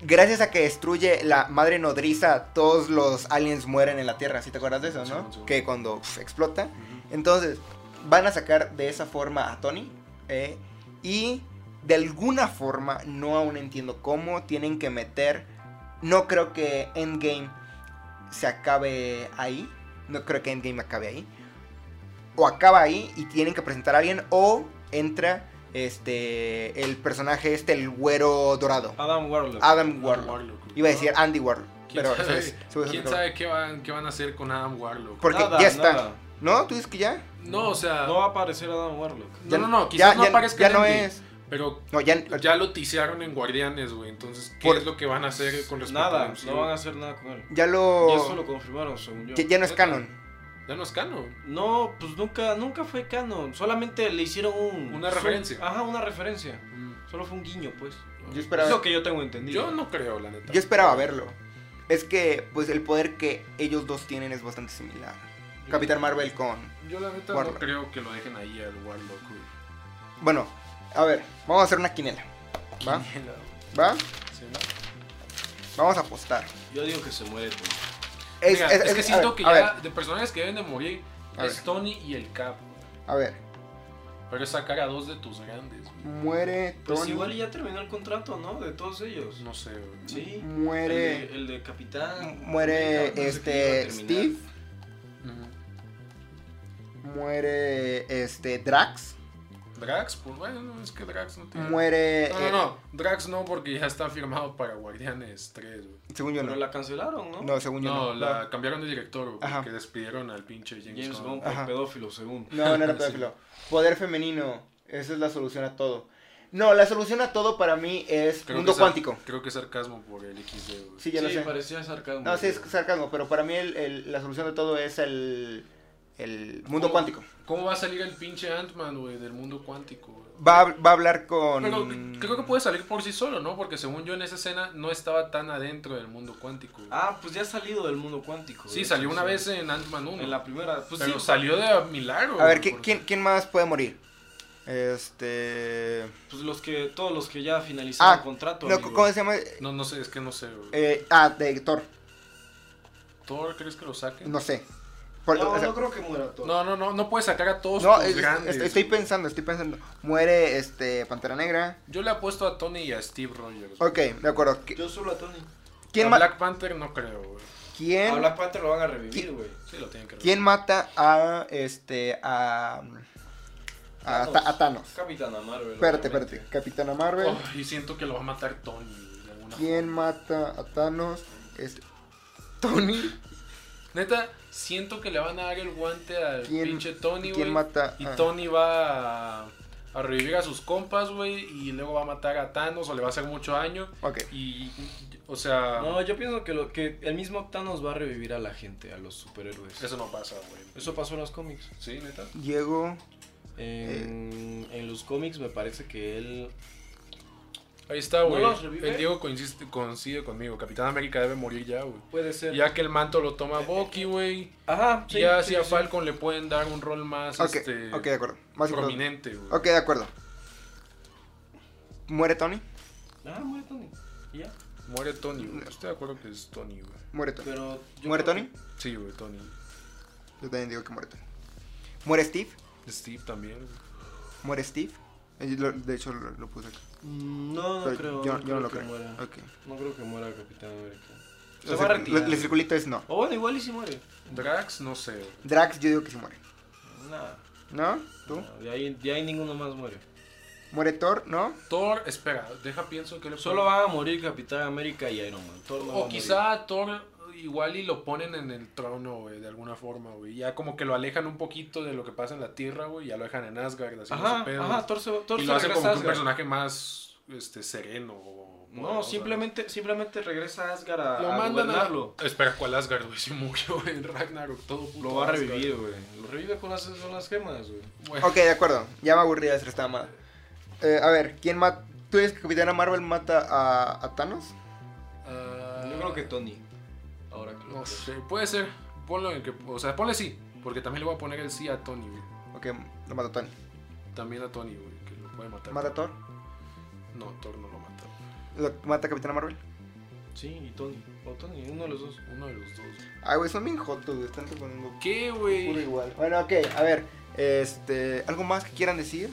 Speaker 1: gracias a que destruye la madre nodriza, todos los aliens mueren en la Tierra, ¿sí te acuerdas de eso,
Speaker 2: Sí,
Speaker 1: no?
Speaker 2: sí.
Speaker 1: Que cuando pf, explota.
Speaker 2: Ujú.
Speaker 1: Entonces, van a sacar de esa forma a Tony, eh, y de alguna forma, no aún entiendo cómo, tienen que meter, no creo que Endgame se acabe ahí. No creo que Endgame acabe ahí. O acaba ahí y tienen que presentar a alguien. O entra este el personaje este, el güero dorado.
Speaker 4: Adam Warlock.
Speaker 1: Adam Warlock.
Speaker 2: güey.
Speaker 1: Iba a decir Andy Warlock.
Speaker 2: ¿Quién
Speaker 1: Pero
Speaker 2: sabe,
Speaker 1: se- se- se-
Speaker 2: quién sabe qué, van, qué van a hacer con Adam Warlock?
Speaker 1: Porque
Speaker 4: Nada,
Speaker 1: ya está.
Speaker 4: nada.
Speaker 1: ¿No? ¿Tú dices que ya?
Speaker 2: no, o sea,
Speaker 4: No va a aparecer Adam Warlock.
Speaker 2: no, no, no, quizás
Speaker 1: ya-
Speaker 2: no
Speaker 1: ya-
Speaker 2: aparezca
Speaker 1: ya
Speaker 2: en
Speaker 1: no
Speaker 2: Endgame,
Speaker 1: es.
Speaker 2: Pero
Speaker 1: No, ya,
Speaker 2: ya lo tisearon en Guardianes, güey. Entonces, ¿qué
Speaker 1: Por-
Speaker 2: es lo que van a hacer con respecto a
Speaker 4: Nada,
Speaker 2: MCU?
Speaker 4: no van a hacer nada con él.
Speaker 1: ya
Speaker 4: Y eso
Speaker 1: lo.
Speaker 4: lo confirmaron, según yo.
Speaker 1: Ya, ya no es canon.
Speaker 2: Ya no es canon.
Speaker 4: No, pues nunca, nunca fue canon. Solamente le hicieron un...
Speaker 2: Una referencia.
Speaker 4: Ajá, una referencia. Solo fue un guiño, pues.
Speaker 1: Yo
Speaker 4: es
Speaker 1: esperaba,
Speaker 4: lo que yo tengo entendido.
Speaker 2: Yo no creo, la neta.
Speaker 1: yo esperaba verlo. Es que, pues, el poder que ellos dos tienen es bastante similar. Capitán Marvel con.
Speaker 2: Yo, la neta,
Speaker 1: Warlock.
Speaker 2: no creo que lo dejen ahí al Warlock, güey.
Speaker 1: Bueno, a ver, vamos a hacer una quinela. ¿Va? ¿Va?
Speaker 2: Sí, ¿no?
Speaker 1: Vamos a apostar.
Speaker 4: Yo digo que se muere, pues.
Speaker 1: Es,
Speaker 2: Mira,
Speaker 1: es-
Speaker 2: es
Speaker 1: es-
Speaker 2: que
Speaker 1: a
Speaker 2: siento
Speaker 1: ver,
Speaker 2: que
Speaker 1: a
Speaker 2: ya de personajes que deben de morir
Speaker 1: A
Speaker 2: es
Speaker 1: ver.
Speaker 2: Tony y el Cap.
Speaker 1: ver, A ver,
Speaker 2: Pero es sacar a dos de tus grandes. güey.
Speaker 1: muere Tony.
Speaker 4: Pues igual ya terminó el contrato, ¿no? De todos ellos.
Speaker 2: No sé, güey.
Speaker 4: Sí. El de,
Speaker 1: Muere.
Speaker 4: el de Capitán.
Speaker 1: Muere
Speaker 4: América, no sé qué iba
Speaker 1: este
Speaker 4: a terminar.
Speaker 1: Steve.
Speaker 2: Mm.
Speaker 1: Muere este Drax.
Speaker 2: Drax, pues bueno, es que Drax no tiene.
Speaker 1: Muere.
Speaker 2: No,
Speaker 1: eh,
Speaker 2: no, no. Drax no, porque ya está firmado para Guardianes 3, güey.
Speaker 1: Según yo
Speaker 4: Pero
Speaker 1: no.
Speaker 4: la cancelaron, ¿no?
Speaker 1: No, según yo no.
Speaker 2: No, la cambiaron de director, güey.
Speaker 1: Ajá.
Speaker 2: Porque despidieron al pinche James,
Speaker 4: James
Speaker 2: Gunn.
Speaker 4: Bond por
Speaker 1: Ajá.
Speaker 4: pedófilo, según.
Speaker 1: No, no era pedófilo. Poder femenino. Esa es la solución a todo. No, la solución a todo para mí es
Speaker 2: Creo que
Speaker 1: mundo
Speaker 2: sar-
Speaker 1: cuántico.
Speaker 2: Creo que es sarcasmo por el XD, güey.
Speaker 1: Sí, ya
Speaker 4: sí,
Speaker 1: lo sé.
Speaker 4: parecía sarcasmo.
Speaker 1: No, sí, es sarcasmo, pero para mí el- el- la solución de todo es el, el mundo
Speaker 2: ¿Cómo?
Speaker 1: cuántico.
Speaker 2: ¿Cómo va a salir el pinche Ant-Man, güey, del mundo cuántico, güey?
Speaker 1: Va, a- va a hablar con...
Speaker 2: Pero creo que puede salir por sí solo, ¿no? Porque según yo en esa escena no estaba tan adentro del mundo cuántico. güey.
Speaker 4: Ah, pues ya ha salido del mundo cuántico. de
Speaker 2: sí,
Speaker 4: hecho,
Speaker 2: salió una
Speaker 4: sí.
Speaker 2: vez en Ant-Man 1.
Speaker 4: En la primera. Pues
Speaker 2: pero
Speaker 4: sí,
Speaker 2: salió de milagro.
Speaker 1: A ver,
Speaker 2: güey,
Speaker 1: ¿qui-
Speaker 2: porque-
Speaker 1: ¿quién, ¿quién más puede morir? Este...
Speaker 4: Pues los que, todos los que ya finalizaron
Speaker 1: Ah,
Speaker 4: el contrato.
Speaker 1: no,
Speaker 4: amigo.
Speaker 1: ¿Cómo se llama?
Speaker 2: No, no sé, es que no sé. güey.
Speaker 1: Eh, ah, de Thor.
Speaker 2: ¿Thor crees que lo saquen?
Speaker 1: No sé. Por-
Speaker 4: no,
Speaker 1: o sea,
Speaker 4: no creo que muera todo.
Speaker 2: No, no, no, no puedes sacar a todos
Speaker 1: no,
Speaker 2: tus
Speaker 1: es- es-
Speaker 2: grandes.
Speaker 1: estoy, estoy
Speaker 2: güey.
Speaker 1: pensando, estoy pensando. Muere este Pantera Negra.
Speaker 2: Yo le apuesto a Tony y a Steve Rogers. güey.
Speaker 1: Ok, de acuerdo. ¿Qui-
Speaker 4: Yo solo a Tony.
Speaker 1: ¿Quién,
Speaker 2: a
Speaker 1: ma-
Speaker 2: Black Panther no creo, güey.
Speaker 1: ¿quién,
Speaker 4: A Black Panther lo van a revivir,
Speaker 1: ¿Quién?
Speaker 4: güey.
Speaker 2: Sí, lo tienen que
Speaker 1: quién mata a este a a,
Speaker 4: Thanos.
Speaker 1: Ta- Ah, a Thanos?
Speaker 4: Capitán Marvel.
Speaker 1: Espérate,
Speaker 4: obviamente.
Speaker 1: espérate. Capitana Marvel.
Speaker 2: Oh, y siento que lo va a matar Tony, güey, de alguna
Speaker 1: ¿Quién mata a Thanos? Es Tony.
Speaker 2: forma. Neta, siento que le van a dar el guante al
Speaker 1: ¿Quién-
Speaker 2: pinche Tony, güey.
Speaker 1: ¿Quién mata
Speaker 2: Y
Speaker 1: a
Speaker 2: Tony va a, a revivir a sus compas, güey, y luego va a matar a Thanos o le va a hacer mucho daño.
Speaker 1: Ok.
Speaker 2: Y, o sea,
Speaker 4: No, yo pienso que, lo, que el mismo Thanos va a revivir a la gente, a los superhéroes.
Speaker 2: eso no pasa, güey.
Speaker 4: Eso pasó en los cómics.
Speaker 2: Sí, neta.
Speaker 1: Diego.
Speaker 4: En, en los cómics me parece que él...
Speaker 2: Ahí está,
Speaker 4: ¿No
Speaker 2: güey.
Speaker 4: los revive?
Speaker 2: el Diego coincide, coincide conmigo. Capitán América debe morir ya, güey.
Speaker 4: Puede ser...
Speaker 2: Ya que el manto lo toma Bucky, güey.
Speaker 4: Ajá, sí.
Speaker 2: ya
Speaker 4: sí,
Speaker 2: si a
Speaker 4: sí.
Speaker 2: Falcon le pueden dar un rol más
Speaker 1: Ok,
Speaker 2: este,
Speaker 1: ok, de acuerdo. Más importante.
Speaker 2: prominente, güey.
Speaker 1: Ok, de acuerdo. ¿Muere Tony?
Speaker 4: Ah, muere Tony. Y ya.
Speaker 2: Muere Tony, güey. Estoy de acuerdo que es Tony, güey.
Speaker 1: Muere Tony.
Speaker 4: Pero... yo
Speaker 1: ¿Muere
Speaker 4: creo
Speaker 1: Tony?
Speaker 2: Sí, güey, Tony.
Speaker 1: Yo también digo que muere Tony. ¿Muere Steve?
Speaker 2: Steve también. güey.
Speaker 1: ¿Muere Steve? Eh, lo- De hecho, lo, lo puse aquí.
Speaker 4: que- Mm, No, no
Speaker 1: Pero
Speaker 4: creo.
Speaker 1: yo,
Speaker 4: no
Speaker 1: yo no lo
Speaker 4: que
Speaker 1: creo.
Speaker 4: muera.
Speaker 1: Ok.
Speaker 4: No creo que muera Capitán América. Se
Speaker 1: O
Speaker 4: va a
Speaker 1: sea,
Speaker 4: retirar.
Speaker 1: lo- el circulito es no.
Speaker 4: O bueno, igual y si muere.
Speaker 2: Drax, no sé, güey.
Speaker 1: Drax, yo digo que sí muere.
Speaker 4: Nada.
Speaker 1: ¿No? ¿Tú?
Speaker 4: De ahí, de ahí ninguno más muere.
Speaker 1: ¿Muere Thor?
Speaker 4: <laughs>
Speaker 1: ¿No?
Speaker 2: Thor, espera, deja pienso que le
Speaker 4: Solo van a morir Capitán América y Iron Man. Thor no va a
Speaker 2: O
Speaker 4: morir.
Speaker 2: Oh, quizá a Thor igual y lo ponen en el trono, güey, de alguna forma, güey. Ya como que lo alejan un poquito de lo que pasa en la Tierra, güey. Ya lo dejan en Asgard, haciendo
Speaker 4: Ajá,
Speaker 2: su pedo.
Speaker 4: ajá, Thor se, va- Thor
Speaker 2: y
Speaker 4: se
Speaker 2: lo hacen
Speaker 4: regresa
Speaker 2: como que
Speaker 4: a
Speaker 2: un
Speaker 4: Asgard.
Speaker 2: personaje más este, sereno. o-
Speaker 4: No,
Speaker 2: poderoso,
Speaker 4: simplemente, simplemente regresa a Asgard
Speaker 2: güey.
Speaker 4: a,
Speaker 2: Lo
Speaker 4: a
Speaker 2: mandan a...
Speaker 4: gobernarlo.
Speaker 2: Espera, ¿cuál Asgard, güey? <laughs> Se murió en Ragnarok, todo puto
Speaker 4: Lo va a
Speaker 2: Asgard.
Speaker 4: revivir, güey. Lo revive con las, con las gemas, güey.
Speaker 2: Bueno,
Speaker 1: Ok, de acuerdo. Ya me aburrí de hacer esta mala. a ver, ¿quién mata? ¿Tú dices que Capitana Marvel mata a, a Thanos?
Speaker 2: ah,
Speaker 4: Yo creo que Tony. Ahora que lo
Speaker 2: No
Speaker 4: creo.
Speaker 2: sé, puede ser. Ponlo en que... O sea, ponle sí. Porque también le voy a poner el sí a Tony, güey.
Speaker 1: Ok, lo mata Tony.
Speaker 2: También a Tony, güey, que lo puede matar.
Speaker 1: ¿Mata a Thor?
Speaker 2: No, Thor no lo mata.
Speaker 1: ¿Lo mata a Capitana Marvel?
Speaker 4: Sí, y Tony. O Tony, uno de los dos.
Speaker 2: Uno de los dos. güey.
Speaker 1: Ay, güey, son bien jotos, güey. Están poniendo
Speaker 2: ¿Qué,
Speaker 1: puro
Speaker 2: güey?
Speaker 1: igual. Bueno, ok, a ver. Este, ¿algo más que quieran decir?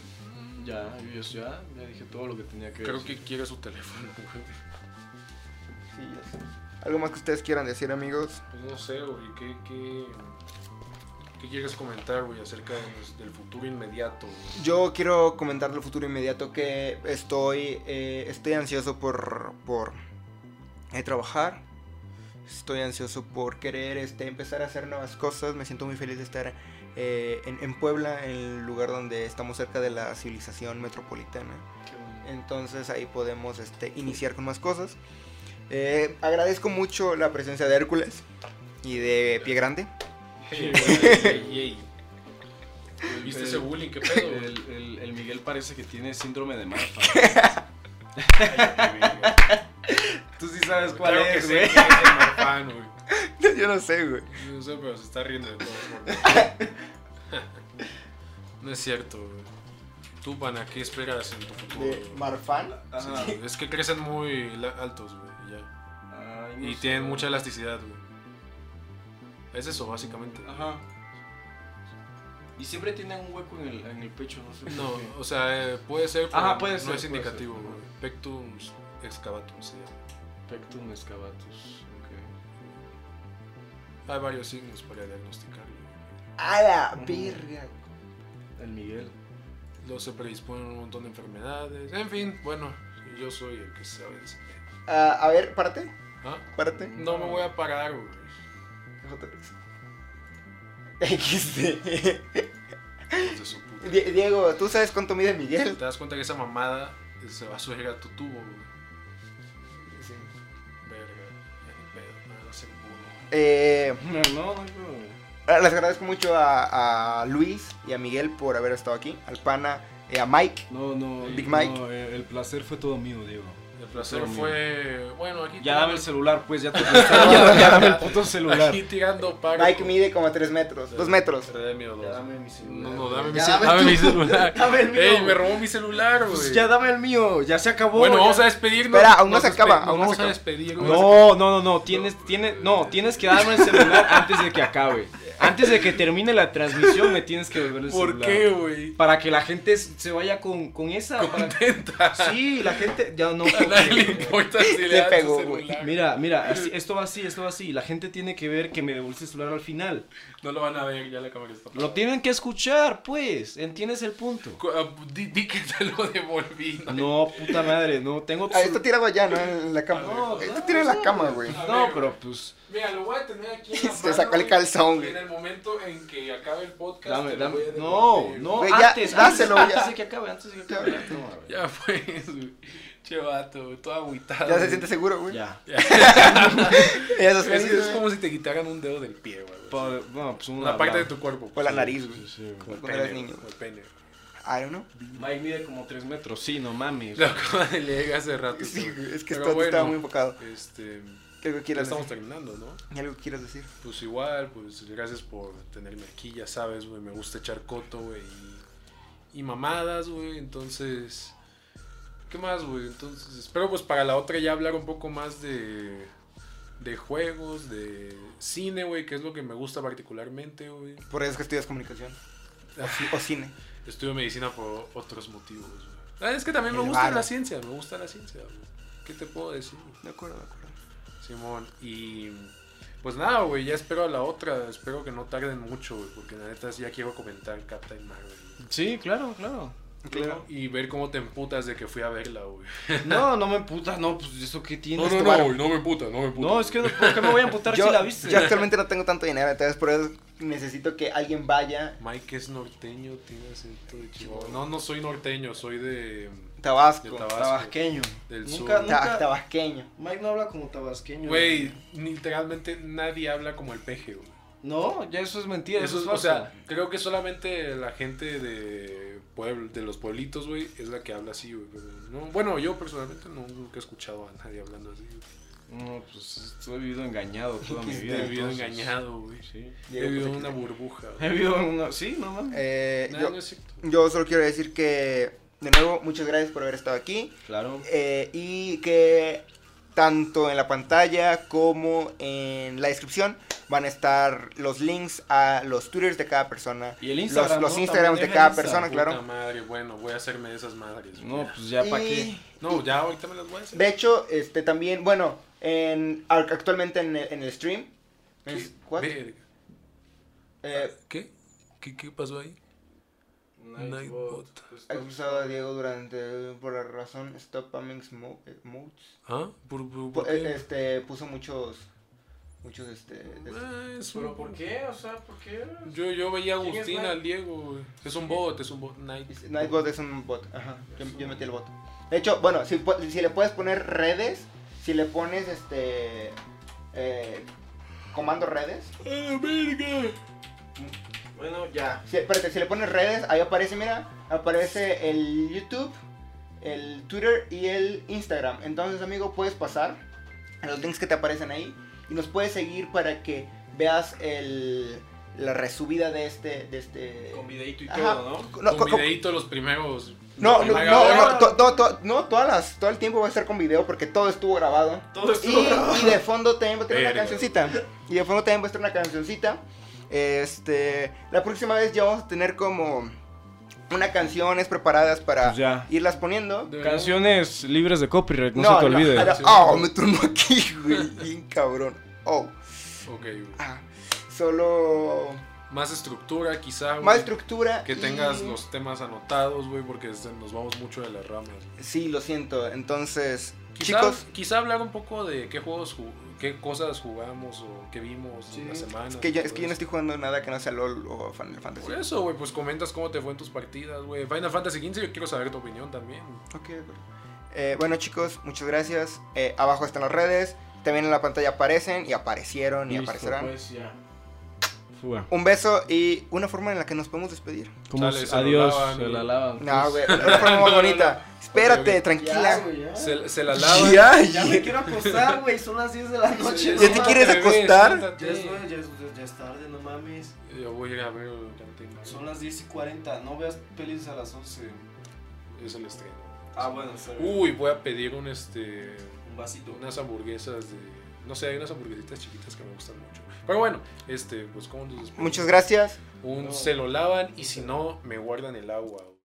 Speaker 4: Ya, yo ya, ya dije todo lo que tenía que
Speaker 2: <laughs> Creo
Speaker 4: decir.
Speaker 2: que quiere su teléfono, güey.
Speaker 1: Sí, ya sé. ¿Algo más que ustedes quieran decir, amigos?
Speaker 2: Pues no sé, güey, ¿qué, qué, qué quieres comentar, güey, acerca de nos- del futuro inmediato? güey?
Speaker 1: Yo quiero comentar el futuro inmediato que estoy, eh, estoy ansioso por, por eh, trabajar. Estoy ansioso por querer este, empezar a hacer nuevas cosas. Me siento muy feliz de estar eh, en, en Puebla, en el lugar donde estamos cerca de la civilización metropolitana. Entonces ahí podemos este, iniciar con más cosas. Eh, agradezco mucho la presencia de Hércules y de Pie Grande.
Speaker 2: <laughs>
Speaker 1: <laughs>
Speaker 2: Ey, güey, ey, ey. Güey, ¿Viste ese bullying? ¿Qué pedo, güey? <laughs>
Speaker 4: El, el- el Miguel parece que tiene síndrome de <laughs> Marfa. Tú sí sabes cuál
Speaker 2: Claro que
Speaker 4: es,
Speaker 2: sé
Speaker 4: güey.
Speaker 2: que es el Marfan, güey.
Speaker 1: Yo no sé, güey.
Speaker 2: Yo No sé, pero se está riendo de todos modos. <laughs> No es cierto, güey. ¿Tú, pana, qué esperas en tu futuro?
Speaker 1: De
Speaker 2: güey?
Speaker 1: Marfan.
Speaker 2: Sí,
Speaker 4: Ajá.
Speaker 2: güey, es que crecen muy la- altos, güey, y ya.
Speaker 4: Ay, no
Speaker 2: Y
Speaker 4: sé.
Speaker 2: tienen mucha elasticidad, güey. Es eso, básicamente.
Speaker 4: Ajá. Y siempre tienen un hueco en el, en el pecho, no sé. por
Speaker 2: <laughs> No,
Speaker 4: qué.
Speaker 2: o sea, eh, puede ser, pero
Speaker 4: Ajá, puede
Speaker 2: no
Speaker 4: ser,
Speaker 2: es
Speaker 4: puede
Speaker 2: indicativo,
Speaker 4: ser.
Speaker 2: güey. Pectum excavatum se llama.
Speaker 4: Pectum excavatus. ok.
Speaker 2: Hay varios signos para diagnosticar. güey.
Speaker 1: A la verga.
Speaker 4: El Miguel.
Speaker 2: Los se predisponen a un montón de enfermedades. En fin, bueno, yo soy el que sabe. de ese pedo.
Speaker 1: Ah, a ver, párate,
Speaker 2: ¿Ah?
Speaker 1: párate.
Speaker 2: No me voy a parar, güey.
Speaker 1: <laughs> XD.
Speaker 2: Hijos de su puta.
Speaker 4: <laughs>
Speaker 1: Die- Este, <laughs> Diego, ¿tú sabes cuánto mide Miguel?
Speaker 2: Te das cuenta que esa mamada se va a subir a tu tubo, güey. Verga. ya ni pedo, me vas en culo.
Speaker 1: Eh,
Speaker 4: No, no, no, no.
Speaker 1: les agradezco mucho a, a Luis y a Miguel por haber estado aquí. Al pana, eh, a Mike.
Speaker 4: No, no.
Speaker 1: Big Mike.
Speaker 4: no, eh, el placer fue todo mío, Diego.
Speaker 2: El placer
Speaker 4: Pero,
Speaker 2: fue. Bueno, aquí.
Speaker 4: Ya
Speaker 2: tirando-
Speaker 4: dame el celular, pues, <laughs> ya te prestaba. ya dame el puto celular.
Speaker 2: Aquí tirando paro.
Speaker 1: Mike mide como 3 metros, 2 metros.
Speaker 2: Te da miedo, dos.
Speaker 4: mi
Speaker 2: No, no, dame, mi,
Speaker 1: Ya
Speaker 2: ce-
Speaker 1: dame
Speaker 2: dame
Speaker 1: tú. <laughs>
Speaker 2: mi celular.
Speaker 4: Dame el mío.
Speaker 2: Ey, me robó mi celular, güey.
Speaker 4: Pues ya dame el mío, ya se acabó.
Speaker 2: bueno,
Speaker 4: ya.
Speaker 2: vamos a despedirnos.
Speaker 1: Espera, aún no
Speaker 2: Nos
Speaker 1: se acaba,
Speaker 2: despe- nos
Speaker 1: aún no se
Speaker 2: Vamos a
Speaker 1: acaba.
Speaker 2: despedir, güey.
Speaker 4: No, no, no, no, tienes, tienes, no, tienes que darme el celular antes de que acabe. Antes de que termine la transmisión me tienes que devolver el
Speaker 2: ¿Por
Speaker 4: celular.
Speaker 2: qué, güey?
Speaker 4: Para que la gente s- se vaya con, con esa. para- <laughs>
Speaker 2: Contenta.
Speaker 4: Sí, la gente, ya <laughs> no.
Speaker 2: A nadie le importa si le
Speaker 1: Le
Speaker 2: das tu
Speaker 1: pegó, güey.
Speaker 2: celular.
Speaker 4: Mira, mira, así- esto va así, esto va así. La gente tiene que ver que me devolviste el celular al final.
Speaker 2: No lo van a ver, ya la cámara está.
Speaker 4: Lo tienen que escuchar, pues. ¿Entiendes el punto?
Speaker 2: Cu- ah, Di, di que te lo devolví. No,
Speaker 4: No, puta madre, no, tengo tu
Speaker 1: Ah,
Speaker 4: celu-
Speaker 1: está tirado allá, ¿no? En la cama.
Speaker 4: No,
Speaker 1: Está
Speaker 4: no,
Speaker 1: tirado en la
Speaker 4: no.
Speaker 1: cama, güey.
Speaker 4: No, pero pues.
Speaker 2: Mira, lo voy a tener aquí. En la
Speaker 1: <laughs> Se
Speaker 2: mano,
Speaker 1: sacó el
Speaker 2: güey,
Speaker 1: calzón,
Speaker 2: y
Speaker 1: güey.
Speaker 2: En el momento en que acabe el podcast.
Speaker 4: Dame,
Speaker 2: te lo
Speaker 4: dame.
Speaker 2: voy a
Speaker 4: No,
Speaker 2: devolver,
Speaker 4: no,
Speaker 2: güey.
Speaker 1: Güey, ya,
Speaker 4: antes,
Speaker 1: dáselo,
Speaker 4: antes,
Speaker 1: ya.
Speaker 4: antes de que acabe, antes de que acabe. <laughs>
Speaker 1: Ya.
Speaker 4: No, güey.
Speaker 2: Ya pues, <laughs> güey. Che vato, todo agüitado.
Speaker 1: Ya se
Speaker 2: güey.
Speaker 1: siente seguro, güey.
Speaker 4: Ya.
Speaker 1: Ya se
Speaker 2: Es, es
Speaker 1: siente
Speaker 2: como si te quitaran un dedo del pie, güey.
Speaker 4: Pa- no, pues una
Speaker 2: Una parte de tu cuerpo.
Speaker 1: O la
Speaker 2: Sí,
Speaker 1: nariz,
Speaker 2: sí,
Speaker 1: güey.
Speaker 2: sí, güey. Como el
Speaker 1: Cuando eras
Speaker 2: pene,
Speaker 1: niño.
Speaker 2: güey, como el pene.
Speaker 1: I don't know.
Speaker 4: Mike mide como 3 metros, sí, no
Speaker 2: <laughs>
Speaker 4: mames.
Speaker 2: <laughs> Lo acabo de leer hace rato.
Speaker 1: Sí,
Speaker 2: güey.
Speaker 1: güey, es que
Speaker 2: Pero
Speaker 1: esto- estaba muy
Speaker 2: bueno,
Speaker 1: enfocado.
Speaker 2: Este, ya
Speaker 1: ¿Qué algo quieras
Speaker 2: estamos
Speaker 1: decir?
Speaker 2: terminando, ¿no?
Speaker 1: ¿Algo que quieras decir?
Speaker 2: Pues igual, pues gracias por tenerme aquí, ya sabes, güey, me gusta echar coto, güey, y, y mamadas, güey, entonces, ¿qué más, güey? Entonces, espero pues para la otra ya hablar un poco más de, de juegos, de cine, güey, que es lo que me gusta particularmente, güey.
Speaker 1: Por eso es que estudias comunicación. O, ci- o cine.
Speaker 2: Estudio medicina por otros motivos, güey. Ah, Es que también me
Speaker 1: El
Speaker 2: gusta
Speaker 1: varo.
Speaker 2: la ciencia, me gusta la ciencia, güey. ¿Qué te puedo decir, güey?
Speaker 1: De acuerdo, de acuerdo.
Speaker 2: Simón, y pues nada, güey, ya espero a la otra, espero que no tarden mucho, güey, porque la neta sí ya quiero comentar Captain Marvel. güey.
Speaker 4: Sí, claro, claro.
Speaker 1: Claro.
Speaker 2: Y ver cómo te emputas de que fui a verla, güey.
Speaker 4: No, no me emputas, no, pues eso que tiene.
Speaker 1: no, no, güey,
Speaker 2: me emputa, no me emputa.
Speaker 4: No, es que no, ¿por qué me voy a <laughs> emputar
Speaker 1: Yo,
Speaker 4: si la viste?
Speaker 1: yo actualmente no tengo tanto dinero, entonces por eso necesito que alguien vaya.
Speaker 2: Mike es norteño, tiene acento de Chihuahua. No, no soy norteño, soy de...
Speaker 1: Tabasco.
Speaker 2: De Tabasco.
Speaker 4: Tabasqueño.
Speaker 2: Del
Speaker 4: Nunca,
Speaker 2: sur.
Speaker 1: Ta-
Speaker 4: nunca.
Speaker 1: Tabasqueño.
Speaker 4: Mike no habla como tabasqueño.
Speaker 2: Güey, literalmente nadie habla como el peje, güey.
Speaker 4: No, ya eso es mentira.
Speaker 2: Eso
Speaker 4: Eso,
Speaker 2: es-
Speaker 4: es
Speaker 2: o sea, creo que solamente la gente de puebl- de los pueblitos, güey, es la que habla así, güey. pero no- bueno, yo personalmente no, nunca he escuchado a nadie hablando así. güey.
Speaker 4: No, pues he vivido engañado
Speaker 1: <laughs>
Speaker 4: toda mi vida.
Speaker 2: He vivido
Speaker 4: entonces.
Speaker 2: engañado, güey.
Speaker 4: Sí.
Speaker 2: He vivido
Speaker 1: pues,
Speaker 2: en una burbuja.
Speaker 4: He
Speaker 2: güey.
Speaker 4: vivido en una. Sí, no mames.
Speaker 1: Eh,
Speaker 2: Nah,
Speaker 1: yo,
Speaker 2: no es cierto.
Speaker 1: yo solo quiero decir que, de nuevo, muchas gracias por haber estado aquí.
Speaker 4: Claro.
Speaker 1: eh, y Eh, que tanto en la pantalla como en la descripción van a estar los links a los twitters de cada persona.
Speaker 4: Y el
Speaker 1: Los,
Speaker 4: Instagram.
Speaker 1: los
Speaker 4: ¿no?
Speaker 1: Instagrams
Speaker 4: También
Speaker 1: de
Speaker 4: deja
Speaker 1: cada
Speaker 4: Insta.
Speaker 1: persona,
Speaker 2: Puta
Speaker 1: ah, claro.
Speaker 2: madre, bueno, voy a hacerme de esas madres. No,
Speaker 4: No, pues ya para
Speaker 1: Y-
Speaker 4: qué.
Speaker 2: no, ya ahorita me las voy a hacer.
Speaker 1: De hecho, este también, bueno, en ac- actualmente en el, en el stream.
Speaker 2: ¿Qué?
Speaker 1: es- ¿what?
Speaker 2: Verga.
Speaker 1: Eh,
Speaker 2: ¿Qué? ¿Qué, qué pasó ahí?
Speaker 4: Pues,
Speaker 2: Nightbot.
Speaker 1: ha acusado a Diego durante por la razón Stop Pumping Smoke eh, Modes.
Speaker 2: ¿Ah? ¿Por, por,
Speaker 1: Pu-
Speaker 2: por
Speaker 1: eh,
Speaker 2: qué?
Speaker 1: Este puso muchos muchos este, este-
Speaker 2: Ah, es un-
Speaker 4: ¿Pero por qué? O sea, ¿por qué?
Speaker 2: Yo, yo veía a
Speaker 4: ¿Quién es
Speaker 2: Agustín,
Speaker 4: Night-
Speaker 2: al Diego. güey. Es un bot, es un bot. Night.
Speaker 1: es- Nightbot es un bot, ajá. Yo, yo metí el bot. De hecho, bueno, si, pu- si le puedes poner redes, si le pones este eh, comando redes,
Speaker 2: ¡A la ¡Ah, verga!
Speaker 4: Bueno, ya.
Speaker 1: Si, espérate, si le pones redes, ahí aparece, mira, aparece el YouTube, el Twitter y el Instagram. Entonces, amigo, puedes pasar a los links que te aparecen ahí y nos puedes seguir para que veas el, la resubida de este... De este...
Speaker 4: Con videito y
Speaker 1: Ajá.
Speaker 4: todo, ¿no?
Speaker 1: No, co-
Speaker 2: Con
Speaker 1: co-
Speaker 2: videíto los primeros.
Speaker 1: no, no,
Speaker 2: la
Speaker 1: no,
Speaker 2: primera
Speaker 1: no,
Speaker 2: hora.
Speaker 1: to- to- to- no, todas las, todo el tiempo va a estar con video porque todo estuvo grabado.
Speaker 4: Todo
Speaker 1: Y,
Speaker 4: esto.
Speaker 1: y de fondo también va a tener una
Speaker 2: Verga.
Speaker 1: cancioncita. Y de fondo también va a estar una cancioncita. Este, la próxima vez ya vamos a tener como unas canciones preparadas para
Speaker 4: Pues ya.
Speaker 1: irlas poniendo.
Speaker 2: De-
Speaker 4: Canciones libres de copyright, no, se te olvide.
Speaker 1: ahora- oh, me turnó aquí, güey, bien cabrón. Oh,
Speaker 2: Ok, güey.
Speaker 1: ah, solo
Speaker 2: Más estructura, quizá. güey.
Speaker 1: más estructura.
Speaker 2: Que
Speaker 1: y-
Speaker 2: tengas los temas anotados, güey, porque se- nos vamos mucho de las ramas.
Speaker 1: Sí, lo siento. Entonces,
Speaker 2: Quizá,
Speaker 1: chicos,
Speaker 2: quizá hablar un poco de qué juegos, ju- qué cosas jugamos o qué vimos en la semana.
Speaker 1: es que, ya, es
Speaker 2: todo
Speaker 1: que yo no
Speaker 2: eso.
Speaker 1: estoy jugando nada que no sea LOL o Final Fantasy.
Speaker 2: Por eso, güey, pues comentas cómo te fue en tus partidas, güey. Final Fantasy XV, yo quiero saber tu opinión también.
Speaker 1: Ok, de acuerdo. Eh, bueno chicos, muchas gracias. Eh, abajo están las redes. También en la pantalla aparecen y aparecieron y aparecerán.
Speaker 4: Pues ya.
Speaker 3: Fuga.
Speaker 1: Un beso y una forma en la que nos podemos despedir.
Speaker 3: ¿Cómo
Speaker 2: Sale,
Speaker 3: se-
Speaker 2: se lo
Speaker 3: adiós,
Speaker 2: lavan,
Speaker 3: se
Speaker 2: güey.
Speaker 3: la lavan.
Speaker 1: No,
Speaker 4: pues.
Speaker 2: Pues,
Speaker 1: güey,
Speaker 2: <laughs>
Speaker 1: una forma más bonita. Espérate,
Speaker 2: Ok, ok.
Speaker 1: tranquila.
Speaker 4: ya.
Speaker 2: Se, se la lavan.
Speaker 1: Ya,
Speaker 4: Ya me quiero acostar, güey. Son las 10 de la noche.
Speaker 1: ¿Ya
Speaker 4: no
Speaker 1: te
Speaker 4: mames.
Speaker 1: quieres
Speaker 2: Al revés,
Speaker 1: acostar?
Speaker 2: siéntate.
Speaker 4: Ya es, ya, es- ya es tarde, no mames.
Speaker 2: Yo voy a ir a ver el cantina.
Speaker 4: Son las 10 y 40. No veas pelis a las 11.
Speaker 2: Es el estreno.
Speaker 4: Ah, bueno, está bien.
Speaker 2: Uy, voy a pedir un este
Speaker 4: Un vasito.
Speaker 2: unas hamburguesas de no sé, hay unas hamburguesitas chiquitas que me gustan mucho. Pero bueno, este, pues como
Speaker 1: Muchas gracias.
Speaker 2: un se lo lavan y si no me guardan el agua.